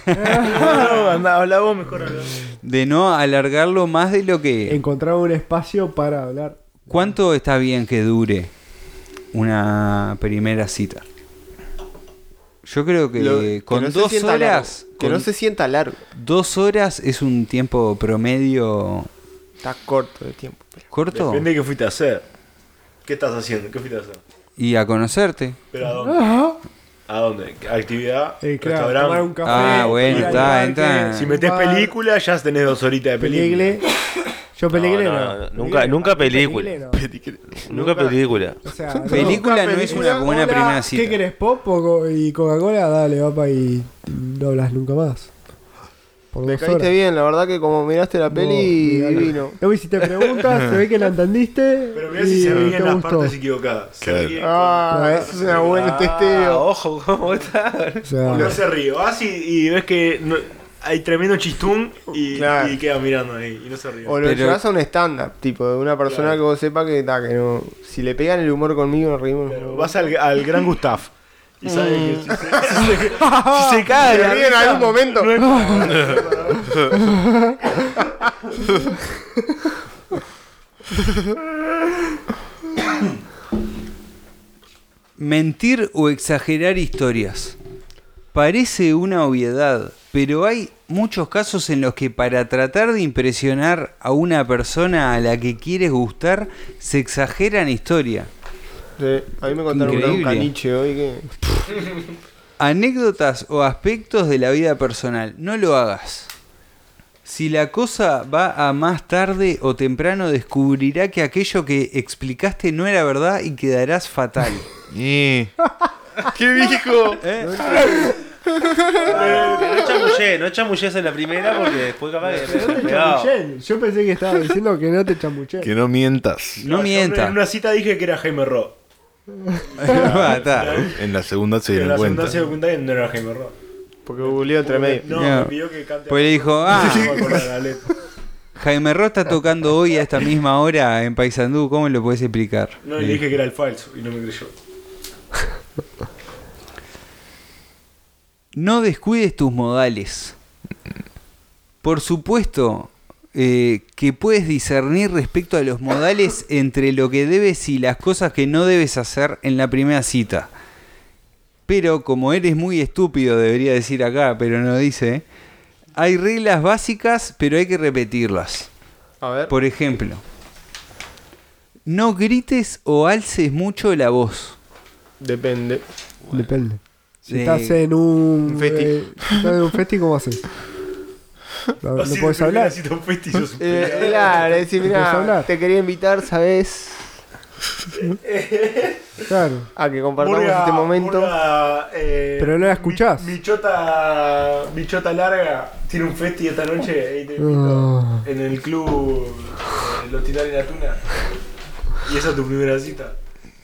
S11: No, anda, habla vos mejor habla.
S3: de no alargarlo más de lo que...
S4: Encontrar un espacio para hablar.
S3: ¿Cuánto está bien que dure una primera cita? Yo creo que
S8: Lo- que
S3: con
S8: no se
S3: dos
S8: sienta
S3: horas...
S8: largo. Que
S3: con
S8: no se sienta largo.
S3: Dos horas es un tiempo promedio
S8: Está corto de tiempo.
S3: corto
S11: Depende de qué fuiste a hacer. ¿Qué estás haciendo? ¿Qué fuiste a hacer?
S3: y a conocerte.
S11: ¿Pero a dónde? ¿A dónde? ¿Actividad?
S4: Eh, claro,
S11: ¿Restaurante?
S4: tomar un café.
S3: Ah, bueno,
S4: ir al
S3: está,
S4: parque,
S3: entra.
S11: Si metes
S4: un bar,
S11: película, ya tenés dos horitas de película.
S4: Peligle. Yo peligle no.
S10: No, no, no, nunca- nunca película.
S4: Peligle no.
S10: Nunca película.
S4: O sea, no.
S3: Película no es una buena
S4: Hola,
S3: primera cita.
S4: ¿Qué querés, pop o co- y Coca-Cola? Dale, papá, y no hablas nunca más. Por
S8: Me
S4: dos
S8: caíste
S4: horas.
S8: bien, la verdad que como miraste la
S4: Vos,
S8: peli,
S4: mirá,
S8: divino.
S4: luego si te preguntas, se ve que la entendiste.
S11: Pero mirá
S4: y
S11: si se
S4: te
S11: ríen las
S4: gustó.
S11: partes equivocadas. Se
S1: Claro.
S11: ríen
S8: Ah, eso es una buena testeo.
S10: ojo, ¿cómo está?
S4: O sea,
S11: No se ríe. Vas y, y ves que no- hay tremendo chistún y,
S8: Claro.
S11: y queda mirando ahí y no se ríe.
S8: O lo
S3: Pero-
S8: llevas a un stand-up, tipo, de una persona que vos sepas que, ta, que no. Si le pegan el humor conmigo, nos rimos.
S11: Pero Vas al, al gran Gustav. Y sabes que si se, si se- si se cae de
S8: Se
S11: la
S8: ríen en
S11: risa,
S8: algún momento.
S3: Mentir o exagerar historias. Parece una obviedad, pero hay muchos casos en los que para tratar de impresionar a una persona a la que quieres gustar, se exageran historia.
S8: Sí, a mí me contaron una de un
S3: Increíble.
S8: caniche hoy que.
S3: Anécdotas o aspectos de la vida personal. No lo hagas. Si la cosa va a más tarde o temprano, descubrirá que aquello que explicaste no era verdad y quedarás fatal.
S8: ¡Qué viejo!
S10: No chamullé, no chamullés en la primera porque después capaz que me- me pegaba.
S4: Chamuché. Yo pensé que estaba diciendo que no te chamuché.
S1: Que no mientas.
S3: No
S11: En una cita dije que era Jaime Ro.
S1: en la segunda se
S11: En
S1: dieron
S11: la
S1: cuenta.
S11: segunda se dio cuenta que no era Jaime Ro.
S8: Porque googleó entre medio.
S11: No, me pidió que cante.
S3: Pues le dijo, ah,
S11: No me acuerdo la letra.
S3: Jaime Ro está tocando hoy a esta misma hora en Paysandú, ¿cómo lo puedes explicar?
S11: No, le dije que era el falso y no me creyó.
S3: No descuides tus modales. Por supuesto eh, que puedes discernir respecto a los modales entre lo que debes y las cosas que no debes hacer en la primera cita. Pero como eres muy estúpido, debería decir acá, pero no dice, hay reglas básicas, pero hay que repetirlas.
S8: A ver.
S3: Por ejemplo, no grites o alces mucho la voz.
S8: Depende.
S4: Depende. Si
S3: Sí.
S4: estás en un.
S8: Un festi.
S4: eh, si estás en un festi, ¿cómo haces? No, no
S11: Así
S4: podés
S11: de primera
S4: hablar.
S11: cita un festi, sos un
S8: Eh,
S11: pelado.
S8: claro, decir,
S4: ¿Te puedes
S8: mira,
S4: hablar?
S8: te quería invitar, ¿sabes?
S4: Claro.
S8: A que compartamos
S11: Murga-
S8: este momento.
S11: Murga, eh,
S4: Pero no la escuchás.
S11: Mi, mi chota, mi chota larga tiene un festi esta noche eh, te invito,
S4: Ah.
S11: en el club eh, Los Titanes de la Tuna. Y esa es tu primera cita.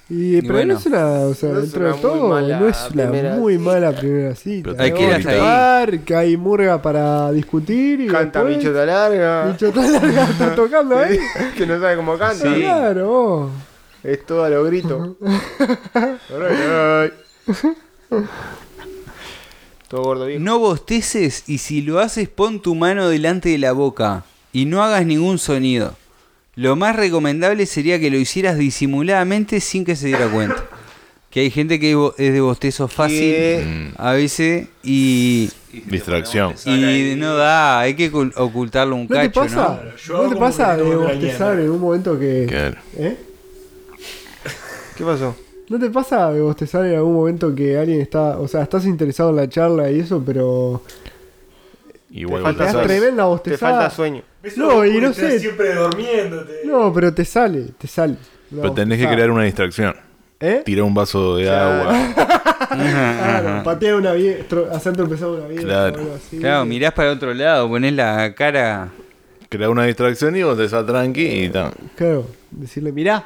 S4: Y, pero
S3: bueno.
S4: no es una. O sea,
S8: No es
S4: dentro de
S8: una muy
S4: todo,
S8: mala
S4: no es una
S8: primera
S4: muy
S8: cita.
S4: mala primera cita.
S1: Pero hay
S4: Hay
S1: que ir
S4: que
S1: hasta ahí.
S4: bar, que hay murga para discutir. Y
S8: Canta mi
S4: después,
S8: chota larga.
S4: Bicho tan larga, está tocando ahí.
S8: que no sabe cómo canta.
S3: Sí.
S4: Claro.
S8: Es todo a lo grito. todo gordo viejo.
S3: No bosteces y si lo haces pon tu mano delante de la boca y no hagas ningún sonido. Lo más recomendable sería que lo hicieras disimuladamente sin que se diera cuenta. Que hay gente que bo- es de bostezo fácil
S8: ¿Qué?
S3: a veces y,
S1: Distracción.
S3: y no da, hay que ocul- ocultarlo un
S4: ¿No te
S3: cacho,
S4: pasa?
S3: ¿no?
S11: Yo
S4: ¿No
S11: hago
S4: te
S11: como
S4: pasa
S11: que no me
S4: de bostezar
S11: engañan.
S4: en un momento que.
S1: Claro.
S4: ¿Eh?
S8: ¿Qué pasó?
S4: ¿No te pasa de bostezar en algún momento que alguien está. O sea, estás interesado en la charla y eso, pero.
S1: Igual
S4: Te das
S8: Te Bostezás.
S4: tremenda
S8: Te
S4: bostezada.
S8: falta sueño.
S11: ¿Ves?
S4: No, y no
S11: Estás
S4: sé.
S11: siempre durmiéndote.
S4: No, pero te sale, te sale. Una
S1: Pero tenés que
S4: bostezada.
S1: crear una distracción.
S4: ¿Eh?
S1: Tirar un vaso de
S8: Claro.
S1: agua.
S4: Claro, patear una vieja. tro- Hacer tropezar una vieja.
S1: Claro.
S4: o algo así.
S3: Claro, mirás para otro lado, ponés la cara.
S1: Crear una distracción y vos te estás tranqui y ta.
S4: Claro, decirle, mirá.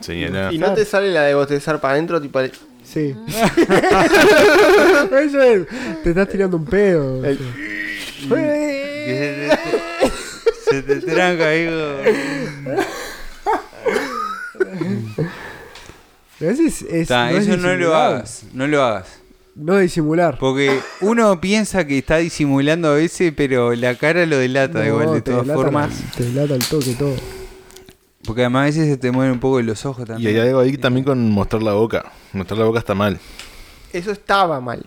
S1: Señalá.
S8: ¿Y no te sale la de bostezar para adentro? Tipo, el-
S4: Sí. Eso es. Te estás tirando un pedo. o sea.
S3: que Se te, se te tranca, hijo.
S4: A veces es.
S3: Ta,
S4: no es
S3: eso no lo
S4: disimular.
S3: hagas, no lo hagas.
S4: No disimular.
S3: Porque uno piensa que está disimulando a veces, pero la cara lo delata
S4: No,
S3: igual de
S4: te
S3: todas
S4: delata
S3: formas.
S4: el- Te delata el toque todo.
S3: Porque además a veces se te mueven un poco los ojos
S1: Y
S3: también.
S1: hay algo ahí también con mostrar la boca. Mostrar la boca está mal.
S8: eso estaba mal.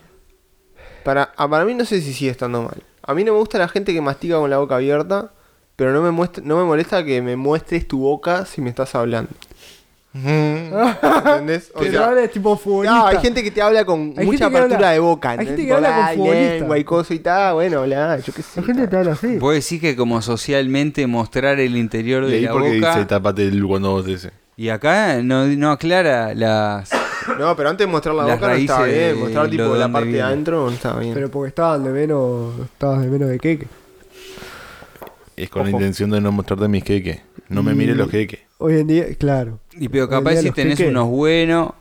S8: Para, ah, para mí no sé si sigue estando mal. A mí no me gusta la gente que mastica con la boca abierta, pero no me, muestra, no me molesta que me muestres tu boca si me estás hablando. ¿Entendés? O
S4: Pero
S8: sea,
S4: ahora es tipo futbolista.
S8: No, hay gente que te habla con
S4: Hay
S8: mucha
S4: gente que
S8: apertura
S4: habla-
S8: de boca.
S4: hay
S8: ¿entendés?
S4: gente que
S8: Tipo,
S4: habla con
S8: "Ay,
S4: futbolistas".
S8: lengua y cosa y tal, bueno, habla, yo qué sé.
S4: La gente te habla así.
S3: Vos decís que como socialmente mostrar el interior
S1: Y
S3: de
S1: ahí
S3: la
S1: porque
S3: boca.
S1: dice tapate el cuando vos decís.
S3: Y acá no, no aclara las.
S8: No, pero antes de mostrar la
S3: Las
S8: boca no estaba
S3: raíces
S8: bien.
S3: de
S8: Mostrar
S3: lo
S8: tipo la
S3: dónde
S8: parte de
S3: viene.
S8: adentro no estaba bien.
S4: Pero porque estaban de menos. Estabas de menos de queque.
S1: Es con la intención de no mostrarte mis queques. No me mires los queques.
S4: Hoy en día, claro.
S3: Y pero
S4: Hoy en
S3: capaz
S4: día
S3: si
S4: los
S3: tenés
S4: piques-
S3: unos buenos,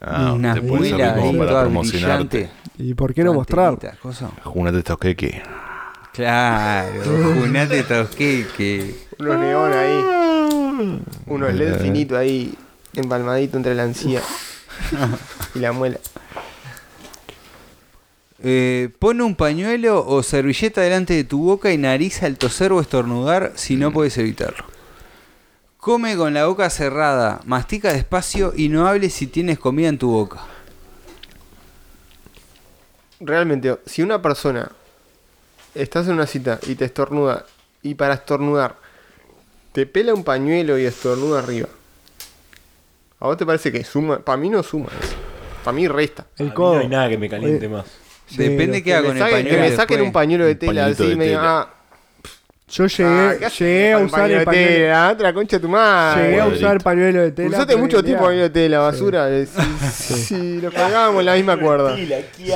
S1: Ah,
S3: unas
S1: te pueden
S4: muela
S1: servir
S3: muelas
S1: como
S3: ahí
S1: para
S3: todas
S1: promocionarte.
S3: brillantes.
S4: ¿Y por qué no mostrar?
S3: antenitas, cosas.
S1: Júnate estos queques.
S3: Claro, junate estos que.
S8: Unos neón ahí.
S3: Ah.
S8: Unos
S1: Mira,
S8: LED
S1: eh.
S8: finito ahí, empalmadito entre la encía y la muela.
S3: Eh, pon un pañuelo o servilleta delante de tu boca y nariz al toser o estornudar si
S8: Mm.
S3: no puedes evitarlo. Come con la boca cerrada, mastica despacio y no hables si tienes comida en tu boca.
S8: Realmente, si una persona estás en una cita y te estornuda, y para estornudar, te pela un pañuelo y estornuda arriba. ¿A vos te parece que suma? Para mí no suma eso. Para mí resta.
S4: El
S11: A mí
S4: codo.
S11: No hay nada que me caliente más.
S3: Depende qué haga con el pañuelo.
S8: Que me saquen
S3: después.
S8: un pañuelo de tela
S3: Pañuelito
S8: así
S3: de
S8: me digan,
S3: tela.
S8: ah,
S4: Yo llegué,
S8: ah, ¿qué haces
S4: llegué a
S8: con
S4: usar el
S8: de
S4: pañuelo.
S8: tela, otra concha de tu madre.
S4: Llegué a usar el pañuelo de tela.
S8: Usaste
S4: pero
S8: mucho
S4: hoy en
S8: tiempo
S4: día-
S8: pañuelo de tela, basura. Si, si lo pagábamos en la misma cuerda.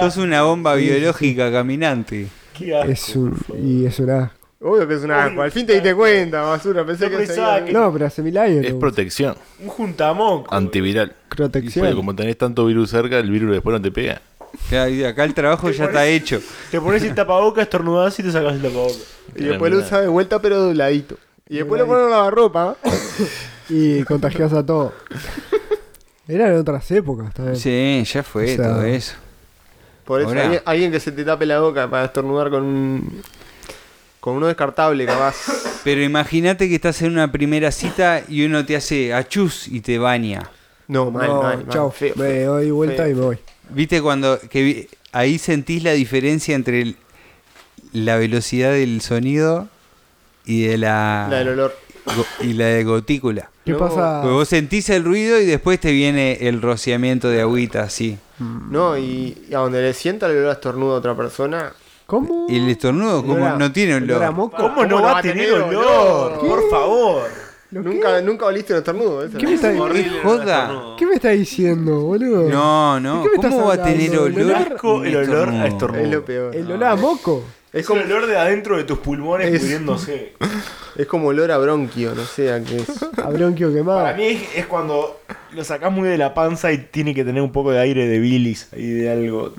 S3: Sos una bomba biológica caminante.
S4: Es un, y es una.
S8: Obvio que es un asco. Al fin te diste cuenta, basura. Pensé que
S4: pensaba
S8: seguía-
S4: No, pero hace mil años.
S1: Es
S4: no.
S1: protección.
S8: Un juntamoco.
S1: Antiviral.
S4: Protección.
S1: Porque como tenés tanto virus cerca, el virus después no te pega.
S3: Claro, y acá el trabajo ya está hecho.
S11: Te pones el tapabocas, estornudás y te sacas el tapabocas.
S8: Y después lo usas de vuelta, pero de un ladito. Y después lo pones en la ropa.
S4: Y contagias a todo. Eran otras épocas también.
S3: Sí, ya fue
S4: O sea,
S3: todo eso.
S8: Por eso,
S3: Ahora.
S8: alguien, alguien que se te tape la boca para estornudar con un. con uno descartable, capaz.
S3: Pero imagínate que estás en una primera cita y uno te hace achus y te baña.
S8: No,
S4: mal, No, mal, mal. chau. Feo, Me feo, doy vuelta feo. y me voy.
S3: Viste cuando que vi- ahí sentís la diferencia entre el- la velocidad del sonido y de la,
S8: La del olor.
S3: go- y la de gotícula.
S4: ¿Qué
S8: No.
S4: pasa?
S3: Porque vos sentís el ruido y después te viene el rociamiento de agüita así.
S8: No, y, y a donde le sienta el olor a estornudo a otra persona.
S4: ¿Cómo?
S3: Y el estornudo como
S8: Olor a-
S3: no tiene olor.
S8: ¿Cómo
S11: no va a tener olor? Por
S8: favor. Nunca, nunca oliste un estornudo. esa
S4: ¿Qué
S8: es
S4: me
S8: la-
S4: está diciendo?
S3: Joda.
S4: ¿Qué me está diciendo, boludo?
S3: No,
S4: ¿De
S3: no.
S4: qué me estás
S3: ¿Cómo va a
S4: hablando?
S3: tener
S4: ¿El
S3: olor?
S11: asco el
S3: un
S11: olor a estornudo.
S8: Es lo peor.
S4: El olor a moco.
S11: Es como el olor de adentro de tus pulmones
S8: Es-
S11: pudriéndose.
S8: Es como olor a bronquio, no sé a qué es.
S4: A bronquio
S11: Para
S4: quemado.
S11: mí es, es cuando lo sacás muy de la panza y tiene que tener un poco de aire de bilis y de algo.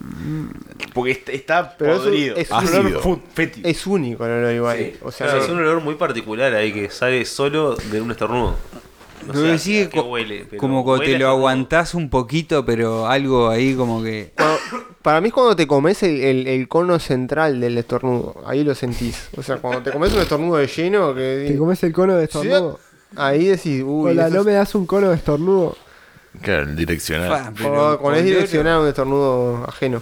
S11: Porque est- está
S8: Pero es un-
S11: podrido.
S8: es
S11: un
S8: ácido.
S11: olor fu- fétido.
S8: Es único el olor igual.
S10: Sí.
S8: O sea,
S10: Claro,
S8: no-
S10: es un olor muy particular ahí que sale solo de un estornudo. No
S3: Lo
S10: sé
S3: que
S10: a-
S3: sí
S10: a
S3: es
S10: qué
S3: co-
S10: huele, pero
S3: como cuando
S10: huele
S3: te
S10: a
S3: lo
S10: estornudo.
S3: aguantás un poquito, pero algo ahí como que.
S8: Cuando- para mí es cuando te comes el, el- el cono central del estornudo. Ahí lo sentís. O sea, cuando te comes un estornudo de lleno, que
S4: Te comes el cono de estornudo.
S8: ahí decís, uy,
S4: Hola,
S8: eso
S4: no
S8: es-
S4: me das un cono de estornudo.
S1: Claro, el direccional.
S3: Fa, Ah, pero
S8: Oh, cuando
S3: con
S8: es
S3: olor-
S8: direccionado a un estornudo ajeno.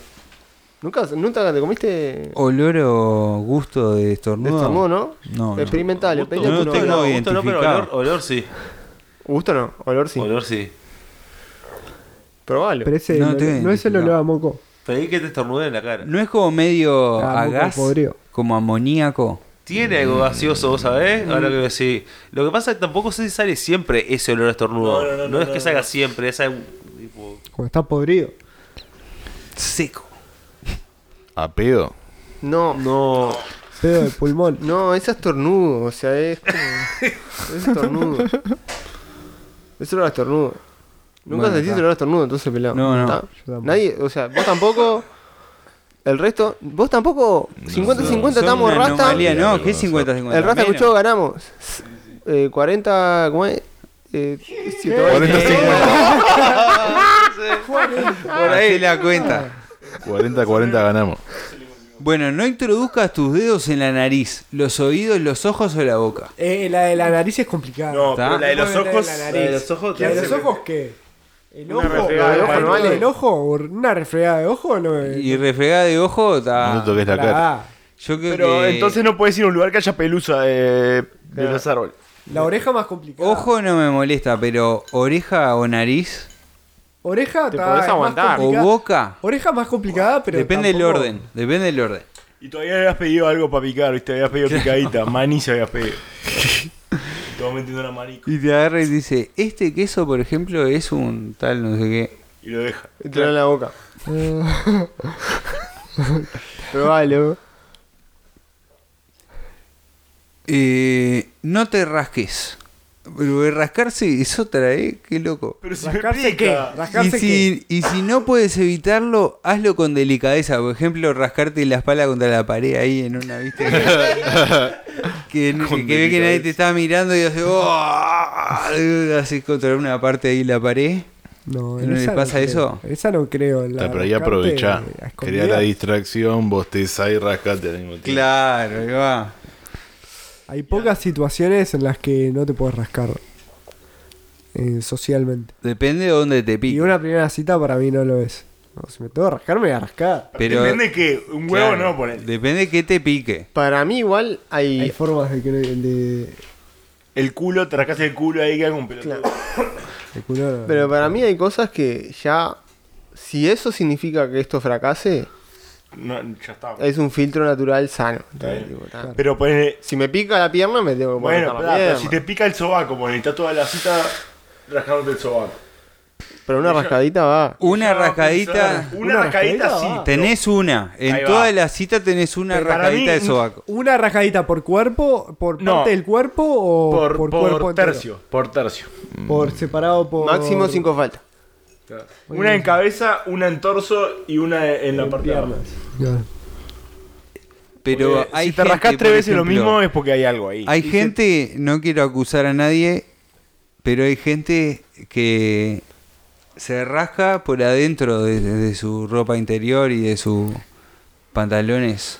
S8: ¿Nunca, nunca te comiste
S3: Olor o gusto de
S8: de
S3: estornudo.
S8: estornudo, no?
S3: No, no.
S8: Experimental,
S10: Gusto,
S3: pedí a tu
S10: gusto
S3: novia.
S10: no, gusto no, pero
S3: identificado.
S10: olor, olor sí.
S8: Gusto no, olor sí.
S10: Olor sí.
S8: Probalo.
S4: Pero ese
S3: No,
S4: no,
S3: te-
S4: no es el
S3: no.
S4: olor a moco.
S10: Pedí que te estornude en la cara.
S3: No es como medio
S4: Ah,
S3: a
S4: moco
S3: gas,
S4: podrido.
S3: como amoníaco.
S10: Tiene algo gaseoso, vos
S11: Mm.
S10: sabés. Ahora que sí. Lo que pasa es que tampoco se sale siempre ese olor a estornudo. No, es que salga siempre, es algo- tipo-
S4: Como está podrido.
S3: Seco.
S1: A pedo.
S8: No, no.
S4: Pedo de pulmón.
S8: No, es estornudo, o sea, es como... es estornudo. Es olor a estornudo. Nunca
S3: Bueno,
S8: sentís
S3: está.
S8: olor a estornudo, entonces pelado.
S3: No, no.
S8: Está.
S4: Yo tampoco.
S8: Nadie, o sea, vos tampoco... El resto, vos tampoco... 50-50
S3: Son
S8: estamos
S3: una
S8: rasta.
S3: anomalía, no, que es 50-50.
S8: El rasta
S3: Menos.
S8: escuchó, ganamos. Eh, 40... ¿Cómo es? Eh,
S1: 40 50.
S3: Por ahí Ah, la cuenta.
S1: 40 40 ganamos.
S3: Bueno, no introduzcas tus dedos en la nariz, los oídos, los ojos o la boca.
S4: Eh, la de la nariz es complicada.
S11: No,
S3: ¿Está?
S11: pero la de los ojos.
S4: La
S10: la de los ojos
S4: ¿La de
S10: te
S4: los
S10: hace-
S4: ojos qué? ¿El
S8: Una
S4: ojo?
S8: refregada de
S4: ¿El
S8: ojo,
S4: ojo?
S8: ¿no vale?
S4: ¿El ojo? ¿Una refregada de ojo? No, eh,
S3: Y refregada de ojo,
S1: No te
S3: ta.
S1: toques la cara.
S4: la,
S3: Yo creo
S11: Pero
S3: que-
S11: entonces no puedes ir a un lugar que haya pelusa eh, de, de los árboles.
S4: la oreja más complicada.
S3: Ojo no me molesta, pero oreja o nariz
S4: Oreja
S8: Te
S4: está,
S8: podés
S4: es más
S8: aguantar.
S3: o
S4: complicada.
S3: boca.
S4: Oreja más complicada, pero.
S3: Depende del
S4: tampoco-
S3: orden, depende del orden.
S11: Y todavía le habías pedido algo para picar, ¿viste? Habías pedido picadita. Maní se habías pedido. Y todos metiendo la maní.
S3: Y te agarra y dice, este queso, por ejemplo, es un tal, no sé qué.
S11: Y lo deja.
S8: Y te lo en la boca. Probalo.
S3: Eh, no te rasques. Pero de rascarse es otra, ¿eh? Qué loco.
S11: Pero si me
S4: ¿Rascarse
S11: pica.
S4: qué?
S3: Y
S4: ¿Rascarse qué?
S3: si, y si no puedes evitarlo, hazlo con delicadeza. Por ejemplo, rascarte la espalda contra la pared ahí en una, ¿viste? que que ve que nadie te está mirando y hace... "Oh", Así contra una parte ahí la pared.
S4: No,
S3: ¿No le
S4: esa
S3: pasa
S4: creo.
S3: eso?
S4: Esa no creo. en La eh,
S1: Está, pero ahí aprovechá. Creá la distracción, bostezá y rascate al mismo tiempo.
S3: Claro, ahí va.
S4: Hay pocas situaciones en las que no te puedes rascar eh, socialmente.
S3: Depende de dónde te
S4: Y
S3: pique.
S4: una primera cita para mí no lo es. No, si me tengo que rascar, me voy a rascar.
S3: Pero-
S11: Depende que un huevo
S3: Claro,
S11: no poner.
S3: Depende de qué te pique.
S8: Para mí igual
S4: Hay
S8: hay...
S4: formas de que no- de,
S11: El culo, te rascas el culo ahí queda con pelotudo.
S4: de culo no.
S8: Pero para mí hay cosas que ya... Si eso significa que esto fracase,
S11: no, ya está.
S8: Es un filtro natural sano.
S11: Está bien.
S8: Tipo, está.
S11: Pero pues.
S8: Si me pica la pierna, me tengo que poner
S11: Bueno,
S8: la
S11: pará,
S8: pierna.
S11: pero si te pica el sobaco, bueno, y está toda la cita rascándote el sobaco.
S8: Pero una
S11: Ella-
S8: rascadita va.
S3: Una
S11: Ella va a
S3: rascadita.
S11: pensar- Una rascadita sí.
S4: Ah.
S3: Tenés una.
S11: Ah, Ahí
S3: En
S11: va.
S3: toda la cita tenés una
S11: Pero para
S3: rascadita
S11: mí,
S3: de sobaco.
S4: ¿Una rajadita por cuerpo, por
S11: No.
S4: parte del cuerpo o
S11: Por,
S4: por,
S11: por,
S4: cuerpo entero?
S11: tercio. Por tercio.
S4: Por separado por...
S8: Máximo cinco faltas.
S4: Muy
S11: Una en
S4: bien.
S11: cabeza, una en torso y una en la parte de abajo.
S3: Pero
S11: Porque
S3: hay
S11: si te
S3: gente,
S11: rascas tres
S3: por
S11: veces lo
S3: ejemplo,
S11: mismo es porque hay algo ahí.
S3: Hay gente, no quiero acusar a nadie, pero hay gente que se rasca por adentro de, de su ropa interior y de sus pantalones.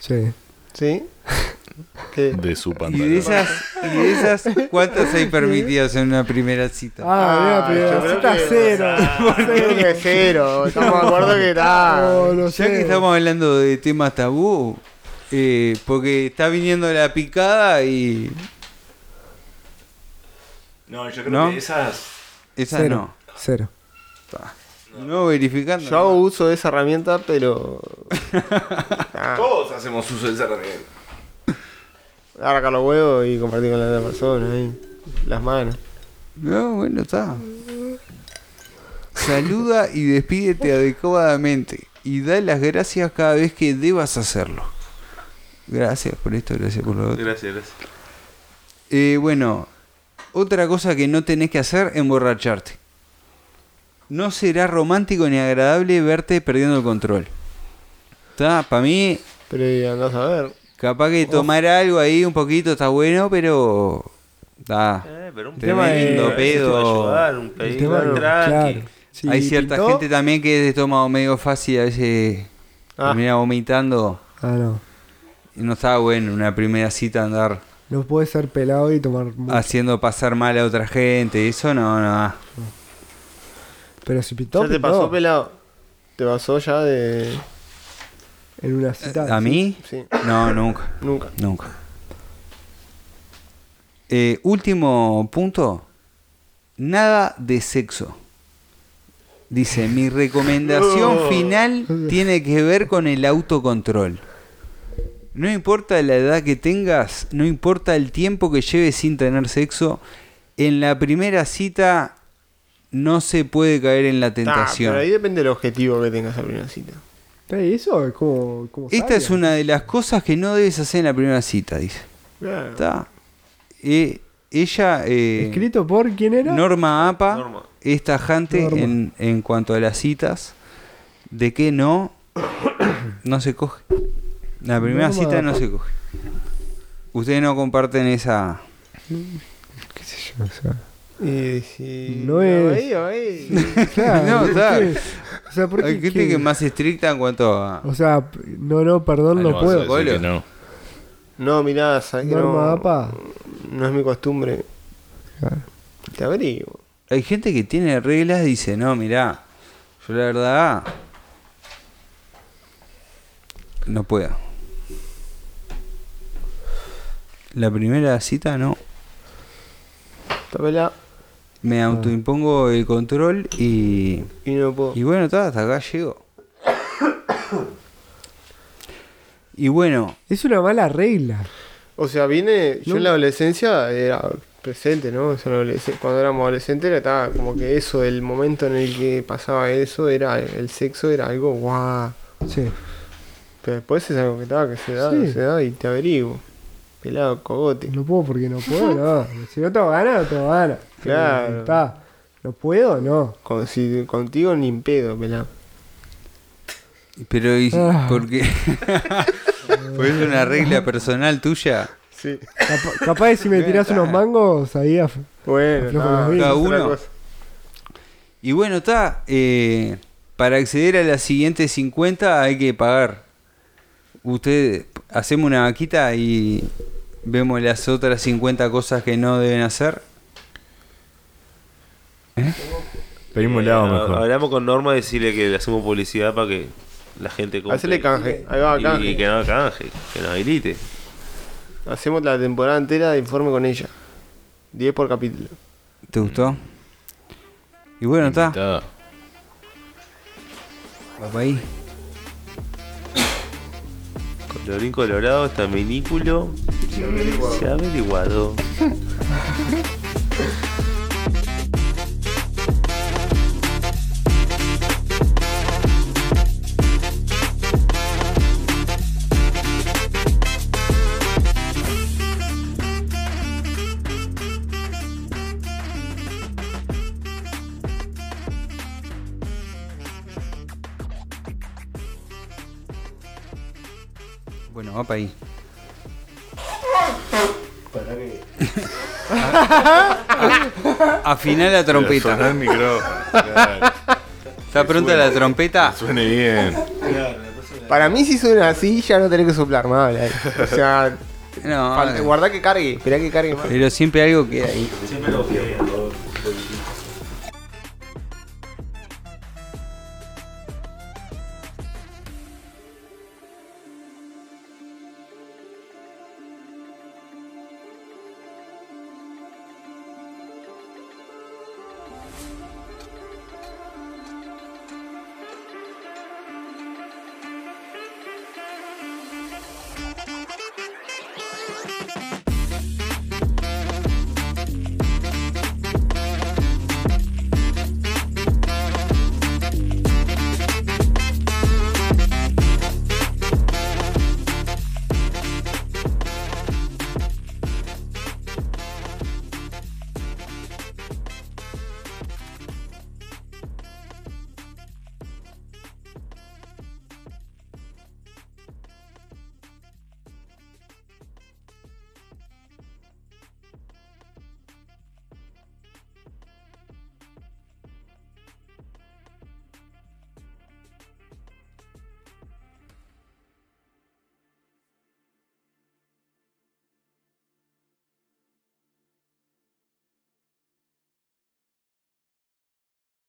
S4: Sí.
S8: ¿Sí? ¿Qué?
S1: De su
S3: Y
S1: pantalla.
S3: de esas, y de esas ¿cuántas hay permitidas en una primera cita?
S4: Ah, mira,
S8: yo
S4: pero
S8: creo
S4: cita
S8: que-
S4: cero.
S8: Creo que cero. Estamos de acuerdo que está.
S4: No, no
S3: Ya que
S4: sé.
S3: estamos hablando de temas tabú, eh, porque está viniendo la picada y
S11: No, yo creo
S3: ¿No?
S11: que esas.
S3: esa
S4: Cero.
S3: no.
S4: Cero.
S3: No verificando.
S8: Yo hago uso de esa herramienta, pero. Ah,
S11: Todos hacemos uso de esa herramienta.
S8: arrancar los huevos y compartir con la otra persona. ahí. Las manos.
S3: No, bueno, está. Saluda y despídete adecuadamente y da las gracias cada vez que debas hacerlo. Gracias por esto, gracias por lo otro.
S10: Gracias, gracias.
S3: Eh, bueno, otra cosa que no tenés que hacer, emborracharte. No será romántico ni agradable verte perdiendo el control. Está, para mí,
S8: Pero y andás a ver.
S3: capaz que tomar algo ahí un poquito está bueno, pero... Está.
S10: Eh, pero un
S3: tema
S10: pedito,
S3: de- pedo.
S10: te va a ayudar, un
S4: El
S10: pedito,
S4: tema
S10: un
S4: no,
S10: tranqui.
S4: claro. Si
S3: Hay cierta
S4: pintó-
S3: gente también que es de estómago medio fácil, a veces
S8: Ah.
S3: termina vomitando.
S4: Ah, no.
S3: Y no estaba bueno en una primera cita andar
S4: No puede ser pelado y tomar... mucho.
S3: haciendo pasar mal a otra gente. Eso no, no.
S4: Pero si pintó,
S8: ¿Ya te
S4: pintó.
S8: pasó, pelado? ¿Te pasó ya de.?
S4: En una cita.
S3: ¿A
S4: sí.
S3: mí?
S8: Sí,
S3: No, nunca.
S8: nunca.
S3: Nunca. Eh, último punto. Nada de sexo. Dice, mi recomendación final tiene que ver con el autocontrol. No importa la edad que tengas, no importa el tiempo que lleves sin tener sexo, en la primera cita no se puede caer en la
S8: Ah,
S3: tentación.
S8: pero ahí depende del objetivo que tengas al primera cita.
S4: Ey, ¿Eso es como... como
S3: Esta Este es
S4: sabia.
S3: una de las cosas que no debes hacer en la primera cita, dice.
S8: Claro.
S3: Está. Eh, ella, eh,
S4: ¿Escrito por quién era?
S3: Norma APA,
S10: Norma.
S3: es tajante
S4: Norma.
S3: en, en cuanto a las citas, de que no, no se coge. La primera
S4: Norma
S3: cita no
S4: APA.
S3: se coge. Ustedes no comparten esa...
S4: ¿Qué sé yo? O sea,
S8: Y si.
S4: No es-
S8: Ahí, ahí.
S4: claro,
S3: No,
S4: ¿por
S3: está.
S4: qué? O sea, ¿por qué-
S3: Hay gente
S4: qué?
S3: que es más estricta en cuanto a...
S4: O sea, p- no, no,
S1: Ah,
S4: perdón, no,
S1: vas a
S4: puedo.
S1: decir que
S3: Boludo.
S1: no.
S8: No, mirá, sabés que
S4: Norma
S8: no.
S4: APA.
S8: No es mi costumbre.
S4: Claro.
S8: Te abrigo.
S3: Hay gente que tiene reglas y dice, no, mirá, yo la verdad... No puedo. La primera cita no.
S8: Tapela
S3: Me autoimpongo el control y.
S8: y no puedo.
S3: Y bueno, ta, hasta acá llego. Y bueno,
S4: Es una mala regla.
S8: O sea, viene. Yo
S4: No.
S8: en la adolescencia era presente, ¿no? O sea, la adolesc- cuando éramos adolescentes era estaba como que eso, el momento en el que pasaba eso, era el sexo era algo guau.
S4: Sí.
S8: Pero después es algo que estaba que se da,
S4: Sí.
S8: se da y te averiguo. Pelado, cogote.
S4: No puedo porque no puedo, no. Si no tengo ganas, no tengo ganas.
S8: Claro.
S4: Pero Está. No puedo, no.
S8: Con- si- contigo ni en pedo, pelado.
S3: pero ¿y
S4: Ah.
S3: por qué? ¿Fue una regla personal tuya?
S8: Sí.
S4: Capa- capaz que si me tirás unos mangos, ahí af-
S8: Bueno,
S4: Aflojo los
S8: nada,
S4: vidrios.
S3: Cada
S8: otra
S3: uno.
S8: cosa.
S3: Y bueno, está. eh, para acceder a las siguientes 50 hay que pagar. Usted, hacemos una vaquita y vemos las otras 50 cosas que no deben hacer.
S11: Pedimos
S10: Eh,
S11: helado
S10: no,
S11: mejor.
S10: Hablamos con Norma y decirle que le hacemos publicidad para que la gente compre.
S8: Hacele canje. Ahí va,
S10: Y-
S8: canje.
S10: Y que no canje, que nos habilite.
S8: Hacemos la temporada entera de informe con ella. 10 por capítulo.
S3: ¿Te gustó? Y bueno, está.
S1: Invitada.
S3: Papá ahí.
S10: Colorín colorado, está minículo. Se ha averiguado.
S3: Bueno, va para ahí.
S5: Para que.
S3: Afiná la trompeta.
S1: Sonó el micrófono, claro.
S3: ¿Está pronta la trompeta?
S1: Suene bien.
S8: Para mí, si suena así, ya no tenés que soplar más. ¿vale? O sea,
S3: No, Ah, eh.
S8: falta- guardá que cargue, esperá que cargue más.
S3: Pero siempre algo que hay.
S10: Siempre lo que